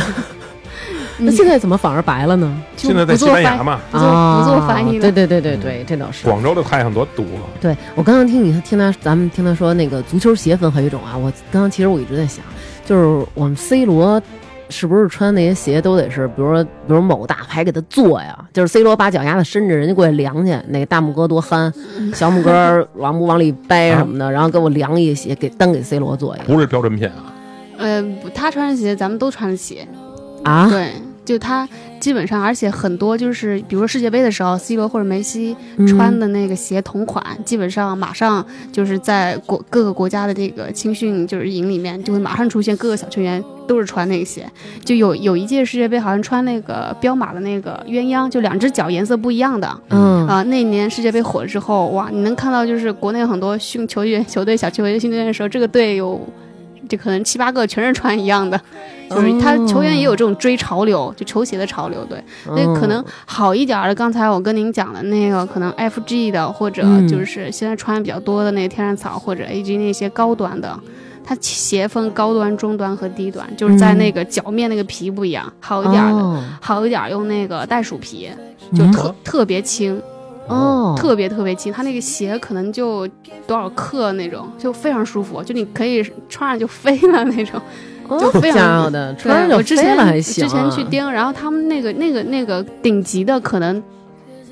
[SPEAKER 2] 那现在怎么反而白了呢？
[SPEAKER 1] 就
[SPEAKER 3] 现在在
[SPEAKER 1] 不
[SPEAKER 3] 西
[SPEAKER 1] 做
[SPEAKER 3] 班牙
[SPEAKER 1] 翻，
[SPEAKER 3] 嘛，
[SPEAKER 1] 不做、
[SPEAKER 2] 啊
[SPEAKER 1] 不做翻译
[SPEAKER 2] 对
[SPEAKER 1] 的，
[SPEAKER 2] 对对对对，这倒是。
[SPEAKER 3] 广州的太阳多毒啊！
[SPEAKER 2] 对我刚刚听你听他咱们听他说那个足球鞋分好几种啊，我刚刚其实我一直在想，就是我们 C 罗。是不是穿那些鞋都得是，比如说，比如某大牌给他做呀？就是 C 罗把脚丫子伸着，人家过来量去，哪个大拇哥多憨，小拇哥儿往不往里掰什么的，然后给我量一鞋，给单给 C 罗做一个
[SPEAKER 3] 不是标准品啊，
[SPEAKER 1] 呃，不她穿着鞋，咱们都穿着鞋，
[SPEAKER 2] 啊？
[SPEAKER 1] 对，就她基本上，而且很多就是，比如说世界杯的时候，C 罗或者梅西，
[SPEAKER 2] 嗯
[SPEAKER 1] 穿的那个鞋同款，基本上马上就是在国各个国家的这个青训就是营里面，就会马上出现各个小球员都是穿那个鞋。就有有一届世界杯，好像穿那个彪马的那个鸳鸯，就两只脚颜色不一样的啊、
[SPEAKER 2] 嗯
[SPEAKER 1] 那年世界杯火了之后，哇，你能看到就是国内很多训球员、球队、小球员训练的时候，这个队有。这可能七八个全是穿一样的， 就是他球员也有这种追潮流，就球鞋的潮流，对。所以
[SPEAKER 2] 嗯
[SPEAKER 1] 可能好一点儿的，刚才我跟您讲的那个，可能 FG 的，或者
[SPEAKER 2] 嗯
[SPEAKER 1] 就是现在穿的比较多的那个天然草，或者 AG 那些高端的，它鞋分高端、中端和低端，就是在那个脚面那个皮不一样，好一点儿的，
[SPEAKER 2] 嗯哦
[SPEAKER 1] 好一点儿用那个袋鼠皮，呃
[SPEAKER 2] 嗯
[SPEAKER 1] 就特、特别轻，
[SPEAKER 2] 哦，
[SPEAKER 1] 特别特别轻，它那个鞋可能就多少克那种，就非常舒服，就你可以穿上就飞了那种。
[SPEAKER 2] 哦
[SPEAKER 1] 非常
[SPEAKER 2] 家伙的，
[SPEAKER 1] 对
[SPEAKER 2] 穿
[SPEAKER 1] 我
[SPEAKER 2] 着
[SPEAKER 1] 之
[SPEAKER 2] 飞
[SPEAKER 1] 前
[SPEAKER 2] 了还行
[SPEAKER 1] 之
[SPEAKER 2] 啊，
[SPEAKER 1] 前去盯，然后他们那个那个那个顶级的可能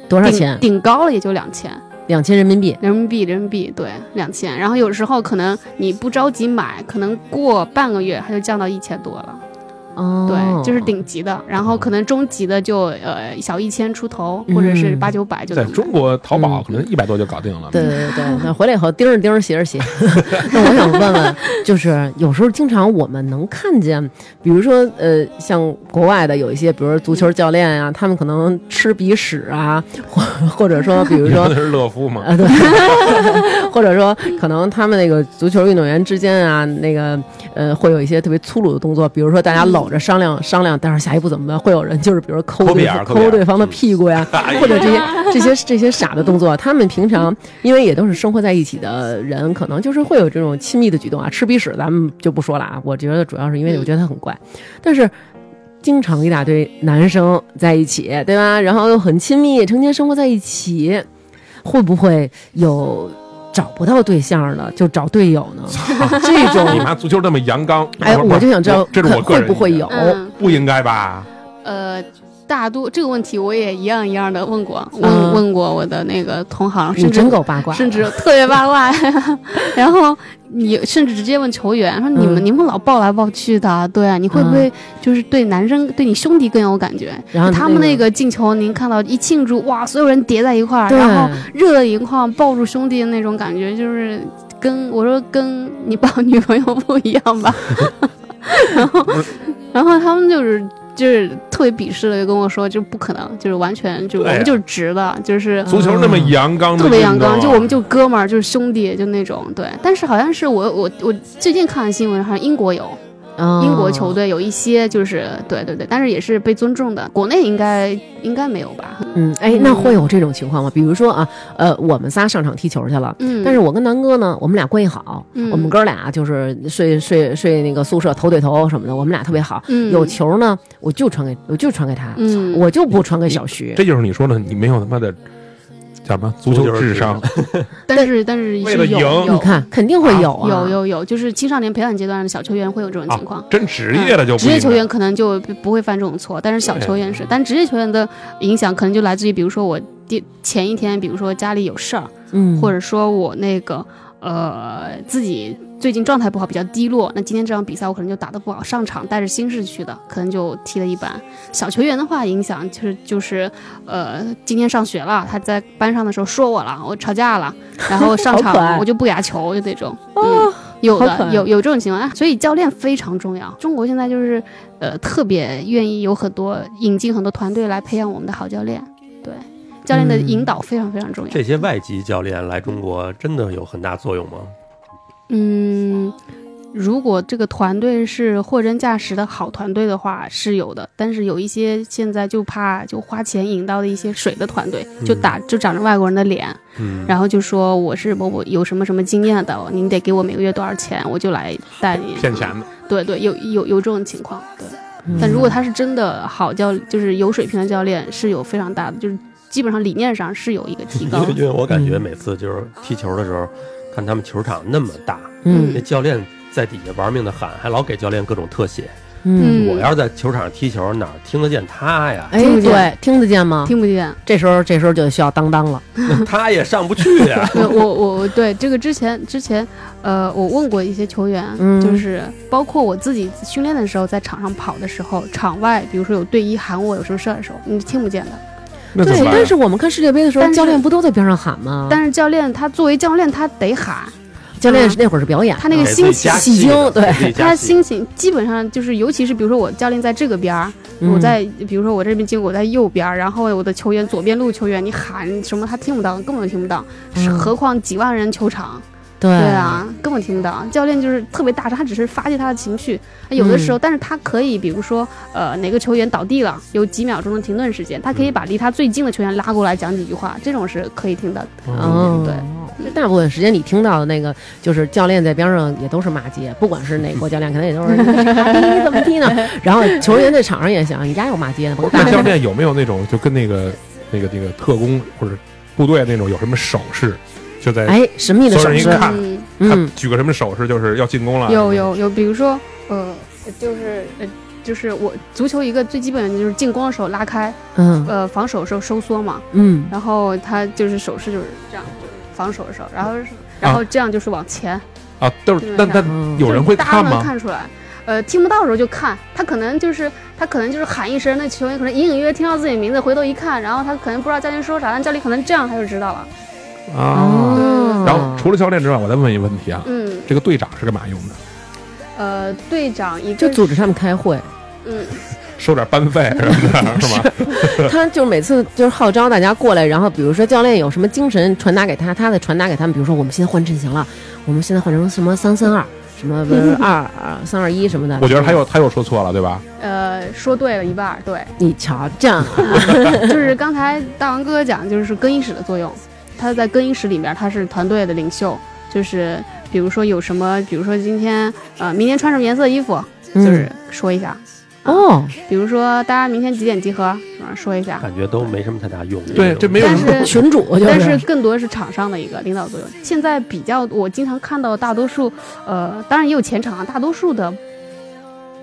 [SPEAKER 2] 多少
[SPEAKER 1] 顶
[SPEAKER 2] 钱？
[SPEAKER 1] 顶高了也就两千
[SPEAKER 2] 两千人民币。
[SPEAKER 1] 人民币，人民币对两千。然后有时候可能你不着急买，可能过半个月它就降到一千多了。
[SPEAKER 2] 哦，
[SPEAKER 1] 对，就是顶级的。然后可能中级的就呃小一千出头，或者是
[SPEAKER 2] 嗯
[SPEAKER 1] 八九百就
[SPEAKER 3] 在
[SPEAKER 1] 能买
[SPEAKER 3] 中国淘宝
[SPEAKER 2] 嗯
[SPEAKER 3] 可能一百多就搞定了。
[SPEAKER 2] 对对对，那回来以后盯着盯着鞋着鞋。那我想问问，就是有时候经常我们能看见，比如说呃，像国外的有一些，比如说足球教练啊，他们可能吃鼻屎啊，或或者说比如
[SPEAKER 3] 你说
[SPEAKER 2] 说
[SPEAKER 3] 的是乐夫吗？
[SPEAKER 2] 啊，对，或者说可能他们那个足球运动员之间啊，那个呃，会有一些特别粗鲁的动作，比如说大
[SPEAKER 3] 嗯
[SPEAKER 2] 家搂着商量商量，待会儿下一步怎么办？会有人就是比如抠
[SPEAKER 3] 抠
[SPEAKER 2] 对
[SPEAKER 3] 鼻眼儿抠鼻
[SPEAKER 2] 抠
[SPEAKER 3] 眼儿嗯哎
[SPEAKER 2] 对方的屁股 呀， 或者这些这些这些傻的动作，他们平常因为也都是生活在一起的人，可能就是会有这种亲密的举动啊，吃鼻屎咱们就不说了啊，我觉得主要是因为
[SPEAKER 3] 嗯
[SPEAKER 2] 我觉得他很怪，但是。经常一大堆男生在一起，对吧？然后又很亲密，成天生活在一起，会不会有找不到对象了就找队友呢？ 这
[SPEAKER 3] 你
[SPEAKER 2] 种，
[SPEAKER 3] 妈足球那么阳刚，
[SPEAKER 2] 哎，
[SPEAKER 3] 不是
[SPEAKER 2] 我就想知道，
[SPEAKER 3] 这是我个
[SPEAKER 2] 会
[SPEAKER 3] 人
[SPEAKER 2] 不会
[SPEAKER 3] 意见
[SPEAKER 2] 有？
[SPEAKER 1] 嗯
[SPEAKER 3] 不应该吧？
[SPEAKER 1] 呃，大多这个问题我也一样一样的问过，问、
[SPEAKER 2] 嗯
[SPEAKER 1] 问过我的那个同行，
[SPEAKER 2] 你
[SPEAKER 1] 甚至
[SPEAKER 2] 真够八卦的，
[SPEAKER 1] 甚至特别八卦， 然后你甚至直接问球员说：“你们、
[SPEAKER 2] 嗯
[SPEAKER 1] 你们老抱来抱去的，对啊，你会不会就是对男生、对你兄弟更有感觉？
[SPEAKER 2] 然后
[SPEAKER 1] 他们那个进球，您看到一庆祝，哇，所有人叠在一块儿，
[SPEAKER 2] 对
[SPEAKER 1] 然后热泪盈眶，抱住兄弟的那种感觉，就是跟我说跟你抱女朋友不一样吧。然后，然后他们就是就是特别鄙视的，就跟我说，就不可能，就是完全就我
[SPEAKER 3] 对啊
[SPEAKER 1] 们就是直的，就是
[SPEAKER 3] 足球那么阳刚
[SPEAKER 1] 特
[SPEAKER 3] 的运动啊，
[SPEAKER 1] 别阳
[SPEAKER 2] 哦
[SPEAKER 1] 刚，就我们就哥们儿，就是兄弟，就那种对。但是好像是我我我最近看的新闻，好像英国有英
[SPEAKER 2] 嗯
[SPEAKER 1] 国
[SPEAKER 2] 哦
[SPEAKER 1] 球，队有一些就是对对对，但是也是被尊重的，国内应该应该没有吧？
[SPEAKER 2] 嗯，哎，那会有这种情况吗？比如说啊，呃，我们仨上场踢球去了。
[SPEAKER 1] 嗯，
[SPEAKER 2] 但是我跟南哥呢，我们俩关系好，
[SPEAKER 1] 嗯
[SPEAKER 2] 我们哥俩就是睡睡睡那个宿舍头对头什么的，我们俩特别好。
[SPEAKER 1] 嗯
[SPEAKER 2] 有球呢，我就传给我就传给他，
[SPEAKER 1] 嗯
[SPEAKER 2] 我就不传给小徐。
[SPEAKER 3] 这就是你说的，你没有他妈的叫什么足球智商，
[SPEAKER 1] 但是但是
[SPEAKER 3] 为
[SPEAKER 1] 是
[SPEAKER 3] 了
[SPEAKER 1] 有
[SPEAKER 3] 赢
[SPEAKER 1] 有
[SPEAKER 2] 你看，肯定会有啊，
[SPEAKER 1] 有
[SPEAKER 2] 啊
[SPEAKER 1] 有有，就是青少年培养阶段的小球员会有这种情况。
[SPEAKER 3] 真职业的就
[SPEAKER 1] 嗯
[SPEAKER 3] 不
[SPEAKER 1] 职业球
[SPEAKER 3] 一
[SPEAKER 1] 员
[SPEAKER 3] 样
[SPEAKER 1] 可能就不会犯这种错，但是小球员是，但职业球员的影响可能就来自于，比如说我第前一天，比如说家里有事儿，
[SPEAKER 2] 嗯，
[SPEAKER 1] 或者说我那个呃自己最近状态不好，比较低落，那今天这场比赛我可能就打得不好，上场带着心事去的，可能就踢得一般。小球员的话，影响就是就是呃，今天上学了，他在班上的时候说我了，我吵架了，然 后上
[SPEAKER 2] 好可爱哦
[SPEAKER 1] 场我就不给他球，就那种。嗯，有
[SPEAKER 2] 好可爱
[SPEAKER 1] 的有有这种情况，所以教练非常重要。中国现在就是呃特别愿意有很多引进很多团队来培养我们的好教练，对教练的
[SPEAKER 2] 嗯
[SPEAKER 1] 引导非常非常重要。
[SPEAKER 4] 这些外籍教练来中国真的有很大作用吗？
[SPEAKER 1] 嗯，如果这个团队是货真价实的好团队的话，是有的。但是有一些现在就怕就花钱引到的一些水的团队，就打就长着外国人的脸，
[SPEAKER 4] 嗯，
[SPEAKER 1] 然后就说我是某某有什么什么经验的，您得给我每个月多少钱，我就来带你。
[SPEAKER 3] 骗钱的，
[SPEAKER 1] 对对，有有有这种情况。对，
[SPEAKER 2] 嗯
[SPEAKER 1] 但如果他是真的好教，就是有水平的教练，是有非常大的，就是基本上理念上是有一个提
[SPEAKER 4] 因
[SPEAKER 1] 高
[SPEAKER 4] 为。因为我感觉
[SPEAKER 2] 嗯
[SPEAKER 4] 每次就是踢球的时候，看他们球场那么大，
[SPEAKER 2] 嗯
[SPEAKER 4] 那教练在底下玩命的喊，还老给教练各种特写。
[SPEAKER 2] 嗯，
[SPEAKER 1] 嗯
[SPEAKER 4] 我要是在球场上踢球，哪儿听得见他呀？
[SPEAKER 2] 哎，
[SPEAKER 1] 听不见
[SPEAKER 2] 对，听得见吗？
[SPEAKER 1] 听不见。
[SPEAKER 2] 这时候这时候就需要当当了，
[SPEAKER 1] 嗯。
[SPEAKER 4] 那他也上不去呀
[SPEAKER 1] 对我我我对这个之前之前，呃，我问过一些球员，
[SPEAKER 2] 嗯
[SPEAKER 1] 就是包括我自己训练的时候，在场上跑的时候，场外比如说有队医喊我有什么事儿的时候，你是听不见的。
[SPEAKER 3] 那怎
[SPEAKER 2] 对
[SPEAKER 3] 么，办
[SPEAKER 2] 但
[SPEAKER 3] 啊？
[SPEAKER 2] 是我们看世界杯的时候，
[SPEAKER 1] 但是
[SPEAKER 2] 教练不都在边上喊吗？
[SPEAKER 1] 但是教练他作为教练，他得喊，
[SPEAKER 2] 教练是那会儿是表演，
[SPEAKER 1] 他 那个
[SPEAKER 4] 给自
[SPEAKER 1] 心
[SPEAKER 4] 己
[SPEAKER 1] 情
[SPEAKER 4] 加
[SPEAKER 2] 戏
[SPEAKER 4] 戏的
[SPEAKER 2] 精对
[SPEAKER 4] 给自己加
[SPEAKER 1] 他
[SPEAKER 4] 戏
[SPEAKER 1] 心情基本上就是，尤其是比如说我教练在这个边儿，
[SPEAKER 2] 嗯
[SPEAKER 1] 我在比如说我这边经过，我在右边儿，然后我的球员左边路球员，你喊什么他听不到，根本听不到，
[SPEAKER 2] 嗯
[SPEAKER 1] 何况几万人球场。
[SPEAKER 2] 对
[SPEAKER 1] 对，啊，根本听不到。教练就是特别大声，他只是发泄他的情绪。有的时候，但是他可以，比如说，呃，哪个球员倒地了，有几秒钟的停顿时间，他可以把离他最近的球员拉过来讲几句话，这种是可以听到的。
[SPEAKER 2] 嗯，
[SPEAKER 1] 对。
[SPEAKER 2] 这大部分时间你听到的那个，就是教练在边上也都是骂街，不管是哪国教练，可能也 都是傻逼怎么踢呢？ 然后球员在场上也想，你家有骂街的，甭打
[SPEAKER 3] 嗯那教练有没有那种就跟那个那个那个特工或者部队那种有什么手势，就在
[SPEAKER 2] 哎，神秘的手
[SPEAKER 3] 所有人一
[SPEAKER 2] 势，
[SPEAKER 3] 看
[SPEAKER 1] 嗯，
[SPEAKER 2] 嗯
[SPEAKER 3] 他举个什么手势，就是要进攻了？
[SPEAKER 1] 有有有，比如说，呃，就是呃。就是我足球一个最基本的就是进攻的时候拉开，
[SPEAKER 2] 嗯
[SPEAKER 1] 呃，防守的时候收缩嘛，
[SPEAKER 2] 嗯，
[SPEAKER 1] 然后他就是手势就是这样，就是防守的时候，然后是然后这样就是往前，
[SPEAKER 3] 啊，都是但但
[SPEAKER 2] 嗯
[SPEAKER 3] 有人会
[SPEAKER 1] 大家
[SPEAKER 3] 看
[SPEAKER 1] 能
[SPEAKER 3] 吗？
[SPEAKER 1] 看出来，呃，听不到的时候就看，他可能就是他可能就是喊一声，那球员可能隐隐约约听到自己名字，回头一看，然后他可能不知道教练说啥，但教练可能这样他就知道了。
[SPEAKER 3] 啊。
[SPEAKER 2] 哦
[SPEAKER 3] 然后除了教练之外，我再问一个问题啊，
[SPEAKER 1] 嗯，
[SPEAKER 3] 这个队长是干嘛用的？
[SPEAKER 1] 呃，队长一
[SPEAKER 2] 就
[SPEAKER 1] 个
[SPEAKER 2] 组织他们开会，
[SPEAKER 1] 嗯，
[SPEAKER 3] 收点班费什么的，是吧？
[SPEAKER 2] 他就是每次就是号召大家过来，然后比如说教练有什么精神传达给他，他再传达给他们。比如说我们现在换阵型了，我们现在换成什么三三 二，什么不是二二三二一什么的。
[SPEAKER 3] 我觉得他又他又说错了，对吧？
[SPEAKER 1] 呃，说对了一半儿，对，
[SPEAKER 2] 你瞧这样啊，
[SPEAKER 1] 就是刚才大王哥哥讲，就是更衣室的作用，他在更衣室里面他是团队的领袖，就是比如说有什么，比如说今天呃，明天穿什么颜色的衣服，
[SPEAKER 2] 嗯
[SPEAKER 1] 就是说一下，
[SPEAKER 2] 哦，
[SPEAKER 1] 比如说大家明天几点集合，什么说一下，
[SPEAKER 4] 感觉都没什么太大用。
[SPEAKER 3] 对，这没有
[SPEAKER 1] 但
[SPEAKER 3] 什么。
[SPEAKER 1] 是
[SPEAKER 2] 群主就
[SPEAKER 1] 但是更多是场上的一个领导作用。现在比较我经常看到大多数，呃，当然也有前场啊，大多数的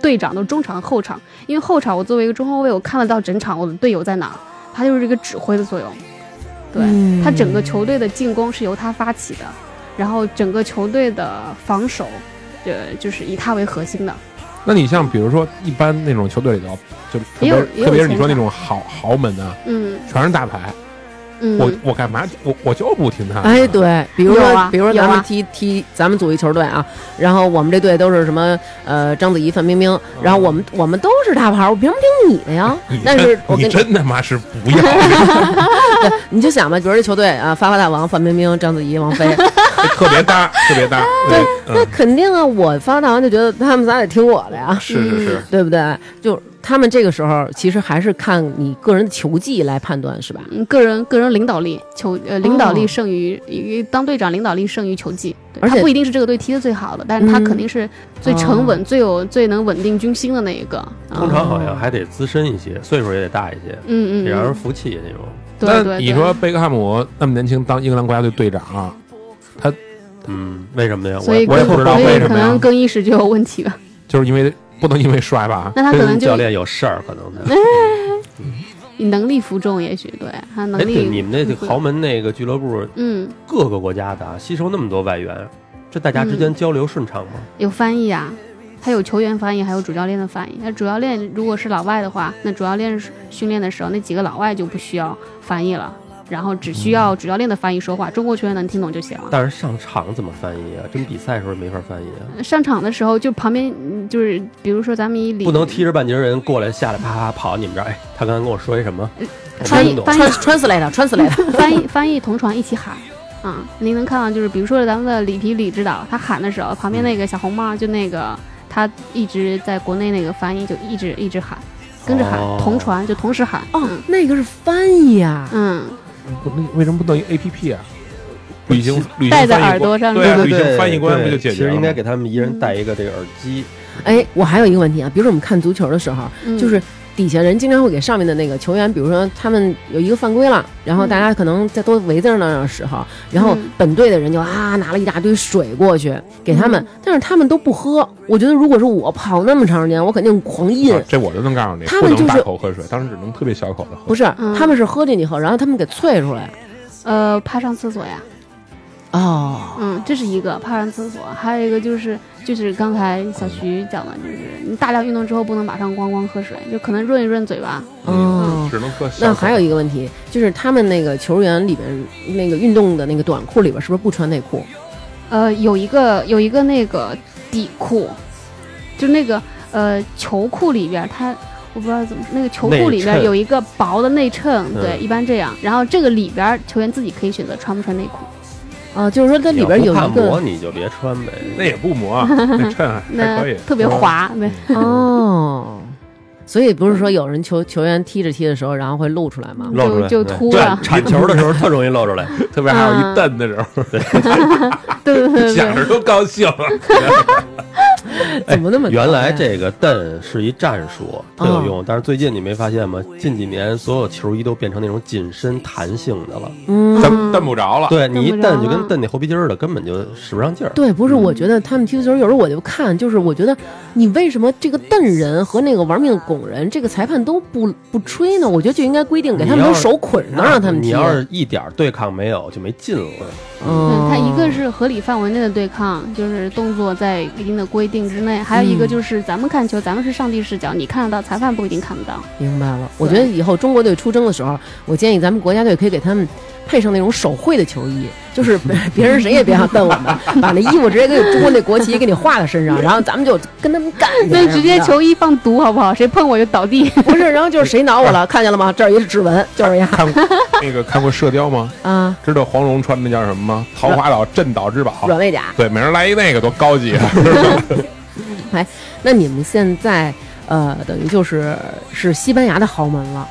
[SPEAKER 1] 队长都是中场、后场，因为后场我作为一个中后卫，我看得到整场我的队友在哪，他就是这个指挥的作用。对、
[SPEAKER 2] 嗯
[SPEAKER 1] 他整个球队的进攻是由他发起的，然后整个球队的防守，呃，就是以他为核心的。
[SPEAKER 3] 那你像比如说一般那种球队里头，就特
[SPEAKER 1] 也
[SPEAKER 3] 别
[SPEAKER 1] 有也有
[SPEAKER 3] 特别是你
[SPEAKER 1] 前场
[SPEAKER 3] 说那种豪豪门啊，
[SPEAKER 1] 嗯
[SPEAKER 3] 全是大牌，
[SPEAKER 1] 嗯，
[SPEAKER 3] 我我干嘛我我就不听他的。
[SPEAKER 2] 哎，对，比如
[SPEAKER 1] 有
[SPEAKER 2] 说，
[SPEAKER 1] 啊
[SPEAKER 2] 比如说
[SPEAKER 1] 有
[SPEAKER 2] 咱们
[SPEAKER 1] 啊
[SPEAKER 2] 踢踢，咱们组一球队啊，然后我们这队都是什么呃章子怡、范冰冰，然后我们我们都是大牌儿，我凭什么听 你的呀
[SPEAKER 3] 你？
[SPEAKER 2] 但是
[SPEAKER 3] 真
[SPEAKER 2] 我跟
[SPEAKER 3] 你
[SPEAKER 2] 你
[SPEAKER 3] 真他妈是 不要，
[SPEAKER 2] 你就想吧，比如这球队啊，发发大王、范冰冰、章子怡、王菲，
[SPEAKER 3] 特别搭，特别搭。对，
[SPEAKER 2] 那
[SPEAKER 3] 嗯，
[SPEAKER 2] 肯定啊，我发发大王就觉得他们仨得听我的呀，
[SPEAKER 3] 是是是，
[SPEAKER 2] 对不对？就他们这个时候其实还是看你个人的球技来判断，是吧？
[SPEAKER 1] 嗯个人个人领导力，球呃领导
[SPEAKER 2] 哦
[SPEAKER 1] 力胜于、一当队长，领导力胜于球技。对
[SPEAKER 2] 而且
[SPEAKER 1] 他不一定是这个队踢的最好的，但是他
[SPEAKER 2] 嗯
[SPEAKER 1] 肯定是最沉稳、最有最能稳定军心的那一个。啊
[SPEAKER 4] 通
[SPEAKER 2] 嗯
[SPEAKER 4] 常好像还得资深一些，岁数也得大一些，
[SPEAKER 1] 嗯嗯，
[SPEAKER 4] 得让人
[SPEAKER 1] 嗯
[SPEAKER 4] 服气那种。
[SPEAKER 1] 对对
[SPEAKER 3] 但
[SPEAKER 1] 对，
[SPEAKER 3] 你说贝克汉姆那么年轻当英格兰国家队队长啊，
[SPEAKER 4] 嗯，为什么呀？我
[SPEAKER 1] 所以
[SPEAKER 4] 也我也
[SPEAKER 1] 更
[SPEAKER 4] 不知道
[SPEAKER 1] 所
[SPEAKER 3] 为
[SPEAKER 1] 以
[SPEAKER 3] 什么
[SPEAKER 1] 可
[SPEAKER 3] 呀
[SPEAKER 1] 能更衣室就有问题了。
[SPEAKER 3] 就是因为不能因为帅吧？
[SPEAKER 1] 那他可能
[SPEAKER 4] 跟
[SPEAKER 1] 就
[SPEAKER 4] 教练有事儿，可能的。哎
[SPEAKER 1] 以能力服众，也许对他能
[SPEAKER 4] 哎，
[SPEAKER 1] 力。
[SPEAKER 4] 对，你们那豪门那个俱乐部，
[SPEAKER 1] 嗯
[SPEAKER 4] 各个国家的啊，吸收那么多外援，这大家之间交流顺畅吗？
[SPEAKER 1] 有翻译啊，他有球员翻译，还有主教练的翻译。那主教练如果是老外的话，那主教练训练的时候，那几个老外就不需要翻译了。然后只需
[SPEAKER 4] 嗯
[SPEAKER 1] 要主教练的翻译说话，中国球员能听懂就行了。
[SPEAKER 4] 但是上场怎么翻译啊？真比赛时候没法翻译啊，
[SPEAKER 1] 上场的时候，就旁边嗯就是，比如说咱们以李
[SPEAKER 4] 不能踢着半截人过来下来啪啪跑你们这儿。哎，他刚才跟我说一什么？我
[SPEAKER 1] 翻
[SPEAKER 4] 听
[SPEAKER 1] 译
[SPEAKER 4] 不懂
[SPEAKER 1] 翻译
[SPEAKER 2] 穿穿死来的，穿死来 的，
[SPEAKER 1] 翻译翻译同床一起喊啊，您能看到就是，比如说咱们的里皮里指导，他喊的时候，旁边那个小红帽就那个他一直在国内那个翻译就一直一直喊，跟着喊、
[SPEAKER 4] 哦
[SPEAKER 1] 同传就同时喊，
[SPEAKER 2] 哦，那个是翻译啊，
[SPEAKER 1] 嗯，
[SPEAKER 3] 不那为什么不能 A P P 啊？旅行旅行
[SPEAKER 1] 戴在
[SPEAKER 3] 翻译
[SPEAKER 1] 耳朵上
[SPEAKER 3] 官对啊，
[SPEAKER 1] 对
[SPEAKER 3] 旅行翻译官不就解
[SPEAKER 4] 其
[SPEAKER 3] 决
[SPEAKER 4] 实
[SPEAKER 3] 了？
[SPEAKER 4] 应该给他们一人带一个这个耳机，
[SPEAKER 2] 哎，我还有一个问题啊，比如说我们看足球的时候，
[SPEAKER 1] 嗯
[SPEAKER 2] 就是底下人经常会给上面的那个球员，比如说他们有一个犯规了，然后大家可能在都围在那儿的时候，然后
[SPEAKER 1] 嗯
[SPEAKER 2] 本队的人就啊拿了一大堆水过去给他们，但是他们都不喝。我觉得如果是我跑那么长时间，我肯定狂
[SPEAKER 1] 嗯
[SPEAKER 2] 饮。
[SPEAKER 3] 啊这我就能告诉你，
[SPEAKER 2] 他
[SPEAKER 3] 不
[SPEAKER 2] 们就
[SPEAKER 3] 能
[SPEAKER 2] 是
[SPEAKER 3] 大口喝水，当时只能特别小口的喝。
[SPEAKER 2] 不是，
[SPEAKER 1] 嗯
[SPEAKER 2] 他们是喝进去以后，然后他们给啐出来。
[SPEAKER 1] 呃，怕上厕所呀，
[SPEAKER 2] 哦，
[SPEAKER 1] 嗯，这是一个怕上厕所，还有一个就是就是刚才小徐讲的，就是你大量运动之后不能马上咣咣喝水，就可能润一润嘴巴，
[SPEAKER 2] 哦
[SPEAKER 4] 嗯
[SPEAKER 3] 只能喝小口。
[SPEAKER 2] 那还有一个问题，就是他们那个球员里边那个运动的那个短裤里边是不是不穿内裤？
[SPEAKER 1] 呃，有一个有一个那个底裤，就那个呃球裤里边儿，它我不知道怎么那个球
[SPEAKER 4] 内
[SPEAKER 1] 裤里边儿
[SPEAKER 4] 衬
[SPEAKER 1] 有一个薄的内衬，
[SPEAKER 4] 嗯
[SPEAKER 1] 对，一般这样。然后这个里边儿球员自己可以选择穿不穿内裤，
[SPEAKER 2] 啊，就是说它里边
[SPEAKER 4] 你
[SPEAKER 2] 有
[SPEAKER 4] 要不怕
[SPEAKER 2] 一个
[SPEAKER 4] 磨你就别穿呗。
[SPEAKER 3] 那也 不磨，那衬还
[SPEAKER 1] 那
[SPEAKER 3] 可以。嗯
[SPEAKER 1] 特别滑，对，
[SPEAKER 2] 哦， 所以不是说有人球球员踢着踢的时候，然后会露出来吗？
[SPEAKER 4] 露出来
[SPEAKER 1] 就就
[SPEAKER 4] 对
[SPEAKER 1] 秃
[SPEAKER 4] 对
[SPEAKER 1] 了，
[SPEAKER 4] 铲球的时候特容易露出来。
[SPEAKER 3] 特别还有一
[SPEAKER 1] 嗯
[SPEAKER 3] 蹬的时候，
[SPEAKER 1] 对对对对
[SPEAKER 3] 想
[SPEAKER 1] 对，
[SPEAKER 3] 着都高兴。
[SPEAKER 2] 嗯怎么那哦么
[SPEAKER 4] 哎原来这个蹬是一战术，特有用。但是最近你没发现吗？近几年所有球衣都变成那种紧身弹性的了。
[SPEAKER 2] 嗯，
[SPEAKER 3] 咱们蹬不着了。
[SPEAKER 4] 对你一
[SPEAKER 1] 蹬不着
[SPEAKER 4] 蹬就跟
[SPEAKER 1] 了
[SPEAKER 4] 蹬那猴皮筋儿的，根本就使不上劲儿。
[SPEAKER 2] 对，不是，我觉得他们踢足球有时候我就看，就是我觉得你为什么这个瞪人和那个玩命拱人，这个裁判都不不吹呢？我觉得就应该规定给他们
[SPEAKER 4] 你要
[SPEAKER 2] 都
[SPEAKER 4] 是
[SPEAKER 2] 手捆上，让他们
[SPEAKER 4] 你
[SPEAKER 2] 踢。
[SPEAKER 4] 要是一点儿对抗没有，就没劲了。
[SPEAKER 2] 嗯
[SPEAKER 1] 嗯，它一个是合理范围内的对抗，就是动作在一定的规定之内；还有一个
[SPEAKER 2] 嗯
[SPEAKER 1] 就是咱们看球，咱们是上帝视角，你看得到，裁判不一定看不到。
[SPEAKER 2] 明白了，我觉得以后中国队出征的时候，我建议咱们国家队可以给他们配上那种手绘的球衣，就是 别别人谁也别想瞪我 们，把那衣服直接给中国那国旗给你画在身上，然后咱们就跟他们干去。
[SPEAKER 1] 那直接
[SPEAKER 2] 是不是
[SPEAKER 1] 球衣放毒好不好？谁碰我就倒地。
[SPEAKER 2] 不是，然后就是谁挠我了，看见了吗？这儿一是指纹，就是呀
[SPEAKER 3] 看过那个看过《射雕》吗？
[SPEAKER 2] 啊，
[SPEAKER 3] 知道黄蓉穿的叫什么吗？桃花岛镇岛之宝。
[SPEAKER 2] 软猬甲。
[SPEAKER 3] 对，每人来一那个多高级啊！
[SPEAKER 2] 那你们现在呃，等于就是是西班牙的豪门了，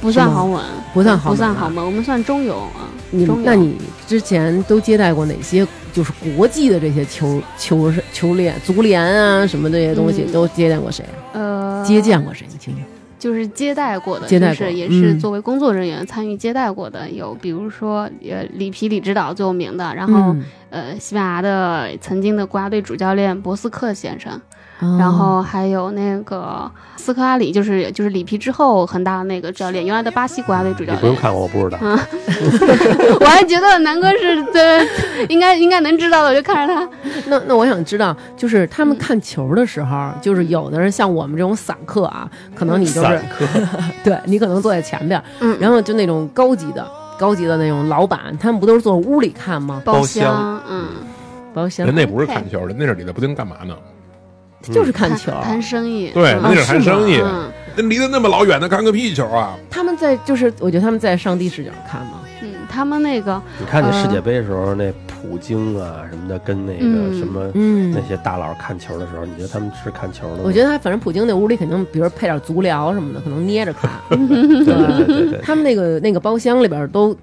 [SPEAKER 1] 不
[SPEAKER 2] 是
[SPEAKER 1] 算
[SPEAKER 2] 吗
[SPEAKER 1] 豪门，
[SPEAKER 2] 不算豪
[SPEAKER 1] 不
[SPEAKER 2] 门啊
[SPEAKER 1] 算豪门，我们算中游啊。
[SPEAKER 2] 你
[SPEAKER 1] 中游
[SPEAKER 2] 那你之前都接待过哪些？就是国际的这些球球球联、足联啊什么这些东西，
[SPEAKER 1] 嗯
[SPEAKER 2] 都接待过谁啊？
[SPEAKER 1] 呃，
[SPEAKER 2] 接见过谁？你听听。
[SPEAKER 1] 就是接待过的，
[SPEAKER 2] 接待过
[SPEAKER 1] 就是也是
[SPEAKER 2] 嗯
[SPEAKER 1] 作为工作人员参与接待过的，有比如说呃里皮里指导最有名的，然后、
[SPEAKER 2] 嗯
[SPEAKER 1] 呃西班牙的曾经的国家队主教练博斯克先生，
[SPEAKER 2] 哦
[SPEAKER 1] 然后还有那个斯科阿里，就是就是里皮之后很大的那个主教练，原来的巴西国家队主教
[SPEAKER 4] 你不
[SPEAKER 1] 练
[SPEAKER 4] 用。看我，我不知道。
[SPEAKER 2] 嗯
[SPEAKER 1] 我还觉得南哥是对，应该应该能知道的，我就看着他。
[SPEAKER 2] 那那我想知道，就是他
[SPEAKER 1] 嗯
[SPEAKER 2] 们看球的时候，就是有的人像我们这种散客啊，可能你 就是
[SPEAKER 4] 散客，
[SPEAKER 2] 对你可能坐在前边儿，
[SPEAKER 1] 嗯
[SPEAKER 2] 然后就那种高级的。高级的那种老板，他们不都是坐屋里看吗？
[SPEAKER 1] 包
[SPEAKER 4] 包厢
[SPEAKER 1] 嗯，
[SPEAKER 2] 包厢
[SPEAKER 3] 人那不是看球，人那是里头不定干嘛呢。
[SPEAKER 2] 就是
[SPEAKER 3] 嗯
[SPEAKER 2] 看球，
[SPEAKER 1] 谈谈生意。
[SPEAKER 3] 对，
[SPEAKER 1] 嗯
[SPEAKER 2] 啊
[SPEAKER 3] 那是谈生意，
[SPEAKER 1] 嗯
[SPEAKER 3] 那离得那么老远，那看个屁球啊！
[SPEAKER 2] 他们在就是，我觉得他们在上帝视角看嘛。
[SPEAKER 1] 嗯，他们那个
[SPEAKER 4] 你看那世界杯的时候，那普京啊什么的，跟那个
[SPEAKER 1] 嗯
[SPEAKER 4] 什么
[SPEAKER 2] 嗯
[SPEAKER 4] 那些大佬看球的时候，你觉得他们是看球的吗？
[SPEAKER 2] 我觉得他反正普京那屋里肯定，比如配点足疗什么的，可能捏着看。
[SPEAKER 4] 对对对对对，
[SPEAKER 2] 他们那个那个包厢里边都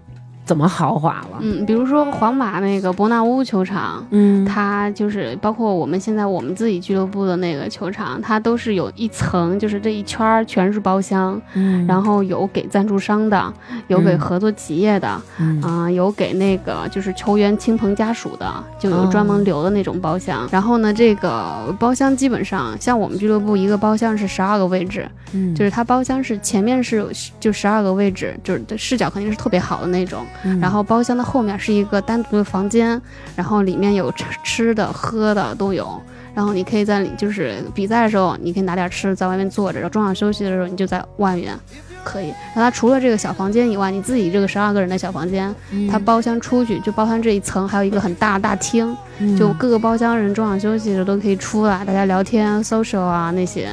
[SPEAKER 2] 怎么豪华了？
[SPEAKER 1] 嗯，比如说皇马那个伯纳乌球场，
[SPEAKER 2] 嗯
[SPEAKER 1] 它就是包括我们现在我们自己俱乐部的那个球场，它都是有一层，就是这一圈儿全是包厢，
[SPEAKER 2] 嗯
[SPEAKER 1] 然后有给赞助商的，有给合作企业的，啊、
[SPEAKER 2] 嗯
[SPEAKER 1] 有给那个就是球员亲朋家属的，就有专
[SPEAKER 2] 哦
[SPEAKER 1] 门留的那种包厢。然后呢，这个包厢基本上像我们俱乐部一个包厢是十二个位置，
[SPEAKER 2] 嗯
[SPEAKER 1] 就是它包厢是前面是就十二个位置，就是视角肯定是特别好的那种。
[SPEAKER 2] 嗯
[SPEAKER 1] 然后包厢的后面是一个单独的房间，然后里面有吃吃的、喝的都有。然后你可以在里，就是比赛的时候，你可以拿点吃的在外面坐着，然后中场休息的时候你就在外面，可以。然后它除了这个小房间以外，你自己这个十二个人的小房间，它包厢出去就包厢这一层，还有一个很大的大厅，
[SPEAKER 2] 嗯
[SPEAKER 1] 就各个包厢人中场休息的时候都可以出来，大家聊天、social 啊那些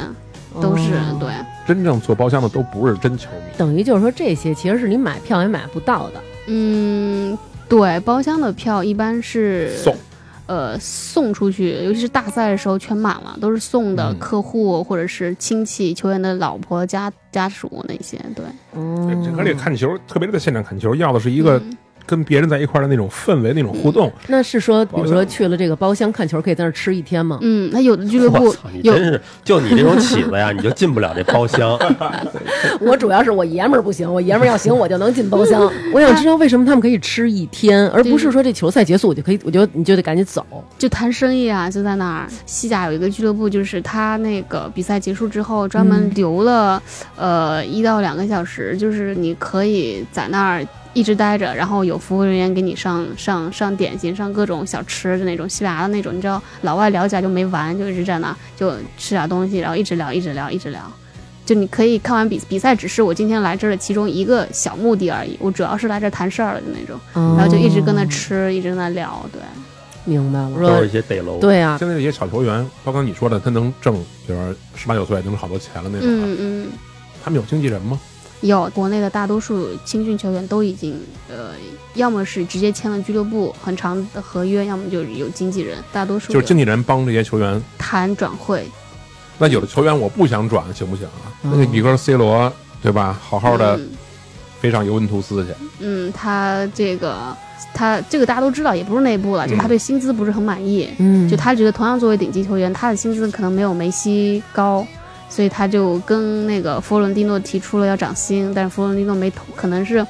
[SPEAKER 1] 都是、
[SPEAKER 2] 哦
[SPEAKER 1] 对。
[SPEAKER 3] 真正坐包厢的都不是真球迷，
[SPEAKER 2] 等于就是说这些其实是你买票也买不到的。
[SPEAKER 1] 嗯，对，包厢的票一般是
[SPEAKER 3] 送，
[SPEAKER 1] 呃，送出去，尤其是大赛的时候全满了，都是送的
[SPEAKER 3] 嗯
[SPEAKER 1] 客户或者是亲戚、球员的老婆、家家属那些。对，
[SPEAKER 3] 整个这个看球，特别是在现场看球，要的是一个
[SPEAKER 1] 哦嗯
[SPEAKER 3] 跟别人在一块儿的那种氛围、那种互动。
[SPEAKER 2] 那是说，比如
[SPEAKER 3] 包
[SPEAKER 2] 说
[SPEAKER 3] 厢
[SPEAKER 2] 去了这个包厢看球，可以在那儿吃一天吗？
[SPEAKER 1] 嗯，那有的俱乐
[SPEAKER 4] 我
[SPEAKER 1] 部
[SPEAKER 4] 操，你
[SPEAKER 1] 有
[SPEAKER 4] 真是就你这种起子呀，你就进不了这 包厢。
[SPEAKER 2] 我主要是我爷们儿不行，我爷们儿要行，我就能进包厢。
[SPEAKER 1] 嗯
[SPEAKER 2] 我想知道为什么他们可以吃一天，而不是说这球赛结束我就可以，我就你就得赶紧走。
[SPEAKER 1] 就谈生意啊，就在那儿。西甲有一个俱乐部，就是他那个比赛结束之后，专门留了、呃一到两个小时，就是你可以在那儿一直待着，然后有服务人员给你上上上点心，上各种小吃的那种西班牙的那种，你知道老外聊起来就没完，就一直在那儿就吃点东西，然后一直聊，一直聊，一直聊。就你可以看完比比赛，只是我今天来这儿的其中一个小目的而已。我主要是来这儿谈事儿的那种，
[SPEAKER 2] 然
[SPEAKER 1] 然后就一直跟他吃，一直跟他聊，对。
[SPEAKER 2] 哦明白了，
[SPEAKER 4] 都是
[SPEAKER 2] 说
[SPEAKER 4] 一些北楼，
[SPEAKER 2] 对啊，
[SPEAKER 3] 现在这些小球员，包括你说的，他能挣，比如说十八九岁能好多钱了那种的，
[SPEAKER 1] 嗯嗯。
[SPEAKER 3] 他们有经纪人吗？
[SPEAKER 1] 有，国内的大多数青训球员都已经，呃，要么是直接签了俱乐部很长的合约，要么就是有经纪人，大多数
[SPEAKER 3] 就是经
[SPEAKER 1] 有
[SPEAKER 3] 纪人帮这些球员。
[SPEAKER 1] 谈转会。
[SPEAKER 3] 那有的球员我不想转，行不行啊？
[SPEAKER 2] 嗯
[SPEAKER 3] 那个比哥 C 罗对吧？好好的
[SPEAKER 1] 哦嗯
[SPEAKER 3] 飞上尤文图斯去，
[SPEAKER 1] 嗯，他这个他这个大家都知道，也不是内部了，就他
[SPEAKER 3] 嗯
[SPEAKER 1] 对薪资不是很满意，
[SPEAKER 2] 嗯，
[SPEAKER 1] 就他觉得同样作为顶级球员，他的薪资可能没有梅西高，所以他就跟那个佛罗伦蒂诺提出了要涨薪，但是佛罗伦蒂诺没同，可能是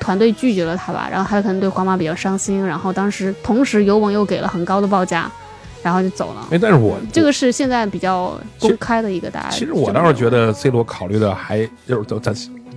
[SPEAKER 1] 团队拒绝了他吧，然后他可能对皇马比较伤心，然后当时同时尤文又给了很高的报价，然后就走了。
[SPEAKER 3] 哎，但是我
[SPEAKER 1] 这个是现在比较公开的一个答案。
[SPEAKER 3] 其实我倒是觉得 C 罗考虑的还就是咱咱，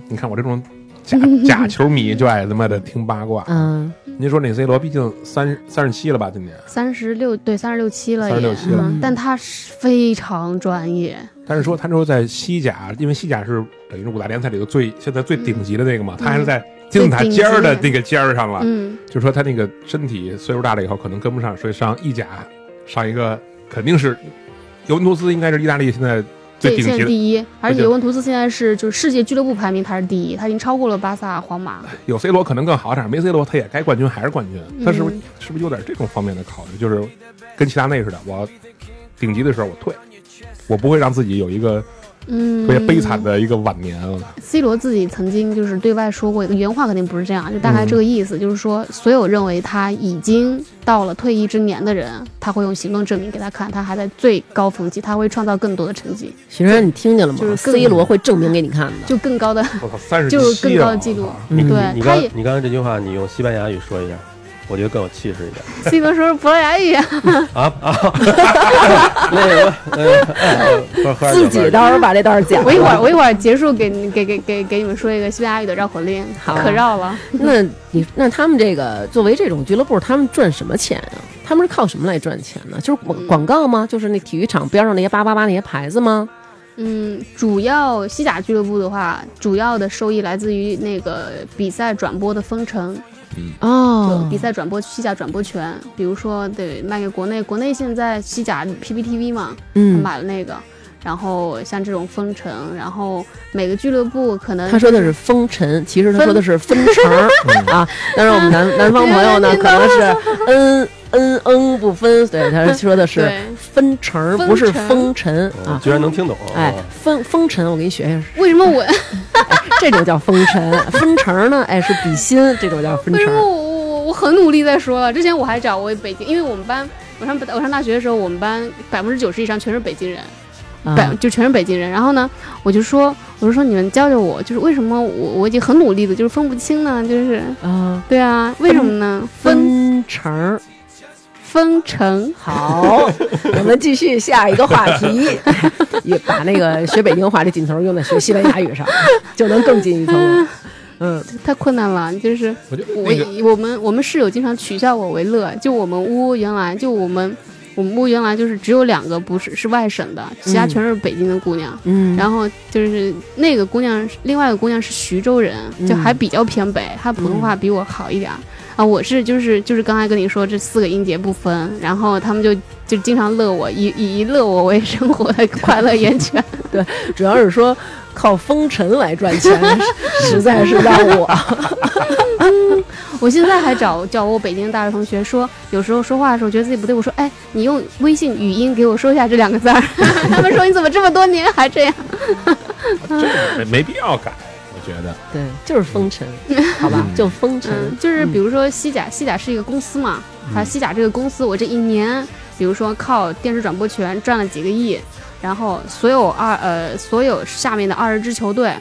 [SPEAKER 3] 你看我这种 假假球迷就爱他妈的听八卦。
[SPEAKER 2] 嗯，
[SPEAKER 3] 您说那 C 罗毕竟三三十七了吧，今年，
[SPEAKER 1] 三十六对三十六七了也，
[SPEAKER 3] 36七了
[SPEAKER 1] 嗯但他是非常专业，
[SPEAKER 3] 但是说他说在西甲，因为西甲是等于是五大联赛里头最现在最顶级的那个嘛，他还是在金字塔尖儿的那个尖儿上了。
[SPEAKER 1] 嗯，
[SPEAKER 3] 就说他那个身体岁数大了以后可能跟不上，所以上意甲上一个肯定是尤文图斯，应该是意大利现在最
[SPEAKER 1] 这
[SPEAKER 3] 顶
[SPEAKER 1] 现在
[SPEAKER 3] 级的。
[SPEAKER 1] 第一，而且
[SPEAKER 3] 就
[SPEAKER 1] 尤文图斯现在是就是世界俱乐部排名他是第一，他已经超过了巴萨、皇马。
[SPEAKER 3] 有 C 罗可能更好点儿，没 C 罗他也该冠军还是冠军。啊
[SPEAKER 1] 嗯
[SPEAKER 3] 他是不是是不是有点这种方面的考虑？就是跟齐达内似的，我顶级的时候我退，我不会让自己有一个
[SPEAKER 1] 嗯，
[SPEAKER 3] 特别悲惨。的一个晚年。啊
[SPEAKER 1] C 罗自己曾经就是对外说过一个原话，肯定不是这样，就大概这个
[SPEAKER 3] 嗯
[SPEAKER 1] 意思，就是说所有认为他已经到了退役之年的人，他会用行动证明给他看，他还在最高峰期，他会创造更多的成绩，
[SPEAKER 2] 许然你听见了吗、
[SPEAKER 1] 就是更
[SPEAKER 2] c 罗会证明给你看的。
[SPEAKER 1] 就更高的。
[SPEAKER 3] 我操，三十啊
[SPEAKER 1] 就是更高的记录
[SPEAKER 4] 你
[SPEAKER 1] 对
[SPEAKER 4] 嗯你
[SPEAKER 1] 他
[SPEAKER 4] 刚
[SPEAKER 1] 也
[SPEAKER 4] 你刚才这句话，你用西班牙语说一下，我觉得更有气势一点。
[SPEAKER 1] 西哥说是葡萄牙语啊，
[SPEAKER 4] 啊啊！ 那个我，嗯哎，喝喝点酒
[SPEAKER 2] 自己
[SPEAKER 4] 吧
[SPEAKER 2] 到时候把这段讲。
[SPEAKER 1] 我一会儿我一会儿结束给你给给给给你们说一个西班牙语的绕口令，
[SPEAKER 2] 好啊
[SPEAKER 1] 可绕了。
[SPEAKER 2] 那你那他们这个作为这种俱乐部，他们赚什么钱啊？他们是靠什么来赚钱呢？就是
[SPEAKER 1] 嗯
[SPEAKER 2] 广广告吗？就是那体育场边上那些八八八那些牌子吗？
[SPEAKER 1] 嗯，主要西甲俱乐部的话，主要的收益来自于那个比赛转播的分成，
[SPEAKER 2] 哦
[SPEAKER 1] 就，比赛转播西甲转播权，比如说得卖给国内，国内现在西甲 PPTV 嘛，
[SPEAKER 2] 嗯，
[SPEAKER 1] 买了那个，然后像这种分成，然后每个俱乐部可能
[SPEAKER 2] 他说的是风尘，其实他说的是分成儿啊。当然，我们 南南方朋友呢，可能是嗯嗯嗯不分，对，他说的是
[SPEAKER 1] 对
[SPEAKER 2] 分成儿，
[SPEAKER 1] 分
[SPEAKER 2] 不是
[SPEAKER 1] 成
[SPEAKER 2] 风尘
[SPEAKER 4] 我
[SPEAKER 2] 啊。
[SPEAKER 4] 居然能听懂。
[SPEAKER 2] 哎，风风尘，我给你学学，
[SPEAKER 1] 为什么我
[SPEAKER 2] 这种叫风尘。分成儿呢，哎，是比心，这种叫分
[SPEAKER 1] 为什
[SPEAKER 2] 成
[SPEAKER 1] 么
[SPEAKER 2] 儿。
[SPEAKER 1] 我我我很努力在说了？之前我还找我北京，因为我们班我上我上大学的时候，我们班百分之九十以上全是北京人，
[SPEAKER 2] 啊
[SPEAKER 1] 北、就全是北京人。然后呢，我就说我就说你们教教我，就是为什么我我已经很努力的，就是分不清呢？就是
[SPEAKER 2] 啊，
[SPEAKER 1] 对啊，为什么呢？分
[SPEAKER 2] 分成儿。
[SPEAKER 1] 分成
[SPEAKER 2] 好，我们继续下一个话题， 也把那个学北京话这劲头用在学西班牙语上，啊就能更进一层了。嗯，
[SPEAKER 1] 太困难了，就是
[SPEAKER 3] 我觉得
[SPEAKER 1] 我
[SPEAKER 3] 那个
[SPEAKER 1] 以我们我们室友经常取笑我为乐，就我们屋原来就我们我们屋原来就是只有两个不是是外省的，其他
[SPEAKER 2] 嗯
[SPEAKER 1] 全是北京的姑娘。
[SPEAKER 2] 嗯，
[SPEAKER 1] 然后就是那个姑娘，另外一个姑娘是徐州人，就还比较偏北，她普通话比我好一点儿、啊。我是就是就是刚才跟你说这四个音节不分，然后他们就就经常乐我，以以以乐我为生活的快乐源泉。
[SPEAKER 2] 主要是说靠风尘来赚钱， 实实在是让我
[SPEAKER 1] 我现在还找找我北京的大学同学说，有时候说话的时候觉得自己不对，我说哎，你用微信语音给我说一下这两个字儿， 他们说你怎么这么多年还这样？
[SPEAKER 3] 这没没必要改，我觉得。
[SPEAKER 2] 对，就是风尘，好吧，就风尘。
[SPEAKER 1] 嗯，就是比如说西甲，西甲是一个公司嘛，它西甲这个公司，我这一年，比如说靠电视转播权赚了几个亿，然后所有二呃所有下面的二十支球队，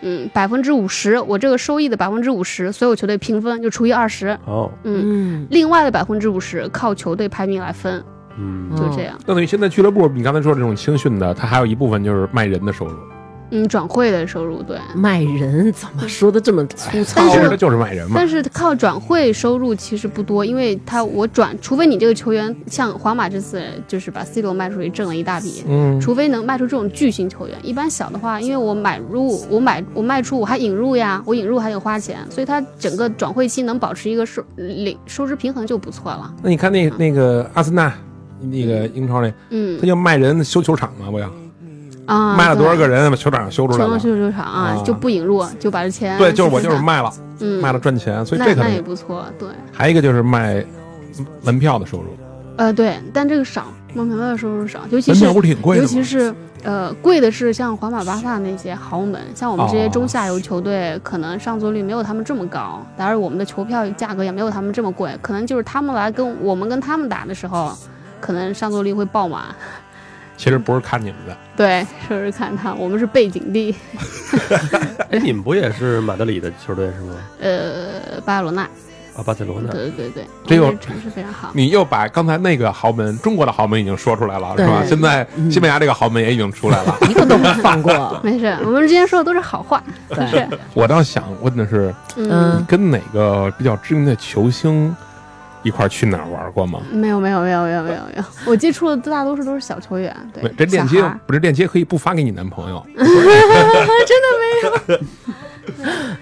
[SPEAKER 1] 嗯，百分之五十，我这个收益的百分之五十，所有球队平分就除以二十，
[SPEAKER 4] 哦，
[SPEAKER 1] 嗯，
[SPEAKER 2] 嗯，
[SPEAKER 1] 另外的百分之五十靠球队排名来分，
[SPEAKER 4] 嗯，
[SPEAKER 1] 就这样，
[SPEAKER 3] 那等于现在俱乐部，你刚才说这种青训的，它还有一部分就是卖人的收入，
[SPEAKER 1] 嗯，转会的收入对。
[SPEAKER 2] 哦卖人怎么说的这么粗糙
[SPEAKER 1] 但
[SPEAKER 3] 其
[SPEAKER 1] 是
[SPEAKER 3] 实它
[SPEAKER 2] 啊？
[SPEAKER 3] 就是卖人嘛
[SPEAKER 1] 但。是靠转会收入其实不多，因为他我转，除非你这个球员像皇马这次就是把 C 罗卖出去挣了一大笔，
[SPEAKER 3] 嗯，
[SPEAKER 1] 除非能卖出这种巨星球员，一般小的话，因为我买入，我买我卖出，我还引入呀，我引入还得花钱，所以它整个转会期能保持一个收零收支平衡就不错了。
[SPEAKER 3] 那你看那那个阿森纳，那个英超那，
[SPEAKER 1] 嗯
[SPEAKER 3] 他就卖人修球场嘛，不要
[SPEAKER 1] 啊，
[SPEAKER 3] 卖了多少个人，把球场修出
[SPEAKER 1] 对？
[SPEAKER 3] 来
[SPEAKER 1] 球
[SPEAKER 3] 了。
[SPEAKER 1] 球球场啊
[SPEAKER 3] 啊，
[SPEAKER 1] 就不引入，就把这钱
[SPEAKER 3] 对，就是我就是
[SPEAKER 1] 卖，
[SPEAKER 3] 卖了，
[SPEAKER 1] 嗯，
[SPEAKER 3] 卖了赚钱，所以
[SPEAKER 1] 那
[SPEAKER 3] 这可
[SPEAKER 1] 那也
[SPEAKER 3] 能
[SPEAKER 1] 不错，对，
[SPEAKER 3] 还一个就是卖门票的收入，
[SPEAKER 1] 呃对，但这个少，蒙特的收入少，尤其
[SPEAKER 3] 门
[SPEAKER 1] 是
[SPEAKER 3] 票不是挺贵的
[SPEAKER 1] 尤
[SPEAKER 3] 吗？
[SPEAKER 1] 其是呃，贵的是像皇马、巴萨那些豪门，像我们这些中下游球队，可能上座率没有他们这么高，当然我们的球票价格也没有他们这么贵，可能就是他们来跟我们跟他们打的时候，可能上座率会爆满。
[SPEAKER 3] 其实不是看你们的，
[SPEAKER 1] 对，说是看他，我们是背景地，
[SPEAKER 4] 哎，你们不也是马德里的球队是吗？
[SPEAKER 1] 呃，巴塞罗那，
[SPEAKER 4] 啊，巴塞罗那。
[SPEAKER 1] 对对对，
[SPEAKER 3] 这
[SPEAKER 1] 我
[SPEAKER 3] 又
[SPEAKER 1] 们城市非常好。
[SPEAKER 3] 你又把刚才那个豪门，中国的豪门已经说出来了，是吧？
[SPEAKER 2] 对
[SPEAKER 3] 现在西班牙这个豪门也已经 出来了。
[SPEAKER 2] 一个都不放过。
[SPEAKER 1] 没事，我们之前说的都是好话，
[SPEAKER 2] 对，
[SPEAKER 3] 我倒想问的是，
[SPEAKER 1] 嗯，
[SPEAKER 2] 嗯，
[SPEAKER 3] 跟哪个比较知名的球星一块儿去哪儿玩过吗？
[SPEAKER 1] 没有没有没有没有没有没有，我接触的大多数都是小球员，对
[SPEAKER 3] 没，这链接
[SPEAKER 1] 小孩儿
[SPEAKER 3] 不是链接可以不发给你男 朋友，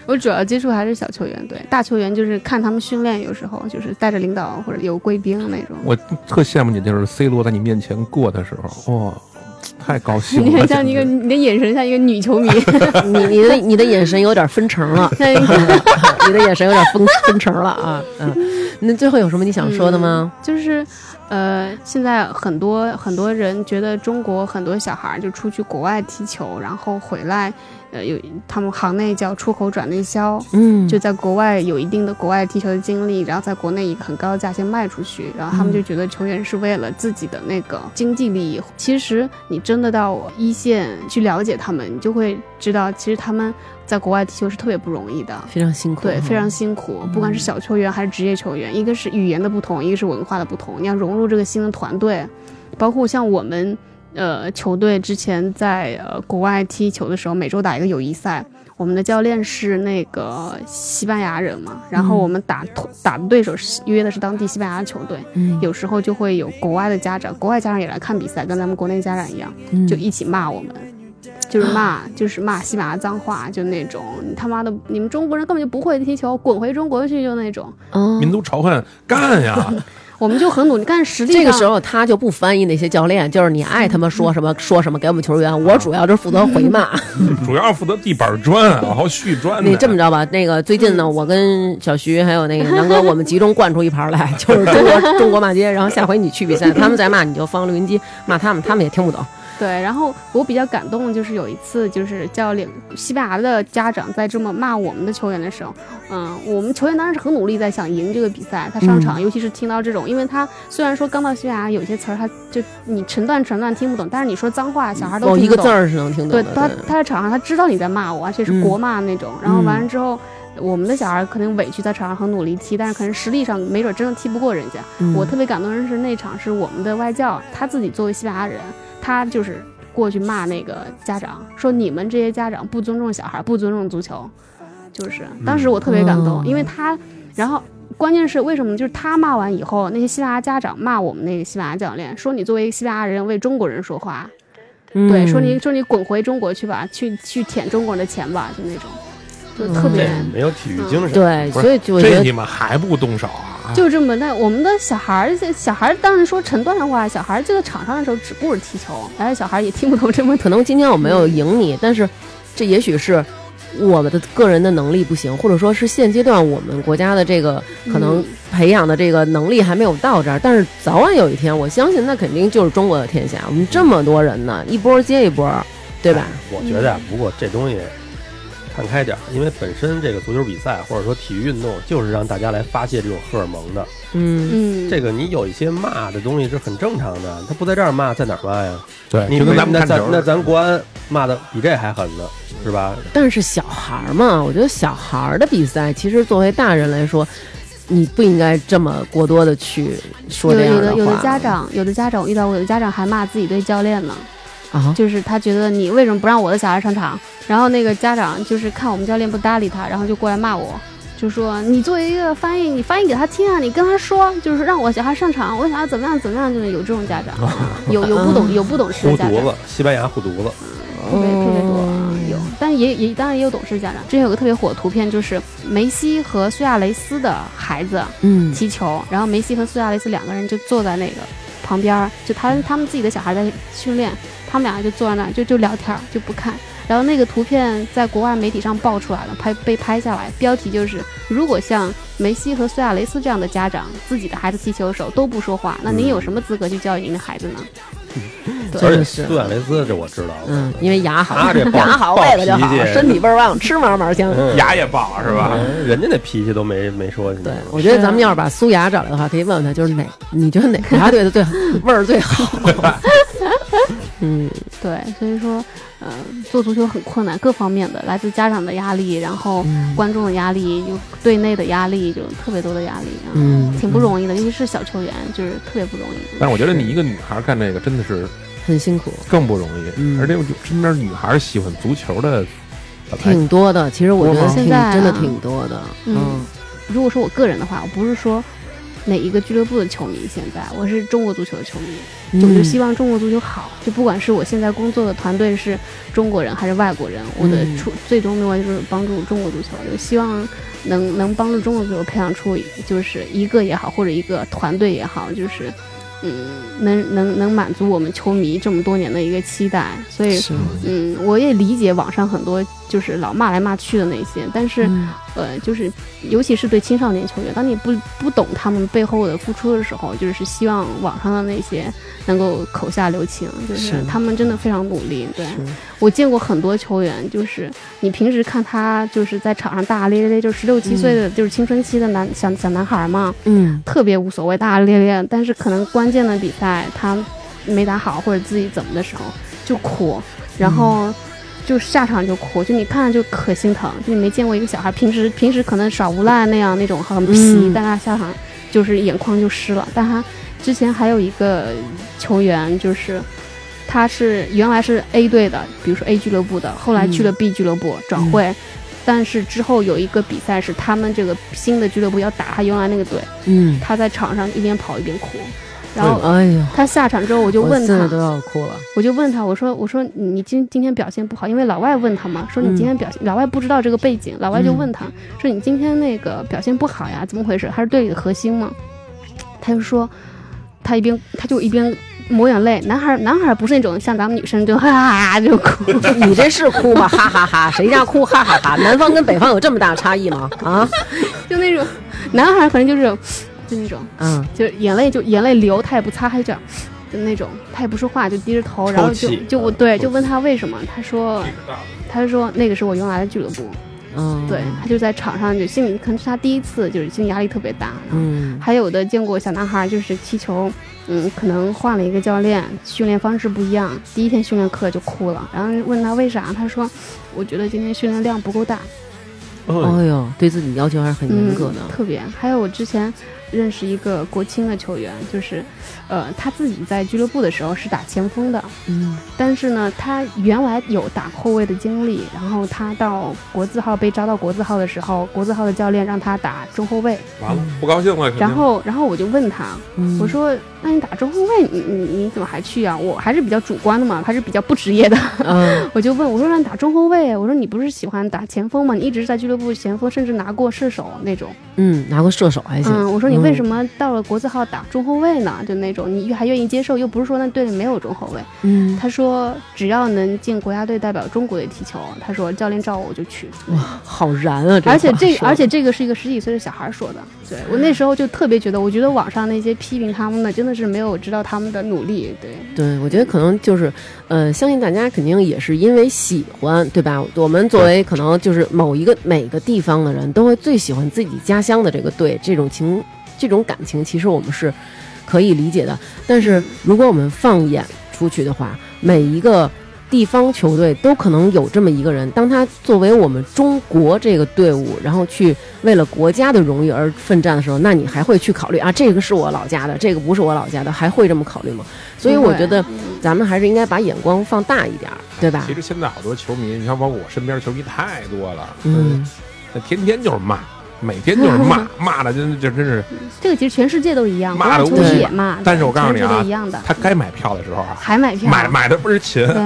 [SPEAKER 1] 我主要接触还是小球员，对大球员就是看他们训练，有时候就是带着领导或者有贵宾那种。
[SPEAKER 3] 我特羡慕你，就是 C 罗在你面前过的时候，哇、太高兴
[SPEAKER 1] 你
[SPEAKER 3] 了！
[SPEAKER 1] 很像一个，
[SPEAKER 3] 简直
[SPEAKER 1] 你的眼神像一个女球迷，
[SPEAKER 2] 你你的你的眼神有点分成了，
[SPEAKER 1] 像一个
[SPEAKER 2] 嗯你的眼神有点分分成了啊。嗯，那最后有什么你想说的吗？
[SPEAKER 1] 就是，呃，现在很多很多人觉得中国很多小孩儿就出去国外踢球，然后回来，呃，有他们行内叫出口转内销，
[SPEAKER 2] 嗯
[SPEAKER 1] 就在国外有一定的国外踢球的经历，然后在国内以很高的价钱卖出去，然后他们就觉得球员是为了自己的那个经济利益。其实你真的到一线去了解他们，你就会知道，其实他们在国外踢球是特别不容易的。
[SPEAKER 2] 非常辛苦，嗯
[SPEAKER 1] 对，
[SPEAKER 2] 哈
[SPEAKER 1] 非常辛苦，不管是小球员还是职业球员，一个是语言的不同，一个是文化的不同。你要融入这个新的团队，包括像我们呃球队之前在呃国外踢球的时候，每周打一个友谊赛，我们的教练是那个西班牙人嘛，然后我们打、打的对手是约的是当地西班牙的球队，
[SPEAKER 2] 嗯
[SPEAKER 1] 有时候就会有国外的家长，国外家长也来看比赛，跟咱们国内家长一样。
[SPEAKER 2] 嗯
[SPEAKER 1] 就一起骂我们，就是 骂，就是骂西班牙脏话，就那种你他妈的，你们中国人根本就不会踢球，滚回中国去，就那种。
[SPEAKER 2] 哦
[SPEAKER 3] 民族仇恨，干 呀！
[SPEAKER 1] 我们就很努力，但是实际上
[SPEAKER 2] 这个时候他就不翻译那些教练，就是你爱他们说什么说什么给我们球员，我主要就是负责回骂。
[SPEAKER 3] 主要负责地板砖，往后续砖呢。
[SPEAKER 2] 你这么着吧，那个最近呢，我跟小徐还有那个南哥，我们集中灌出一盘来，就是 中国中国骂街。然后下回你去比赛，他们再骂你就放录音机骂他们，他们也听不懂。
[SPEAKER 1] 对，然后我比较感动的就是有一次，就是教练西班牙的家长在这么骂我们的球员的时候，嗯，我们球员当然是很努力在想赢这个比赛。他上
[SPEAKER 2] 嗯
[SPEAKER 1] 场，尤其是听到这种，因为他虽然说刚到西班牙，有些词儿他就你成段成段听不懂，但是你说脏话，小孩都
[SPEAKER 2] 某
[SPEAKER 1] 听
[SPEAKER 2] 哦
[SPEAKER 1] 不
[SPEAKER 2] 一个
[SPEAKER 1] 懂
[SPEAKER 2] 字。儿是能听
[SPEAKER 1] 对
[SPEAKER 2] 懂的。
[SPEAKER 1] 他
[SPEAKER 2] 对，嗯
[SPEAKER 1] 他在场上他知道你在骂我，而且是国骂那种。然后完了之后，我们的小孩可能委屈在场上很努力踢，但是可能实力上没准真的踢不过人家。
[SPEAKER 2] 嗯
[SPEAKER 1] 我特别感动的是那场是我们的外教，他自己作为西班牙人，他就是过去骂那个家长，说你们这些家长不尊重小孩，不尊重足球，就是当时我特别感动，
[SPEAKER 2] 嗯
[SPEAKER 1] 因为他，然后。关键是为什么？就是他骂完以后，那些西班牙家长骂我们那个西班牙教练，说你作为一个西班牙人为中国人说话，
[SPEAKER 2] 嗯
[SPEAKER 1] 对，说你说你滚回中国去吧，去去舔中国人的钱吧，就那种，就特
[SPEAKER 4] 这
[SPEAKER 1] 别、
[SPEAKER 2] 嗯
[SPEAKER 4] 没有体育精神。
[SPEAKER 2] 对，
[SPEAKER 3] 不是
[SPEAKER 2] 所以就我觉
[SPEAKER 3] 这
[SPEAKER 2] 得
[SPEAKER 3] 你们还不动手啊？
[SPEAKER 1] 就这么。那我们的小孩儿，这小孩儿当然说成段的话，小孩儿就在场上的时候只顾着踢球，而且小孩儿也听不懂这么
[SPEAKER 2] 可能今天我没有赢你，
[SPEAKER 3] 嗯
[SPEAKER 2] 但是这也许是我们的个人的能力不行，或者说是现阶段我们国家的这个可能
[SPEAKER 1] 嗯
[SPEAKER 2] 培养的这个能力还没有到这儿，但是早晚有一天，我相信那肯定就是中国的天下。我们这么多人呢，一波接一波，对吧？
[SPEAKER 3] 哎
[SPEAKER 4] 我觉得啊，不过这东西看开点儿，因为本身这个足球比赛或者说体育运动就是让大家来发泄这种荷尔蒙的。
[SPEAKER 2] 嗯，
[SPEAKER 1] 嗯，
[SPEAKER 4] 这个你有一些骂的东西是很正常的，他不在这儿骂，在哪儿骂呀？
[SPEAKER 3] 对
[SPEAKER 4] 你
[SPEAKER 3] 哎就跟
[SPEAKER 4] 没
[SPEAKER 3] 咱们
[SPEAKER 4] 那
[SPEAKER 3] 看
[SPEAKER 4] 咱
[SPEAKER 3] 球
[SPEAKER 4] 那咱国安骂的比这还狠呢，是吧？
[SPEAKER 2] 但是小孩儿嘛，我觉得小孩儿的比赛，其实作为大人来说。你不应该这么过多的去说
[SPEAKER 1] 有
[SPEAKER 2] 这
[SPEAKER 1] 的
[SPEAKER 2] 样
[SPEAKER 1] 有的
[SPEAKER 2] 的话。
[SPEAKER 1] 有的家长，有的家长我遇到过，有的家长还骂自己队教练呢，
[SPEAKER 2] 啊，
[SPEAKER 1] 就是他觉得你为什么不让我的小孩上场？然后那个家长就是看我们教练不搭理他，然后就过来骂我，就说你作为一个翻译，你翻译给他听啊，你跟他说，就是让我小孩上场，我想要怎么样怎么样，就是有这种家长，有有不懂有不懂事
[SPEAKER 4] 护
[SPEAKER 1] 的家
[SPEAKER 4] 犊
[SPEAKER 1] 长，
[SPEAKER 4] 子，西班牙护犊子，
[SPEAKER 1] 特别特别多啊，有，但也也当然也有懂事的家长。之前有个特别火的图片，就是梅西和苏亚雷斯的孩子，
[SPEAKER 2] 嗯，
[SPEAKER 1] 踢球，然后梅西和苏亚雷斯两个人就坐在那个旁边儿，就他他们自己的小孩在训练，他们两个就坐在那儿就就聊天儿就不看。然后那个图片在国外媒体上爆出来了，拍被拍下来，标题就是：如果像梅西和苏亚雷斯这样的家长，自己的孩子踢球的时候都不说话，那您有什么资格去教育您的孩子呢？对
[SPEAKER 2] 真
[SPEAKER 4] 而
[SPEAKER 2] 的
[SPEAKER 4] 且
[SPEAKER 2] 是
[SPEAKER 4] 苏亚雷斯这我知道，
[SPEAKER 2] 嗯，因为牙好，
[SPEAKER 4] 他 这暴
[SPEAKER 2] 牙好，
[SPEAKER 4] 暴
[SPEAKER 2] 胃口就好
[SPEAKER 4] 脾气，
[SPEAKER 2] 身体倍儿棒，吃嘛嘛香。
[SPEAKER 4] 嗯
[SPEAKER 3] 牙也爆是吧？
[SPEAKER 4] 嗯人家那脾气都没没说，
[SPEAKER 2] 对，我觉得咱们要是把苏牙找来的话，可以问问他，就是哪你觉得哪国家队的最好 味儿最好？嗯，
[SPEAKER 1] 对，所以说，呃，做足球很困难，各方面的，来自家长的压力，然后
[SPEAKER 2] 嗯
[SPEAKER 1] 观众的压力，就队内的压力，就特别多的压力，啊
[SPEAKER 2] 嗯
[SPEAKER 1] 挺不容易的，尤其是小球员，就是特别不容易。
[SPEAKER 3] 但是我觉得你一个女孩干这个真的是
[SPEAKER 2] 很辛苦，
[SPEAKER 3] 更不容易，
[SPEAKER 2] 嗯
[SPEAKER 3] 而且我就身边女孩喜欢足球的，本来
[SPEAKER 2] 挺多的。其实我觉得
[SPEAKER 3] 多吗
[SPEAKER 2] 挺
[SPEAKER 1] 现在啊
[SPEAKER 2] 真的挺多的。
[SPEAKER 1] 嗯
[SPEAKER 2] 嗯，
[SPEAKER 1] 如果说我个人的话，我不是说哪一个俱乐部的球迷，现在我是中国足球的球迷，就
[SPEAKER 2] 嗯
[SPEAKER 1] 我就希望中国足球好。就不管是我现在工作的团队是中国人还是外国人，我的
[SPEAKER 2] 嗯
[SPEAKER 1] 出最终目标就是帮助中国足球，就希望能能帮助中国足球培养出就是一个也好，或者一个团队也好，就是。嗯，能能能满足我们球迷这么多年的一个期待，所以
[SPEAKER 2] 是
[SPEAKER 1] 嗯，我也理解网上很多就是老骂来骂去的那些，但是、
[SPEAKER 2] 嗯
[SPEAKER 1] 呃，就是尤其是对青少年球员，当你不不懂他们背后的付出的时候，就是希望网上的那些能够口下留情，就是
[SPEAKER 2] 是
[SPEAKER 1] 他们真的非常努力。对
[SPEAKER 2] 是
[SPEAKER 1] 我见过很多球员，就是你平时看他就是在场上大大咧咧，就十六七岁的、就是青春期的男小小男孩嘛，
[SPEAKER 2] 嗯，
[SPEAKER 1] 特别无所谓，大大咧咧，但是可能关键的比赛他没打好或者自己怎么的时候就哭，然
[SPEAKER 2] 嗯
[SPEAKER 1] 后就下场就哭，就你看着就可心疼，就你没见过一个小孩平时平时可能耍无赖那样那种很皮，
[SPEAKER 2] 嗯
[SPEAKER 1] 但他下场就是眼眶就湿了。但他之前还有一个球员就是。他是原来是 A 队的，比如说 A 俱乐部的，后来
[SPEAKER 2] 嗯
[SPEAKER 1] 去了 B 俱乐部转会，但是之后有一个比赛是他们这个新的俱乐部要打他原来那个队，
[SPEAKER 2] 嗯，
[SPEAKER 1] 他在场上一边跑一边哭，然后
[SPEAKER 2] 哎呦，
[SPEAKER 1] 他下场之后，我就
[SPEAKER 2] 我
[SPEAKER 1] 问
[SPEAKER 2] 现在都
[SPEAKER 1] 他，
[SPEAKER 2] 要哭了。
[SPEAKER 1] 我就问他，我说我说你你今今天表现不好，因为老外问他嘛，说你今天表现，老外不知道这个背景，老外就问他、说你今天那个表现不好呀，怎么回事？他是队里的核心嘛，他就说他一边他就一边抹眼泪，男孩男孩不是那种像咱们女生就 哈哈哈就哭，
[SPEAKER 2] 你这是哭吗？哈哈哈！谁家哭哈哈哈？南方跟北方有这么大差异吗？ 啊，
[SPEAKER 1] 就那种男孩可能就是就那种。
[SPEAKER 2] 嗯，
[SPEAKER 1] 就是眼泪就眼泪流，他也不擦，他就这样，就那种，他也不说话，就低着头，然后就
[SPEAKER 4] 抽泣
[SPEAKER 1] 就我
[SPEAKER 4] 嗯
[SPEAKER 1] 对
[SPEAKER 4] 抽
[SPEAKER 1] 就问他为什么，他说他说那个是我原来的俱乐部，
[SPEAKER 2] 嗯，
[SPEAKER 1] 对他就在场上就心里可能是他第一次就是心理压力特别大，然后
[SPEAKER 2] 嗯，
[SPEAKER 1] 还有的见过小男孩就是踢球，嗯，可能换了一个教练，训练方式不一样，第一天训练课就哭了，然后问他为啥，他说我觉得今天训练量不够大，
[SPEAKER 4] 哦
[SPEAKER 2] 哎呦，对自己要求还是很严格的
[SPEAKER 1] 嗯，。特别。还有我之前认识一个国青的球员，就是，呃，他自己在俱乐部的时候是打前锋的，
[SPEAKER 2] 嗯
[SPEAKER 1] 但是呢，他原来有打后卫的经历，然后他到国字号被招到国字号的时候，国字号的教练让他打中后卫，
[SPEAKER 3] 完了不高兴了，肯定
[SPEAKER 1] 然后，然后我就问他，
[SPEAKER 2] 嗯，
[SPEAKER 1] 我说，那你打中后卫，你你你怎么还去啊？我还是比较主观的嘛，还是比较不职业的，
[SPEAKER 2] 嗯，
[SPEAKER 1] 我就问我说让你打中后卫，我说你不是喜欢打前锋吗？你一直在俱乐部前锋，甚至拿过射手那种。
[SPEAKER 2] 嗯，拿过射手还行。
[SPEAKER 1] 嗯，我说你为什
[SPEAKER 2] 么？
[SPEAKER 1] 么到了国字号打中后卫呢？就那种你还愿意接受，又不是说那队里没有中后卫。
[SPEAKER 2] 嗯，
[SPEAKER 1] 他说只要能进国家队代表中国队踢球，他说教练叫我我就去。
[SPEAKER 2] 好燃啊！
[SPEAKER 1] 而且
[SPEAKER 2] 话
[SPEAKER 1] 这
[SPEAKER 2] 说
[SPEAKER 1] 而
[SPEAKER 2] 的
[SPEAKER 1] 且这个是一个十几岁的小孩说的，对我那时候就特别觉得，我觉得网上那些批评他们的真的是没有知道他们的努力，对，
[SPEAKER 2] 对，我觉得可能就是，呃，相信大家肯定也是因为喜欢，对吧？我们作为可能就是某一个每个地方的人都会最喜欢自己家乡的这个队，这种情这种感情，其实我们是可以理解的。但是如果我们放眼出去的话，每一个地方球队都可能有这么一个人，当他作为我们中国这个队伍，然后去为了国家的荣誉而奋战的时候，那你还会去考虑啊，这个是我老家的，这个不是我老家的，还会这么考虑吗？所以我觉得
[SPEAKER 1] 不会
[SPEAKER 2] 咱们还是应该把眼光放大一点儿，对吧
[SPEAKER 3] 其？实现在好多球迷，你看，包括我身边球迷太多了，
[SPEAKER 2] 嗯，
[SPEAKER 3] 那天天就是骂，每天就是 骂，骂的真就真是。
[SPEAKER 1] 这个其实全世界都一样，国
[SPEAKER 3] 骂
[SPEAKER 1] 外
[SPEAKER 3] 得
[SPEAKER 1] 球
[SPEAKER 2] 无
[SPEAKER 1] 迷
[SPEAKER 2] 比
[SPEAKER 1] 也骂，
[SPEAKER 3] 但是
[SPEAKER 1] 对
[SPEAKER 3] 我告诉
[SPEAKER 1] 全
[SPEAKER 3] 你
[SPEAKER 1] 世界
[SPEAKER 3] 啊
[SPEAKER 1] 都一样的，
[SPEAKER 3] 他该买票的时候啊，
[SPEAKER 1] 还买票，
[SPEAKER 3] 买买的倍儿勤。
[SPEAKER 1] 对，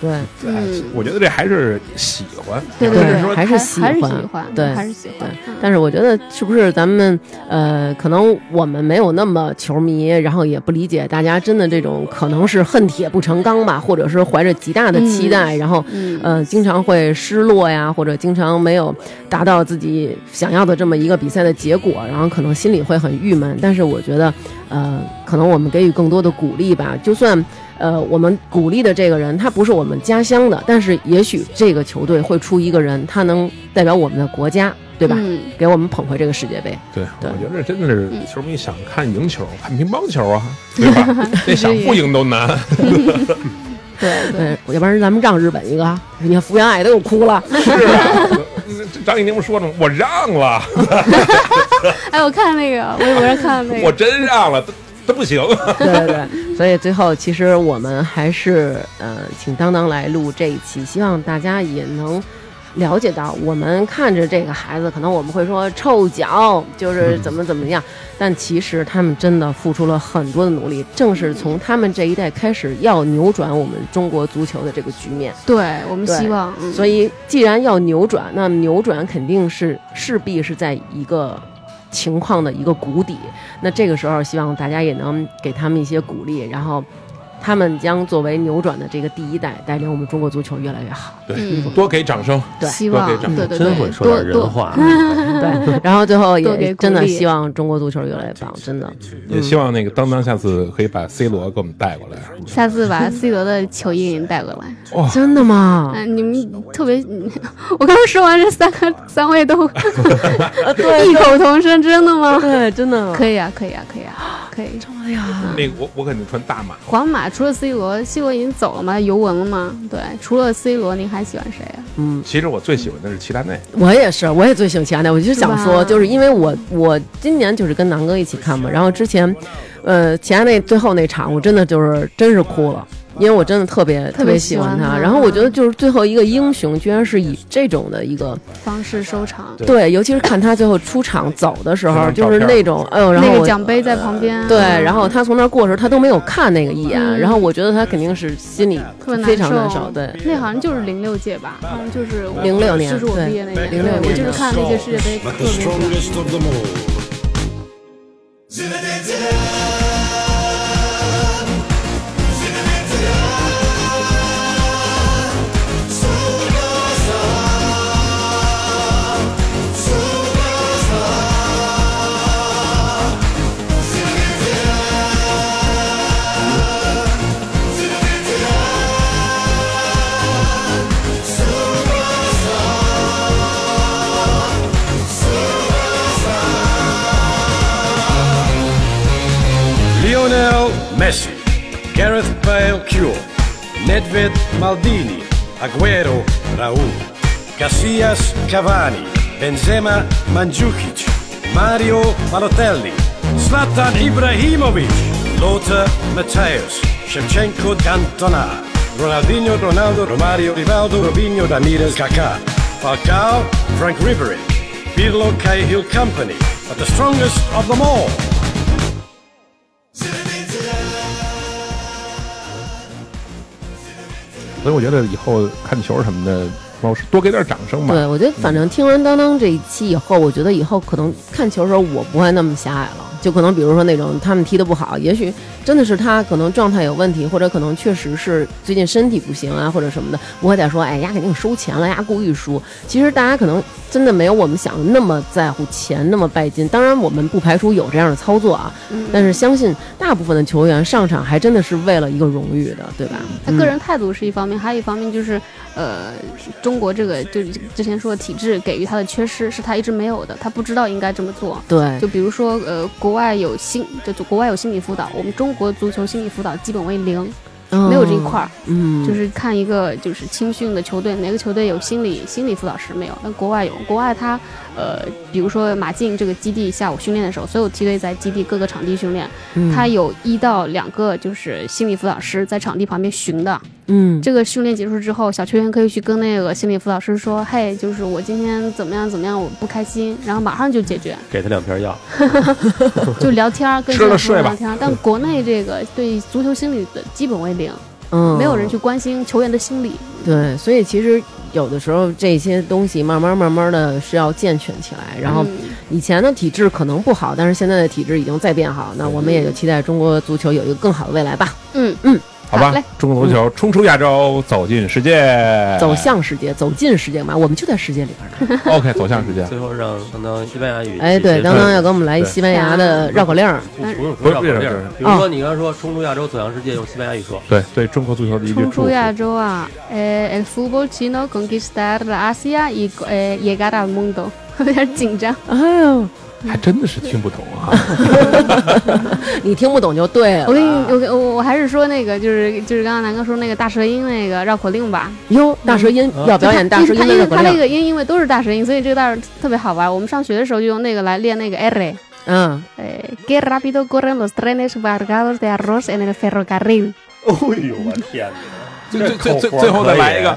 [SPEAKER 2] 对，
[SPEAKER 3] 对
[SPEAKER 1] 嗯
[SPEAKER 3] 我觉得这还是喜欢，
[SPEAKER 1] 对
[SPEAKER 3] 要
[SPEAKER 1] 对
[SPEAKER 3] 是说
[SPEAKER 2] 还是
[SPEAKER 1] 还
[SPEAKER 2] 喜
[SPEAKER 1] 还是
[SPEAKER 2] 欢
[SPEAKER 1] 喜欢，
[SPEAKER 2] 对
[SPEAKER 1] 还是喜欢，嗯
[SPEAKER 2] 但是我觉得是不是咱们呃，可能我们没有那么球迷，然后也不理解大家真的这种可能是恨铁不成钢吧，或者是怀着极大的期待，然后
[SPEAKER 1] 嗯
[SPEAKER 2] 呃，经常会失落呀，或者经常没有达到自己想要的这么一个比赛的结果，然后可能心里会很郁闷。但是我觉得，呃，可能我们给予更多的鼓励吧。就算呃，我们鼓励的这个人他不是我们家乡的，但是也许这个球队会出一个人，他能代表我们的国家，对吧？
[SPEAKER 1] 嗯
[SPEAKER 2] 给我们捧回这个世界杯。
[SPEAKER 3] 对，
[SPEAKER 2] 对
[SPEAKER 3] 我觉得真的是球迷想看赢球，看乒乓 球啊，对吧？那想不赢都难。
[SPEAKER 1] 对对，
[SPEAKER 2] 对，要不然咱们让日本一个 啊，你看福原爱都哭了。
[SPEAKER 3] 是啊，这张怡宁不说了吗？我让了，
[SPEAKER 1] 哎，我看那个微博上看那
[SPEAKER 3] 我
[SPEAKER 1] 个，
[SPEAKER 3] 真让了，他他不行。
[SPEAKER 2] 对对对，所以最后其实我们还是呃，请当当来录这一期，希望大家也能。了解到，我们看着这个孩子，可能我们会说臭脚，就是怎么怎么样，但其实他们真的付出了很多的努力。正是从他们这一代开始，要扭转我们中国足球的这个局面。
[SPEAKER 1] 对我们
[SPEAKER 2] 对
[SPEAKER 1] 希望，嗯
[SPEAKER 2] 所以，既然要扭转，那扭转肯定是势必是在一个情况的一个谷底。那这个时候，希望大家也能给他们一些鼓励，然后他们将作为扭转的这个第一代，带领我们中国足球越来 越好。
[SPEAKER 1] 嗯
[SPEAKER 3] 对， 多给掌声。
[SPEAKER 2] 对
[SPEAKER 1] 希望
[SPEAKER 3] 多给掌声
[SPEAKER 1] 对对
[SPEAKER 4] 真
[SPEAKER 1] 对
[SPEAKER 4] 会，说点
[SPEAKER 1] 多
[SPEAKER 4] 人
[SPEAKER 1] 多
[SPEAKER 4] 话。
[SPEAKER 2] 对，然后最后
[SPEAKER 1] 多给
[SPEAKER 2] 也
[SPEAKER 1] 鼓
[SPEAKER 2] 真的
[SPEAKER 1] 励
[SPEAKER 2] 希望中国足球越来越棒，真的。
[SPEAKER 3] 也希望那个当当下次可以把 C 罗给我们带过来。
[SPEAKER 1] 下次把 C 罗的球衣给你带过来。
[SPEAKER 2] 真的吗？
[SPEAKER 1] 嗯，你们特别，嗯我刚刚说完这三个三位都异口同声，真的吗？
[SPEAKER 2] 呃对，真的。
[SPEAKER 1] 可以啊，可以啊，可以啊，可以。
[SPEAKER 2] 哎呀，
[SPEAKER 3] 那个我我肯定穿大码。
[SPEAKER 1] 皇马除了 C 罗，C 罗已经走了嘛，尤文了嘛，对，除了 C 罗，您还喜欢谁啊？
[SPEAKER 3] 其实我最喜欢的是齐达内，
[SPEAKER 2] 我也是，我也最喜欢齐达内。我就想
[SPEAKER 1] 是吧
[SPEAKER 2] 说，就是因为我我今年就是跟南哥一起看嘛，然后之前，呃，齐达内最后那场，我真的就是真是哭了。因为我真的特别
[SPEAKER 1] 特别
[SPEAKER 2] 别
[SPEAKER 1] 喜
[SPEAKER 2] 喜
[SPEAKER 1] 欢
[SPEAKER 2] 欢
[SPEAKER 1] 他
[SPEAKER 2] 他，然后我觉得就是最后一个英雄，居然是以这种的一个
[SPEAKER 1] 方式收场，
[SPEAKER 2] 对，尤其是看他最后出场走的时
[SPEAKER 3] 这
[SPEAKER 2] 候，
[SPEAKER 3] 张
[SPEAKER 2] 就是
[SPEAKER 3] 照片
[SPEAKER 2] 那种，哎呦，然后
[SPEAKER 1] 那个
[SPEAKER 2] 我
[SPEAKER 1] 奖杯在旁边，啊
[SPEAKER 2] 对，然后他从那儿过的时候，他都没有看那个一眼，然后我觉得他肯定是心里
[SPEAKER 1] 特别
[SPEAKER 2] 非常难受
[SPEAKER 1] 受，，
[SPEAKER 2] 对，
[SPEAKER 1] 那好像就是零六届吧，好像就是我
[SPEAKER 2] 06年
[SPEAKER 1] 就是我
[SPEAKER 2] 对
[SPEAKER 1] 毕业那年，
[SPEAKER 2] 06
[SPEAKER 1] 对我
[SPEAKER 2] 年
[SPEAKER 1] 就是看那届世界杯特
[SPEAKER 7] But
[SPEAKER 1] 别
[SPEAKER 7] the
[SPEAKER 1] 喜欢
[SPEAKER 7] strongest of them all.
[SPEAKER 5] Lionel Messi, Gareth Bale Cure, Nedved Maldini, Aguero Raul, Casillas Cavani, Benzema Mandzukic, Mario Balotelli, Zlatan Ibrahimovic, Lothar Matthäus, Shevchenko Cantona, Ronaldinho Ronaldo Romario Rivaldo Robinho Ramirez Kaká, Falcao Frank Ribery, Pirlo Cahill Company, but the strongest of them all.
[SPEAKER 3] 所以我觉得以后看球什么的，老师多给点掌声吧。
[SPEAKER 2] 对，我觉得反正听完当当这一期以后，我觉得以后可能看球的时候我不会那么狭隘了，就可能比如说那种他们踢得不好，也许真的是他可能状态有问题，或者可能确实是最近身体不行啊，或者什么的，不会再说哎呀肯定收钱了呀，故意输。其实大家可能真的没有我们想的那么在乎钱，那么拜金。当然，我们不排除有这样的操作啊，但是相信大部分的球员上场还真的是为了一个荣誉的，对吧？
[SPEAKER 1] 他个人态度是一方面，还有一方面就是，呃，中国这个就是之前说的体制给予他的缺失是他一直没有的，他不知道应该这么做。
[SPEAKER 2] 对，
[SPEAKER 1] 就比如说，呃，国外有心，就国外有心理辅导，我们中国足球心理辅导基本为零，没有这一块儿。
[SPEAKER 2] 嗯，嗯，
[SPEAKER 1] 就是看一个就是青训的球队，哪个球队有心理心理辅导师没有？但国外有，国外他呃，比如说马竞这个基地下午训练的时候，所有梯队在基地各个场地训练，
[SPEAKER 2] 嗯
[SPEAKER 1] 他有一到两个就是心理辅导师在场地旁边巡的。
[SPEAKER 2] 嗯，
[SPEAKER 1] 这个训练结束之后，小球员可以去跟那个心理辅导师说：“嘿，就是我今天怎么样怎么样，我不开心。”然后马上就解 决，
[SPEAKER 4] 给他两瓶药，
[SPEAKER 2] 嗯
[SPEAKER 1] 就聊天儿，跟
[SPEAKER 3] 吃
[SPEAKER 1] 心
[SPEAKER 3] 了
[SPEAKER 1] 理辅导
[SPEAKER 3] 睡吧
[SPEAKER 1] 聊天儿。但国内这个对足球心理的基本为零，
[SPEAKER 2] 嗯，
[SPEAKER 1] 没有人去关心球员的心理。
[SPEAKER 2] 对，所以其实有的时候这些东西慢慢慢慢的是要健全起来。然后
[SPEAKER 1] 嗯
[SPEAKER 2] 以前的体制可能不好，但是现在的体制已经在变好。那我们也就期待中国足球有一个更好的未来吧，
[SPEAKER 1] 嗯。
[SPEAKER 3] 好
[SPEAKER 1] 好
[SPEAKER 3] 吧
[SPEAKER 1] 嘞，
[SPEAKER 3] 中国足球冲出亚洲，走进世界，
[SPEAKER 2] 走向世界，走进世界嘛，我们就在世界里边呢。
[SPEAKER 3] OK，走向世 界。
[SPEAKER 4] 最后让相当西班牙语。
[SPEAKER 2] 哎，对，当当要给我们来一
[SPEAKER 3] 对
[SPEAKER 2] 西班牙的绕口令儿，
[SPEAKER 4] 不不用
[SPEAKER 3] 不
[SPEAKER 4] 不
[SPEAKER 3] 是
[SPEAKER 4] 用
[SPEAKER 3] 为什么
[SPEAKER 4] 这
[SPEAKER 3] 就是
[SPEAKER 4] 样，比如
[SPEAKER 2] 哦
[SPEAKER 4] 说你刚才说冲出亚洲走向世界，用西班牙语说，
[SPEAKER 3] 对对，中国足球的一句
[SPEAKER 1] 冲
[SPEAKER 3] 祝
[SPEAKER 1] 出
[SPEAKER 3] 福。
[SPEAKER 1] 亚洲啊！呃，el eh, fútbol chino conquistar la Asia y eh llegar al mundo，有 点紧张。
[SPEAKER 2] 哎呦，
[SPEAKER 3] 还真的是听不懂啊。
[SPEAKER 1] 嗯
[SPEAKER 2] 你听不懂就对了。
[SPEAKER 1] 我给你，我给我我还是说那个，就是就是刚刚南哥说那个大舌音那个绕口令吧。
[SPEAKER 2] 哟，大舌音要表演大舌音
[SPEAKER 1] 他
[SPEAKER 2] 的
[SPEAKER 1] 因
[SPEAKER 2] 绕
[SPEAKER 1] 为
[SPEAKER 2] 口
[SPEAKER 1] 他那
[SPEAKER 2] 令，
[SPEAKER 1] 个音，因为都是大舌音，所以这个倒是特别好玩。我们上学的时候就用那个来练那个 R。
[SPEAKER 2] 嗯，
[SPEAKER 1] 哎，Qué rápido corren los trenes cargados de arroz en el ferrocarril。
[SPEAKER 4] 哎呦我天哪！
[SPEAKER 3] 最最最最最后再来一个，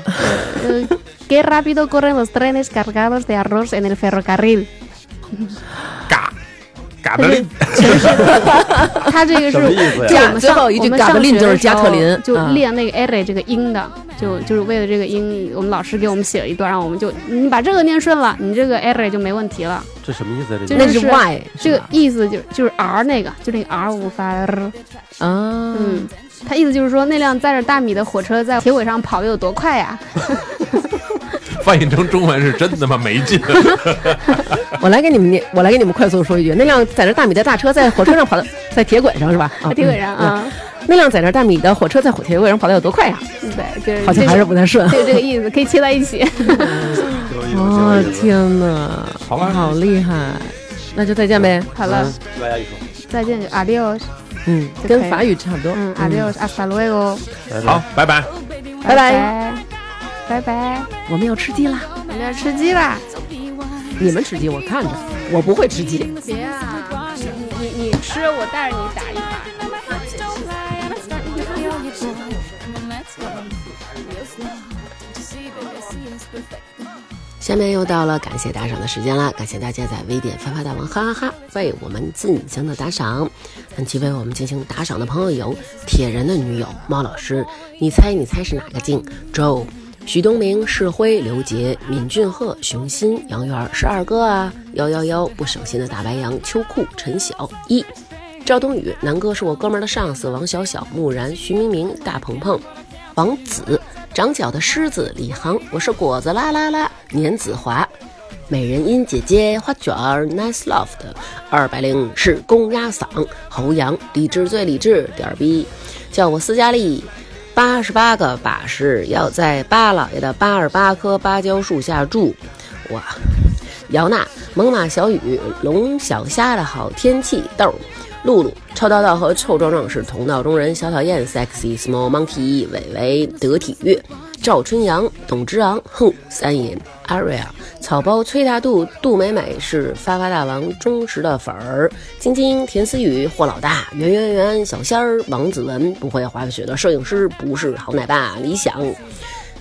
[SPEAKER 1] 呃 Qué rápido corren los trenes cargados de arroz en el ferrocarril。
[SPEAKER 3] 嘎嘎 的令，
[SPEAKER 1] 他这个是
[SPEAKER 4] 什么意思呀
[SPEAKER 1] 就我们
[SPEAKER 2] 最
[SPEAKER 1] 上
[SPEAKER 2] 后一句
[SPEAKER 1] 我们
[SPEAKER 2] 嘎
[SPEAKER 1] 上
[SPEAKER 2] 布林
[SPEAKER 1] 学的
[SPEAKER 2] 就是
[SPEAKER 1] 时候
[SPEAKER 2] 加特林
[SPEAKER 1] 就
[SPEAKER 2] 嗯
[SPEAKER 1] 练那个 “ere” 这个音的，就就是为了这个音，我们老师给我们写了一段，然后我们就你把这个念顺了，你这个 “ere” 就没问题了。
[SPEAKER 4] 这什么意思啊？
[SPEAKER 1] 就
[SPEAKER 4] 这
[SPEAKER 2] 那
[SPEAKER 1] 是
[SPEAKER 2] 是 Y，
[SPEAKER 1] 这
[SPEAKER 2] 是
[SPEAKER 1] 个
[SPEAKER 2] 吧
[SPEAKER 1] 意思就就是 “r” 那个，就那个 “r” 我们发 “r”，
[SPEAKER 2] 啊，
[SPEAKER 1] 嗯，他意思就是说那辆载着大米的火车在铁轨上跑得有多快呀？
[SPEAKER 3] 翻译成中文是真他妈没 劲。
[SPEAKER 8] 我来给你们念，我来给你们快速说一句：那辆载着大米的大车在火车上跑到，在铁轨上是吧？啊，
[SPEAKER 1] 在铁轨上
[SPEAKER 8] 嗯
[SPEAKER 1] 啊，
[SPEAKER 8] 嗯那辆载着大米的火车在火铁轨上跑得有多快啊呀、
[SPEAKER 2] 嗯
[SPEAKER 1] 对，就是
[SPEAKER 8] 好像
[SPEAKER 1] 这
[SPEAKER 8] 还是
[SPEAKER 1] 个
[SPEAKER 8] 不太顺。
[SPEAKER 1] 就这个意思，可以切在一起。
[SPEAKER 8] 哦，天哪，
[SPEAKER 3] 好吧
[SPEAKER 8] 好厉害！那就再见呗。
[SPEAKER 1] 好了，
[SPEAKER 2] 嗯
[SPEAKER 4] 西班牙语说。
[SPEAKER 1] 再见，就 adios，
[SPEAKER 8] 嗯，
[SPEAKER 1] 就可以
[SPEAKER 8] 跟法语差不多。
[SPEAKER 1] 嗯，adios，hasta luego，
[SPEAKER 3] 好，拜拜。
[SPEAKER 8] 拜
[SPEAKER 1] 拜，拜拜，
[SPEAKER 8] 我们要吃鸡啦！
[SPEAKER 1] 我们要吃鸡啦！
[SPEAKER 8] 你们吃鸡，我看着，我不会吃鸡。
[SPEAKER 1] 别啊，你你你吃，我带着你打一把。
[SPEAKER 2] 下面又到了感谢打赏的时间啦！感谢大家在微店发发大王哈哈哈为我们进行的打赏。本期为我们进行打赏的朋友有铁人的女友猫老师，你猜你猜是哪个静？Joe、徐东明、世辉、刘杰、闵俊赫、熊心、杨元、十二哥啊、幺幺幺、不省心的大白羊、秋裤、陈晓一。赵冬雨，南哥是我哥们儿的上司，王小小、木然、徐明明、大鹏鹏、王子、长角的狮子、李航，我是果子啦啦啦，年子华、美人音姐姐、花卷儿、Nice Loft、二百零是公鸭嗓、侯阳、理智最理智点儿逼，叫我斯嘉丽。八十八个把式要在八老爷的八十八棵芭蕉树下住，哇！姚娜、猛犸小雨、龙小虾的好天气豆儿、露露、臭道道和臭壮壮是同道中人，小讨厌 sexy small monkey 伟伟得体乐。赵春阳、董之昂、哼、三爷、Aria、草包、崔大度、杜美美是发发大王忠实的粉儿，晶晶、田思雨、霍老大、圆圆圆、小仙儿、王子文、不会滑雪的摄影师、不是好奶爸、理想、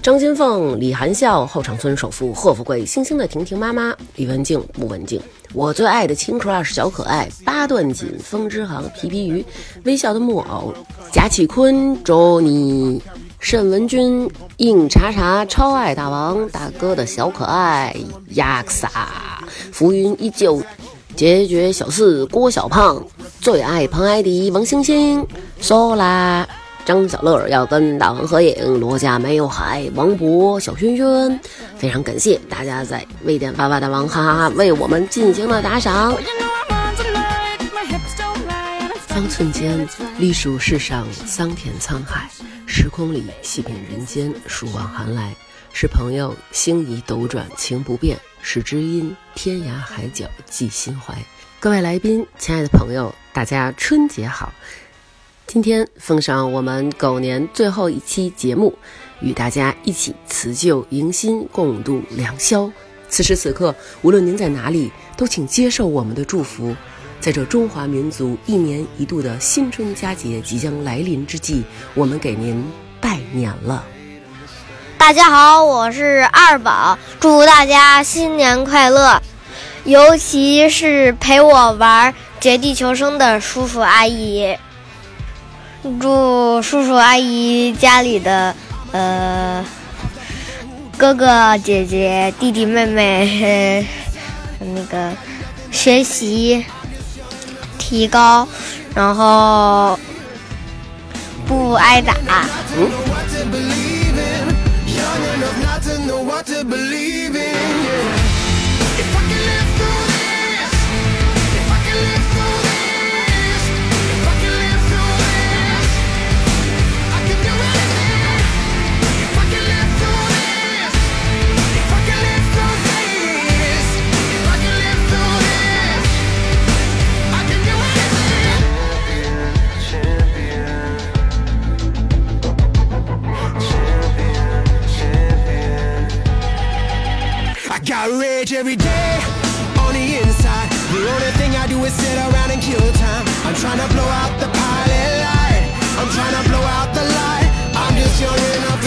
[SPEAKER 2] 张金凤、李含笑、后场村首富贺富贵、星星的婷婷妈妈、李文静、穆文静，我最爱的亲 crush 小可爱、八段锦、风之航、皮皮鱼、微笑的木偶、贾启坤、周妮、沈文君、硬查查、超爱大王、大哥的小可爱、亚克萨、浮云依旧。解决小四郭小胖，最爱彭艾迪王星星，Sola 张小乐要跟大王合影，罗家没有海，王博小轩轩，非常感谢大家在微店发发大王哈哈哈为我们进行了打赏。方寸间，历数世上桑田沧海；时空里细品人间，数望寒来。是朋友星移斗转情不变，是知音天涯海角寄心怀。各位来宾，亲爱的朋友，大家春节好！今天奉上我们狗年最后一期节目，与大家一起辞旧迎新，共度良宵。此时此刻，无论您在哪里，都请接受我们的祝福。在这中华民族一年一度的新春佳节即将来临之际，我们给您拜年了。
[SPEAKER 9] 大家好，我是二宝，祝大家新年快乐！尤其是陪我玩《绝地求生》的叔叔阿姨，祝叔叔阿姨家里的呃哥哥姐姐、弟弟妹妹， 呃、那个学习提高，然后不挨打。
[SPEAKER 5] I got rage every day on the inside. The only thing I do is sit around and kill time. I'm trying to blow out the pilot light. I'm trying to blow out the light. I'm just young enough